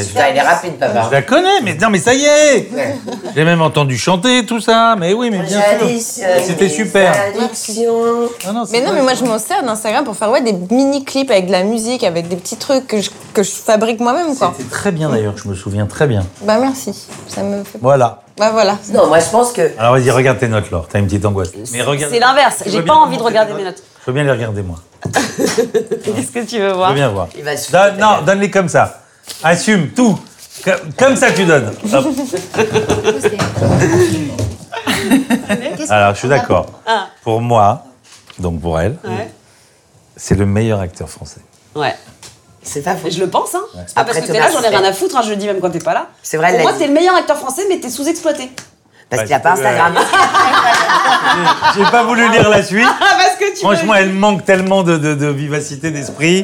[SPEAKER 2] je-
[SPEAKER 5] Putain, il est rapide,
[SPEAKER 2] Je
[SPEAKER 5] papa.
[SPEAKER 2] la connais, mais non, mais ça y est J'ai même entendu chanter tout ça, mais oui, mais bien sûr.
[SPEAKER 1] euh,
[SPEAKER 5] J'additionne
[SPEAKER 2] C'était
[SPEAKER 5] mes
[SPEAKER 2] super.
[SPEAKER 5] addictions.
[SPEAKER 2] Non, non,
[SPEAKER 3] Mais
[SPEAKER 2] c'est
[SPEAKER 3] non,
[SPEAKER 2] vrai.
[SPEAKER 3] mais moi, je m'en sers d'Instagram pour faire ouais, des mini-clips avec de la musique, avec des petits trucs que je, que je fabrique moi-même, quoi.
[SPEAKER 2] C'était très bien d'ailleurs, je me souviens très bien.
[SPEAKER 3] Bah, merci. Ça me fait.
[SPEAKER 2] Voilà.
[SPEAKER 3] Bah, voilà.
[SPEAKER 5] Non, moi je pense que
[SPEAKER 2] Alors vas-y, regarde tes notes, Laure, t'as une petite angoisse. Mais regarde.
[SPEAKER 1] C'est l'inverse.
[SPEAKER 2] Je
[SPEAKER 1] J'ai
[SPEAKER 2] veux
[SPEAKER 1] pas
[SPEAKER 2] bien
[SPEAKER 1] envie de
[SPEAKER 2] montrer
[SPEAKER 1] regarder
[SPEAKER 2] tes
[SPEAKER 1] mes notes.
[SPEAKER 2] Je veux bien les regarder, moi.
[SPEAKER 1] Qu'est-ce que tu veux
[SPEAKER 2] Je
[SPEAKER 1] voir
[SPEAKER 2] veux bien voir.
[SPEAKER 5] Il va se foutre
[SPEAKER 2] Donne-
[SPEAKER 5] de ta
[SPEAKER 2] non,
[SPEAKER 5] gueule.
[SPEAKER 2] donne-les comme ça. Assume tout. Comme, comme ça, tu donnes. Hop.
[SPEAKER 4] Qu'est-ce
[SPEAKER 2] Alors, je suis
[SPEAKER 4] qu'on a-
[SPEAKER 2] d'accord.
[SPEAKER 1] Ah.
[SPEAKER 2] Pour moi, donc pour elle,
[SPEAKER 1] Ouais.
[SPEAKER 2] c'est le meilleur acteur français.
[SPEAKER 1] Ouais.
[SPEAKER 5] c'est pas faux.
[SPEAKER 1] Je le pense, hein. C'est pas parce
[SPEAKER 5] Après
[SPEAKER 1] que t'es
[SPEAKER 5] Thomas
[SPEAKER 1] là, j'en ai
[SPEAKER 5] Sisley.
[SPEAKER 1] rien à foutre, hein, je le dis même quand t'es pas là.
[SPEAKER 5] C'est vrai, elle
[SPEAKER 1] Pour moi,
[SPEAKER 5] l'a dit.
[SPEAKER 1] t'es le meilleur acteur français, mais t'es sous-exploité.
[SPEAKER 5] Parce
[SPEAKER 2] Ouais,
[SPEAKER 5] qu'il a pas
[SPEAKER 2] c'est-
[SPEAKER 5] Instagram.
[SPEAKER 2] J'ai pas voulu lire la suite.
[SPEAKER 1] Ah, parce que tu
[SPEAKER 2] Franchement, elle manque tellement de, de- de vivacité d'esprit,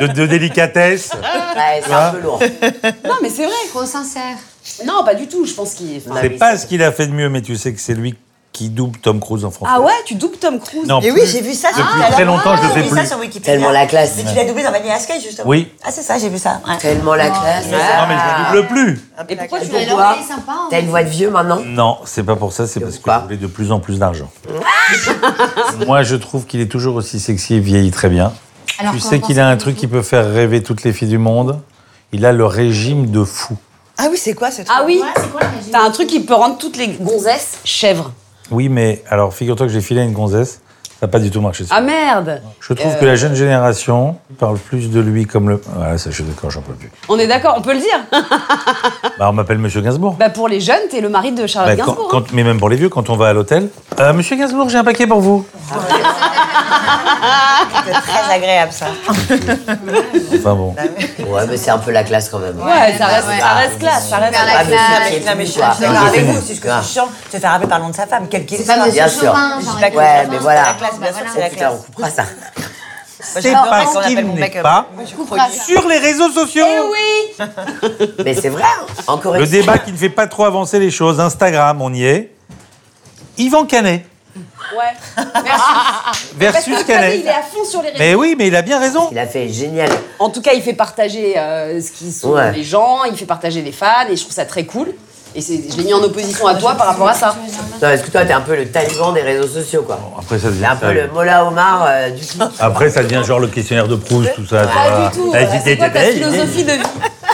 [SPEAKER 2] de, de délicatesse.
[SPEAKER 5] Ouais,
[SPEAKER 2] Hein
[SPEAKER 5] c'est un peu lourd.
[SPEAKER 1] veux- Non, mais c'est vrai.
[SPEAKER 4] Trop sincère.
[SPEAKER 1] Non, pas du tout, je pense qu'il. enfin-
[SPEAKER 2] C'est pas ce qu'il a fait de mieux, mais tu sais que c'est lui qui double Tom Cruise en français.
[SPEAKER 1] Ah ouais, tu doubles Tom Cruise.
[SPEAKER 2] Non,
[SPEAKER 6] Et
[SPEAKER 2] plus.
[SPEAKER 6] oui, j'ai vu ça.
[SPEAKER 2] Depuis
[SPEAKER 6] tout à l'heure.
[SPEAKER 2] très longtemps, je le
[SPEAKER 6] J'ai
[SPEAKER 2] fais
[SPEAKER 6] vu
[SPEAKER 2] plus.
[SPEAKER 6] ça sur Wikipédia.
[SPEAKER 5] Tellement la classe.
[SPEAKER 6] Mais tu l'as doublé dans Vanilla Sky, justement.
[SPEAKER 2] Oui.
[SPEAKER 6] Ah, c'est ça, j'ai vu ça. Ouais.
[SPEAKER 5] Tellement la classe. Ah.
[SPEAKER 2] Non, mais je le double plus.
[SPEAKER 1] Et pourquoi tu
[SPEAKER 4] Mais
[SPEAKER 1] veux
[SPEAKER 4] alors,
[SPEAKER 1] voir
[SPEAKER 4] elle est sympa. hein. en
[SPEAKER 5] T'as une voix de vieux maintenant
[SPEAKER 2] Non, c'est pas pour ça, c'est parce que je
[SPEAKER 5] pas.
[SPEAKER 2] voulais de plus en plus d'argent. Moi, je trouve qu'il est toujours aussi sexy et vieillit très bien.
[SPEAKER 4] Alors,
[SPEAKER 2] tu
[SPEAKER 4] qu'en
[SPEAKER 2] sais qu'il a un truc
[SPEAKER 4] pensez-vous
[SPEAKER 2] qui peut faire rêver toutes les filles du monde. Il a le régime de fou.
[SPEAKER 6] Ah oui, c'est quoi ce truc
[SPEAKER 1] Ah oui
[SPEAKER 4] Ouais, c'est quoi la régie
[SPEAKER 1] T'as un truc qui peut rendre toutes les gonzesses chèvres.
[SPEAKER 2] Oui, mais alors figure-toi que j'ai filé à une gonzesse. Ça n'a pas du tout marché.
[SPEAKER 1] Ah merde
[SPEAKER 2] Je trouve
[SPEAKER 1] Euh,
[SPEAKER 2] que la jeune génération parle plus de lui comme le. Voilà, ça, je suis d'accord, j'en peux plus.
[SPEAKER 1] On est d'accord, on peut le dire.
[SPEAKER 2] Bah, on m'appelle Monsieur Gainsbourg.
[SPEAKER 1] Bah pour les jeunes, t'es le mari de Charlotte
[SPEAKER 2] Bah, quand-
[SPEAKER 1] Gainsbourg. hein.
[SPEAKER 2] quand- mais même pour les vieux, quand on va à l'hôtel. Euh, Monsieur Gainsbourg, j'ai un paquet pour vous.
[SPEAKER 6] C'est très agréable, ça.
[SPEAKER 2] Enfin bon.
[SPEAKER 1] Bah,
[SPEAKER 5] Ouais, mais c'est un peu la classe quand même.
[SPEAKER 1] Ouais, ça reste,
[SPEAKER 2] Ah,
[SPEAKER 1] ça reste classe, ça reste classe.
[SPEAKER 4] Super la
[SPEAKER 5] Ah, mais
[SPEAKER 4] classe.
[SPEAKER 5] c'est qui est
[SPEAKER 6] Non, mais
[SPEAKER 5] fini,
[SPEAKER 6] je suis
[SPEAKER 5] quoi.
[SPEAKER 6] d'accord avec
[SPEAKER 2] Exactement.
[SPEAKER 6] vous. C'est ce que je suis chiant de se faire appeler par le nom de sa femme, quel qu'il
[SPEAKER 4] C'est
[SPEAKER 6] soit.
[SPEAKER 4] pas Monsieur
[SPEAKER 5] Bien sûr.
[SPEAKER 4] Chopin, genre, avec
[SPEAKER 5] Ouais,
[SPEAKER 4] Chopin,
[SPEAKER 5] mais voilà. Oh,
[SPEAKER 4] c'est la classe, bah voilà.
[SPEAKER 6] C'est la
[SPEAKER 5] Putain,
[SPEAKER 6] classe.
[SPEAKER 5] on coupera ça.
[SPEAKER 2] C'est
[SPEAKER 6] j'adore
[SPEAKER 2] parce
[SPEAKER 6] quand on appelle
[SPEAKER 2] qu'il
[SPEAKER 6] mon
[SPEAKER 2] n'est
[SPEAKER 6] mec-up.
[SPEAKER 2] pas
[SPEAKER 4] Coupera ça.
[SPEAKER 2] sur les réseaux sociaux.
[SPEAKER 1] Eh
[SPEAKER 5] Mais c'est vrai, hein. encore une
[SPEAKER 2] Le débat qui ne fait pas trop avancer les choses. Instagram, on y est. Yvan Canet
[SPEAKER 1] Ouais.
[SPEAKER 2] Ah,
[SPEAKER 1] Parce
[SPEAKER 2] versus
[SPEAKER 1] que Camille,
[SPEAKER 2] Canet.
[SPEAKER 1] il est à fond sur les réseaux.
[SPEAKER 2] Mais oui, mais il a bien raison.
[SPEAKER 5] Il a fait génial.
[SPEAKER 1] En tout cas, il fait partager euh, ce qui sont
[SPEAKER 5] Ouais.
[SPEAKER 1] les gens, il fait partager les fans, et je trouve ça très cool. Et c'est- je l'ai mis en opposition à toi par rapport à ça.
[SPEAKER 5] Non, est-ce que toi, t'es un peu le taliban des réseaux sociaux, quoi
[SPEAKER 2] Après, ça
[SPEAKER 5] T'es un peu le Mola Omar euh, du clic.
[SPEAKER 2] Après, ça devient genre le questionnaire de Proust, tout ça.
[SPEAKER 1] Pas du tout.
[SPEAKER 2] Bah,
[SPEAKER 1] Bah,
[SPEAKER 2] Vas-y,
[SPEAKER 1] C'est
[SPEAKER 2] t'es-
[SPEAKER 1] quoi ta
[SPEAKER 2] t'es-
[SPEAKER 1] philosophie Bah, de vie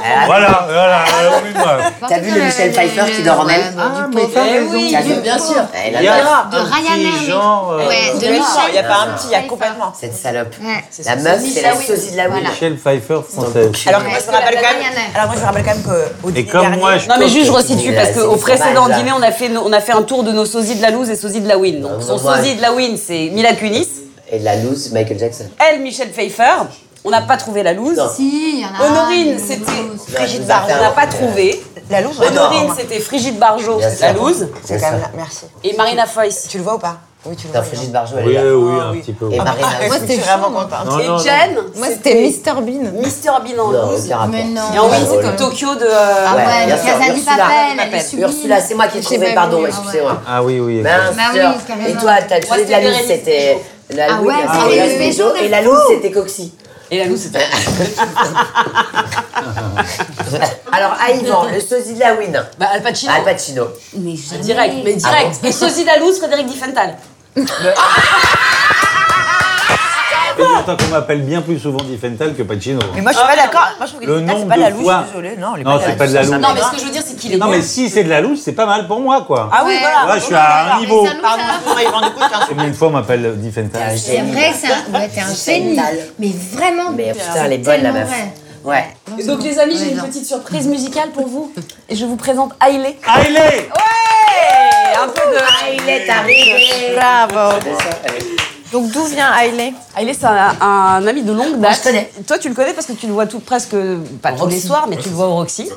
[SPEAKER 5] Eh,
[SPEAKER 2] Voilà, voilà. euh, oui, moi.
[SPEAKER 5] T'as vu le Michel Pfeiffer qui dort en elle
[SPEAKER 4] Ah, mais
[SPEAKER 5] T'as vu
[SPEAKER 1] bien sûr.
[SPEAKER 5] Eh, la
[SPEAKER 2] Il y
[SPEAKER 5] meuf,
[SPEAKER 2] a
[SPEAKER 4] De
[SPEAKER 2] un
[SPEAKER 4] Ryanair,
[SPEAKER 2] petit
[SPEAKER 4] mais-
[SPEAKER 2] genre, euh,
[SPEAKER 4] Ouais, de
[SPEAKER 6] Il n'y
[SPEAKER 4] Michel.
[SPEAKER 6] a pas un petit, il y a complètement.
[SPEAKER 5] Cette salope.
[SPEAKER 4] Ouais.
[SPEAKER 5] La meuf, c'est la
[SPEAKER 4] oui.
[SPEAKER 5] sosie de la
[SPEAKER 4] Voilà.
[SPEAKER 5] Wii.
[SPEAKER 2] Michel Pfeiffer française.
[SPEAKER 6] Alors que moi,
[SPEAKER 4] Ouais.
[SPEAKER 6] je me rappelle quand même.
[SPEAKER 4] Ryanair.
[SPEAKER 6] Alors moi, je me rappelle quand même qu'au début.
[SPEAKER 2] comme moi, je-
[SPEAKER 1] Non mais juste je resitue
[SPEAKER 5] resitue,
[SPEAKER 1] parce
[SPEAKER 5] parce que
[SPEAKER 1] qu'au
[SPEAKER 5] au
[SPEAKER 1] précédent
[SPEAKER 5] précédent
[SPEAKER 1] dîner on a fait on a fait un tour de nos sosies de la loose et sosies de la win.
[SPEAKER 2] Ah,
[SPEAKER 1] Donc son
[SPEAKER 5] son sosie
[SPEAKER 1] sosie de la win c'est Mila Kunis,
[SPEAKER 5] Et la loose, Michael Jackson.
[SPEAKER 1] elle Michel Pfeiffer, On n'a pas trouvé la loose.
[SPEAKER 5] Non.
[SPEAKER 4] Si, il y en a
[SPEAKER 1] Ah, Honorine,
[SPEAKER 4] une,
[SPEAKER 1] c'était
[SPEAKER 4] une rose.
[SPEAKER 1] Frigide Barjot. On n'a pas trouvé.
[SPEAKER 6] La loose, on adore,
[SPEAKER 1] Honorine,
[SPEAKER 6] hein.
[SPEAKER 1] c'était Frigide Barjot,
[SPEAKER 5] Bien
[SPEAKER 1] la
[SPEAKER 5] sûr.
[SPEAKER 1] loose.
[SPEAKER 6] C'est
[SPEAKER 5] ça.
[SPEAKER 6] quand même là. Merci.
[SPEAKER 1] Et Marina Foïs.
[SPEAKER 6] Tu le vois ou pas Oui, tu le
[SPEAKER 5] Putain,
[SPEAKER 6] vois. il est
[SPEAKER 5] Brigitte
[SPEAKER 6] là.
[SPEAKER 5] Bardot, elle
[SPEAKER 2] Oui,
[SPEAKER 5] est là.
[SPEAKER 2] oui, un petit peu.
[SPEAKER 5] Et
[SPEAKER 2] oui.
[SPEAKER 5] Marina
[SPEAKER 3] Moi,
[SPEAKER 5] Foïs.
[SPEAKER 3] c'était vraiment contente.
[SPEAKER 2] Non, non,
[SPEAKER 1] Et
[SPEAKER 2] non.
[SPEAKER 1] Jen,
[SPEAKER 3] Moi, c'était Mr Bean.
[SPEAKER 1] Mister Bean en
[SPEAKER 5] Non,
[SPEAKER 1] loose.
[SPEAKER 5] aucun rapport.
[SPEAKER 4] Mais non.
[SPEAKER 1] Et en
[SPEAKER 5] Pas
[SPEAKER 1] win,
[SPEAKER 5] drôle.
[SPEAKER 1] c'était Tokyo de. euh,
[SPEAKER 4] Ah ouais,
[SPEAKER 5] Ouais, bien
[SPEAKER 4] mais Casa
[SPEAKER 5] sûr,
[SPEAKER 4] di
[SPEAKER 5] Ursula.
[SPEAKER 4] Papel, elle est
[SPEAKER 1] Papel.
[SPEAKER 4] sublime.
[SPEAKER 5] Ursula, c'est moi qui ai
[SPEAKER 4] J'ai
[SPEAKER 5] trouvé,
[SPEAKER 4] pas
[SPEAKER 5] pardon,
[SPEAKER 4] vu, ah
[SPEAKER 5] excusez-moi.
[SPEAKER 2] Ah oui, oui.
[SPEAKER 5] Mince,
[SPEAKER 4] Bah oui,
[SPEAKER 5] tiens.
[SPEAKER 4] carrément.
[SPEAKER 5] Et toi, t'as
[SPEAKER 1] Moi,
[SPEAKER 5] trouvé de la
[SPEAKER 1] c'était
[SPEAKER 5] loose,
[SPEAKER 1] Bérénice
[SPEAKER 5] c'était. La
[SPEAKER 4] Ah ouais,
[SPEAKER 5] loose,
[SPEAKER 4] c'était
[SPEAKER 5] et la
[SPEAKER 4] le
[SPEAKER 5] loose,
[SPEAKER 4] spécial
[SPEAKER 5] Joe,
[SPEAKER 4] de
[SPEAKER 5] Et la loose, c'était Coxy.
[SPEAKER 1] Et la loose, c'était.
[SPEAKER 5] Alors, à Yvan, le sosie de la Win.
[SPEAKER 1] Bah, Al Pacino.
[SPEAKER 5] Al Pacino.
[SPEAKER 4] Mais jamais.
[SPEAKER 1] Direct, mais direct. Et sosie de la loose, Frédéric Diffental.
[SPEAKER 2] Et pourtant qu'on m'appelle bien plus souvent Diffental que Pacino.
[SPEAKER 6] Mais moi, je suis pas d'accord. Moi, je trouve que
[SPEAKER 2] Le
[SPEAKER 6] Lupita,
[SPEAKER 2] nombre
[SPEAKER 6] c'est pas
[SPEAKER 2] de
[SPEAKER 6] la loose,
[SPEAKER 2] fois-
[SPEAKER 6] je suis désolée. Non, elle est
[SPEAKER 2] Non, c'est pas de la loose.
[SPEAKER 1] Non, mais ce que je veux dire, c'est qu'il est.
[SPEAKER 2] Non, mais si c'est de la loose, c'est pas mal pour moi, quoi.
[SPEAKER 6] Ah oui,
[SPEAKER 4] Ouais.
[SPEAKER 6] voilà.
[SPEAKER 2] Là, je suis à un niveau.
[SPEAKER 4] Mais ça nous a-
[SPEAKER 2] Combien de fois on m'appelle Diffental
[SPEAKER 4] C'est vrai que c'est un, ouais, t'es un
[SPEAKER 5] C'est
[SPEAKER 4] génie.
[SPEAKER 5] dalle.
[SPEAKER 4] Mais vraiment.
[SPEAKER 5] Mais putain,
[SPEAKER 4] c'est
[SPEAKER 5] elle est bonne, la
[SPEAKER 4] tellement
[SPEAKER 5] meuf.
[SPEAKER 4] vrai.
[SPEAKER 5] Ouais.
[SPEAKER 1] Et Donc les amis, j'ai une petite surprise musicale pour vous. Et je vous présente Hailey.
[SPEAKER 2] Hailey
[SPEAKER 1] Ouais Un peu de
[SPEAKER 5] Il est arrivé.
[SPEAKER 1] Bravo
[SPEAKER 3] Donc d'où vient Hailey
[SPEAKER 1] Hailey, c'est un, un ami de longue date.
[SPEAKER 5] je connais.
[SPEAKER 1] Toi, tu le connais parce que tu le vois tout, presque, pas tous les soirs, mais tu le vois au Roxy.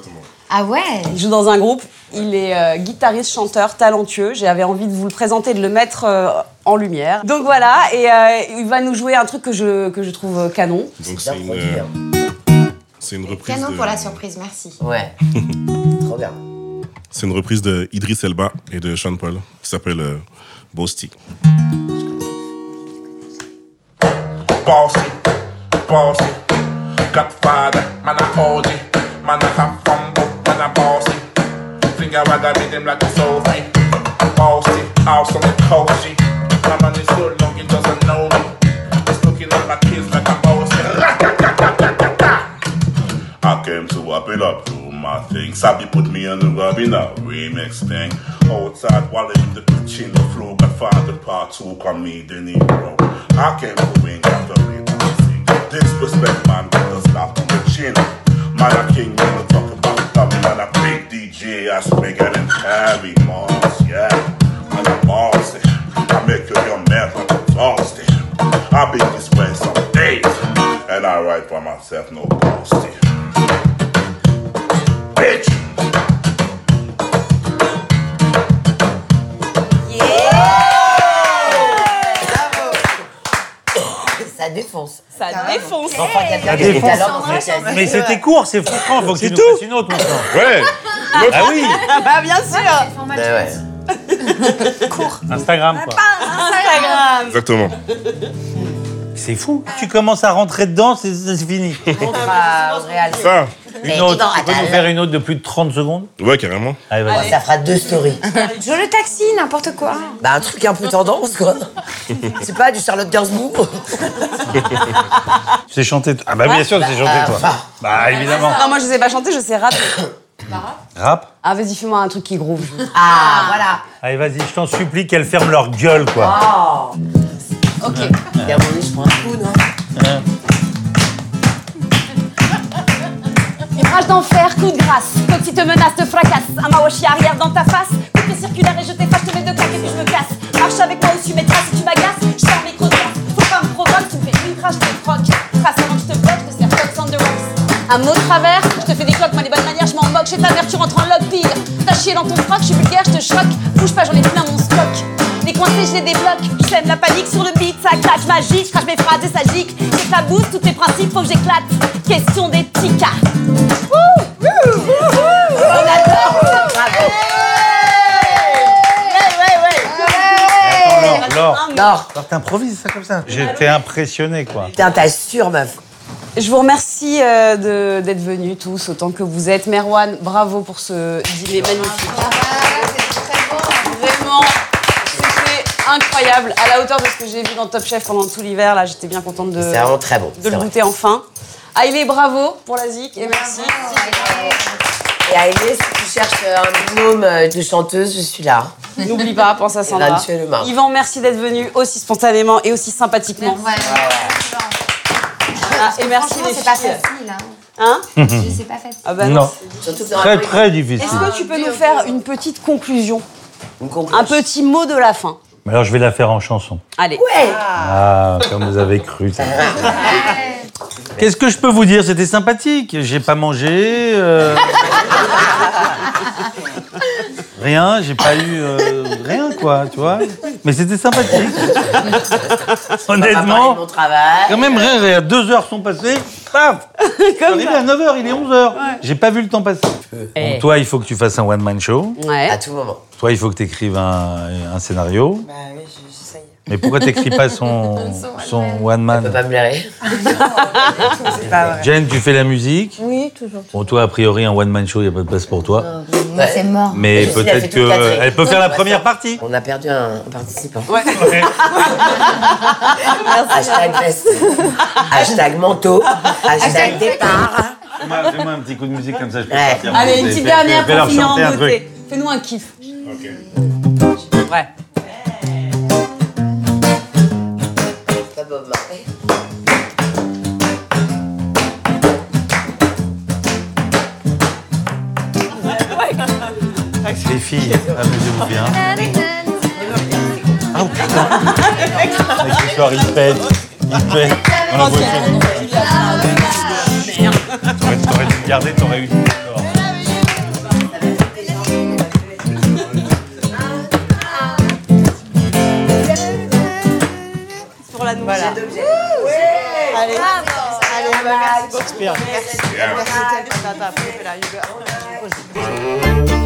[SPEAKER 4] Ah ouais
[SPEAKER 1] Il joue dans un groupe. Il est euh, guitariste, chanteur, talentueux. J'avais envie de vous le présenter, de le mettre euh, en lumière. Donc voilà, et euh, il va nous jouer un truc que je, que je trouve euh, canon.
[SPEAKER 9] Donc
[SPEAKER 5] Bien
[SPEAKER 9] c'est une,
[SPEAKER 5] produit.
[SPEAKER 9] euh,
[SPEAKER 5] hein.
[SPEAKER 9] c'est une reprise
[SPEAKER 4] Canon
[SPEAKER 9] de-
[SPEAKER 4] pour la surprise, merci.
[SPEAKER 2] euh,
[SPEAKER 5] Ouais. Trop bien.
[SPEAKER 9] c'est une reprise de Idris Elba et de Sean Paul qui s'appelle euh, Boasty.
[SPEAKER 10] bossy, bossy. Godfather, man a OG, man a have fumble, man a bossy. Finger rag a rhythm like a soul thing. Bossy, house on the coast, G. My man is so long he doesn't know me. Just looking at my kids like a bossy. I came to wrap it up, do my thing. Sabi put me on the Robina remix thing. Outside while in the kitchen, the flow got father part two, come me the Negro. I came to win, got the thing. Disrespect man, with a slap on the chin. Man, a king, when I talk about coming, man, a big DJ, I bigger than Harry Moss, yeah. Man, I'm bossy. I make you your man, I'm exhausted. I've been this way some days, and I write by myself, no bossy bitch.
[SPEAKER 5] Ça défonce.
[SPEAKER 1] Ça défonce.
[SPEAKER 5] Enfin, quelqu'un qui a des
[SPEAKER 2] défonce.
[SPEAKER 5] talents. en fait,
[SPEAKER 2] Mais c'était court, c'est frustrant, faut que tu nous fasses une autre maintenant.
[SPEAKER 9] Ouais!
[SPEAKER 2] Ah oui
[SPEAKER 1] Bah bien sûr
[SPEAKER 5] Ouais, ouais.
[SPEAKER 2] Instagram, quoi.
[SPEAKER 9] Exactement.
[SPEAKER 2] C'est fou. Tu commences à rentrer dedans, c'est c'est fini.
[SPEAKER 5] Ah, au Real.
[SPEAKER 9] Ça?
[SPEAKER 2] Une
[SPEAKER 5] dis donc,
[SPEAKER 2] autre. Tu peux
[SPEAKER 5] attends,
[SPEAKER 2] nous faire une autre de plus de 30 secondes
[SPEAKER 9] Ouais, carrément.
[SPEAKER 2] Allez, vas-y.
[SPEAKER 5] Ça fera deux stories.
[SPEAKER 4] Je le taxi, n'importe quoi.
[SPEAKER 5] Bah, un truc un peu tendance, quoi. C'est pas du Charlotte Gainsbourg.
[SPEAKER 2] C'est chanté. t- Ah bah bien sûr, c'est chanté, toi. Bah évidemment.
[SPEAKER 1] Non, Ah, moi je sais pas chanter, je sais rapper.
[SPEAKER 2] Rap.
[SPEAKER 1] Ah vas-y, fais-moi un truc qui groove.
[SPEAKER 5] Ah, voilà.
[SPEAKER 2] Allez, vas-y, je t'en supplie qu'elles ferment leur gueule,
[SPEAKER 1] Ah,
[SPEAKER 2] quoi.
[SPEAKER 5] Et à un moment donné, je prends un coup, non
[SPEAKER 1] Rage d'enfer, coup de grâce. Quand il te menace, te fracasse. Un mawashi arrière dans ta face. Coupé circulaire et je t'efface, je te mets deux claques et puis je me casse. Marche avec moi ou tu m'étras si tu m'agaces. Je suis en micro Faut pas me provoquer, tu me fais une crache, je te croque. Trace avant que je te bloque, je te serre Fox on the rocks. Un mot de travers, je te fais des cloques, moi les bonnes manières, je m'en moque. Chez ta mère, tu rentres en log pire. T'as chié dans ton froc, je suis vulgaire, je te choque. Bouge pas, j'en ai plein mon stock. Les coincés, je les débloque. Je sème la panique sur le beat, ça claque magique. Je crache mes phrases et ça gicle. J'éclabousse tous tes principes, faut que j'éclate. Question d'éthique. Wouh, wouh, wouh, wouh.
[SPEAKER 2] Attends, Laure, Laure,
[SPEAKER 5] Non.
[SPEAKER 2] Laure, t'improvises ça comme ça. J'étais
[SPEAKER 1] Ah
[SPEAKER 2] impressionné, quoi.
[SPEAKER 5] Putain, t'assures, meuf.
[SPEAKER 1] Je vous remercie euh, de- d'être venus tous autant que vous êtes. Merwan, bravo pour ce dîner magnifique.
[SPEAKER 4] Ah,
[SPEAKER 1] Vraiment, c'était incroyable, à la hauteur de ce que j'ai vu dans Top Chef pendant tout l'hiver. Là, j'étais bien contente de,
[SPEAKER 5] C'est vraiment très bon.
[SPEAKER 1] de
[SPEAKER 5] c'est
[SPEAKER 1] le
[SPEAKER 5] vrai.
[SPEAKER 1] goûter enfin. Aïlé, bravo pour la zik et merci.
[SPEAKER 5] Et à Aimé, si tu cherches euh, un binôme euh, de chanteuse, je suis là.
[SPEAKER 1] N'oublie pas, pense à Sandra.
[SPEAKER 5] Éventuellement.
[SPEAKER 1] Yvan, merci d'être venu aussi spontanément et aussi sympathiquement.
[SPEAKER 4] Ouais.
[SPEAKER 1] Ah, et merci
[SPEAKER 4] Franchement,
[SPEAKER 1] les
[SPEAKER 4] c'est pas
[SPEAKER 1] filles.
[SPEAKER 4] facile. Hein.
[SPEAKER 1] Hein
[SPEAKER 4] C'est pas facile.
[SPEAKER 1] Ah bah
[SPEAKER 2] Non,
[SPEAKER 5] Surtout que
[SPEAKER 2] très
[SPEAKER 5] normalement,
[SPEAKER 2] très difficile.
[SPEAKER 1] Est-ce que tu peux nous faire une petite conclusion
[SPEAKER 5] il me
[SPEAKER 11] Ah,
[SPEAKER 5] comprend.
[SPEAKER 1] Un petit mot de la fin
[SPEAKER 2] Mais alors je vais la faire en chanson.
[SPEAKER 1] Allez.
[SPEAKER 5] Ouais.
[SPEAKER 2] Ah, comme vous avez cru. ça. Qu'est-ce que je peux vous dire C'était sympathique. J'ai pas mangé. euh, rien. J'ai pas eu euh, rien, quoi, tu vois. Mais c'était sympathique. Honnêtement.
[SPEAKER 5] Mon travail.
[SPEAKER 2] Quand même, rien, rien. Deux heures sont passées. Paf Comme arrivé à 9h, il est 11h. J'ai pas vu le temps passer.
[SPEAKER 1] Eh.
[SPEAKER 2] Donc, toi, il faut que tu fasses un one-man show.
[SPEAKER 1] Ouais.
[SPEAKER 5] À tout moment.
[SPEAKER 2] Toi, il faut que tu écrives un, un scénario. Mais pourquoi t'écris pas son, son
[SPEAKER 5] Je peux
[SPEAKER 2] one-man
[SPEAKER 5] pas me blairer.
[SPEAKER 2] Jane, tu fais la musique.
[SPEAKER 3] Oui, toujours.
[SPEAKER 2] Bon, toi, a priori, un one-man show, il n'y a pas de place pour toi.
[SPEAKER 4] Moi, c'est mort.
[SPEAKER 2] Mais
[SPEAKER 5] Justine, elle fait
[SPEAKER 2] peut-être
[SPEAKER 5] tout le catering.
[SPEAKER 2] qu'elle peut faire la première partie.
[SPEAKER 5] On a perdu un participant. Hashtag veste. Hashtag manteau. Hashtag départ.
[SPEAKER 2] Fais-moi fais-moi un petit coup de musique comme ça, je peux
[SPEAKER 5] Ouais.
[SPEAKER 2] partir.
[SPEAKER 11] Allez,
[SPEAKER 2] Je
[SPEAKER 11] une
[SPEAKER 2] vais-
[SPEAKER 11] petite
[SPEAKER 2] je vais-
[SPEAKER 11] dernière
[SPEAKER 2] je vais leur
[SPEAKER 11] pour finir en
[SPEAKER 2] chanter un truc.
[SPEAKER 11] beauté. Fais-nous un kiff.
[SPEAKER 1] Ouais.
[SPEAKER 5] Pas Bob Marley.
[SPEAKER 2] Les filles, amusez-vous bien. Ah oh, putain Avec ce soir, il pète, il pète. On l'a voit T'aurais t'aurais dû le garder, t'aurais eu du tort.
[SPEAKER 12] Yeah.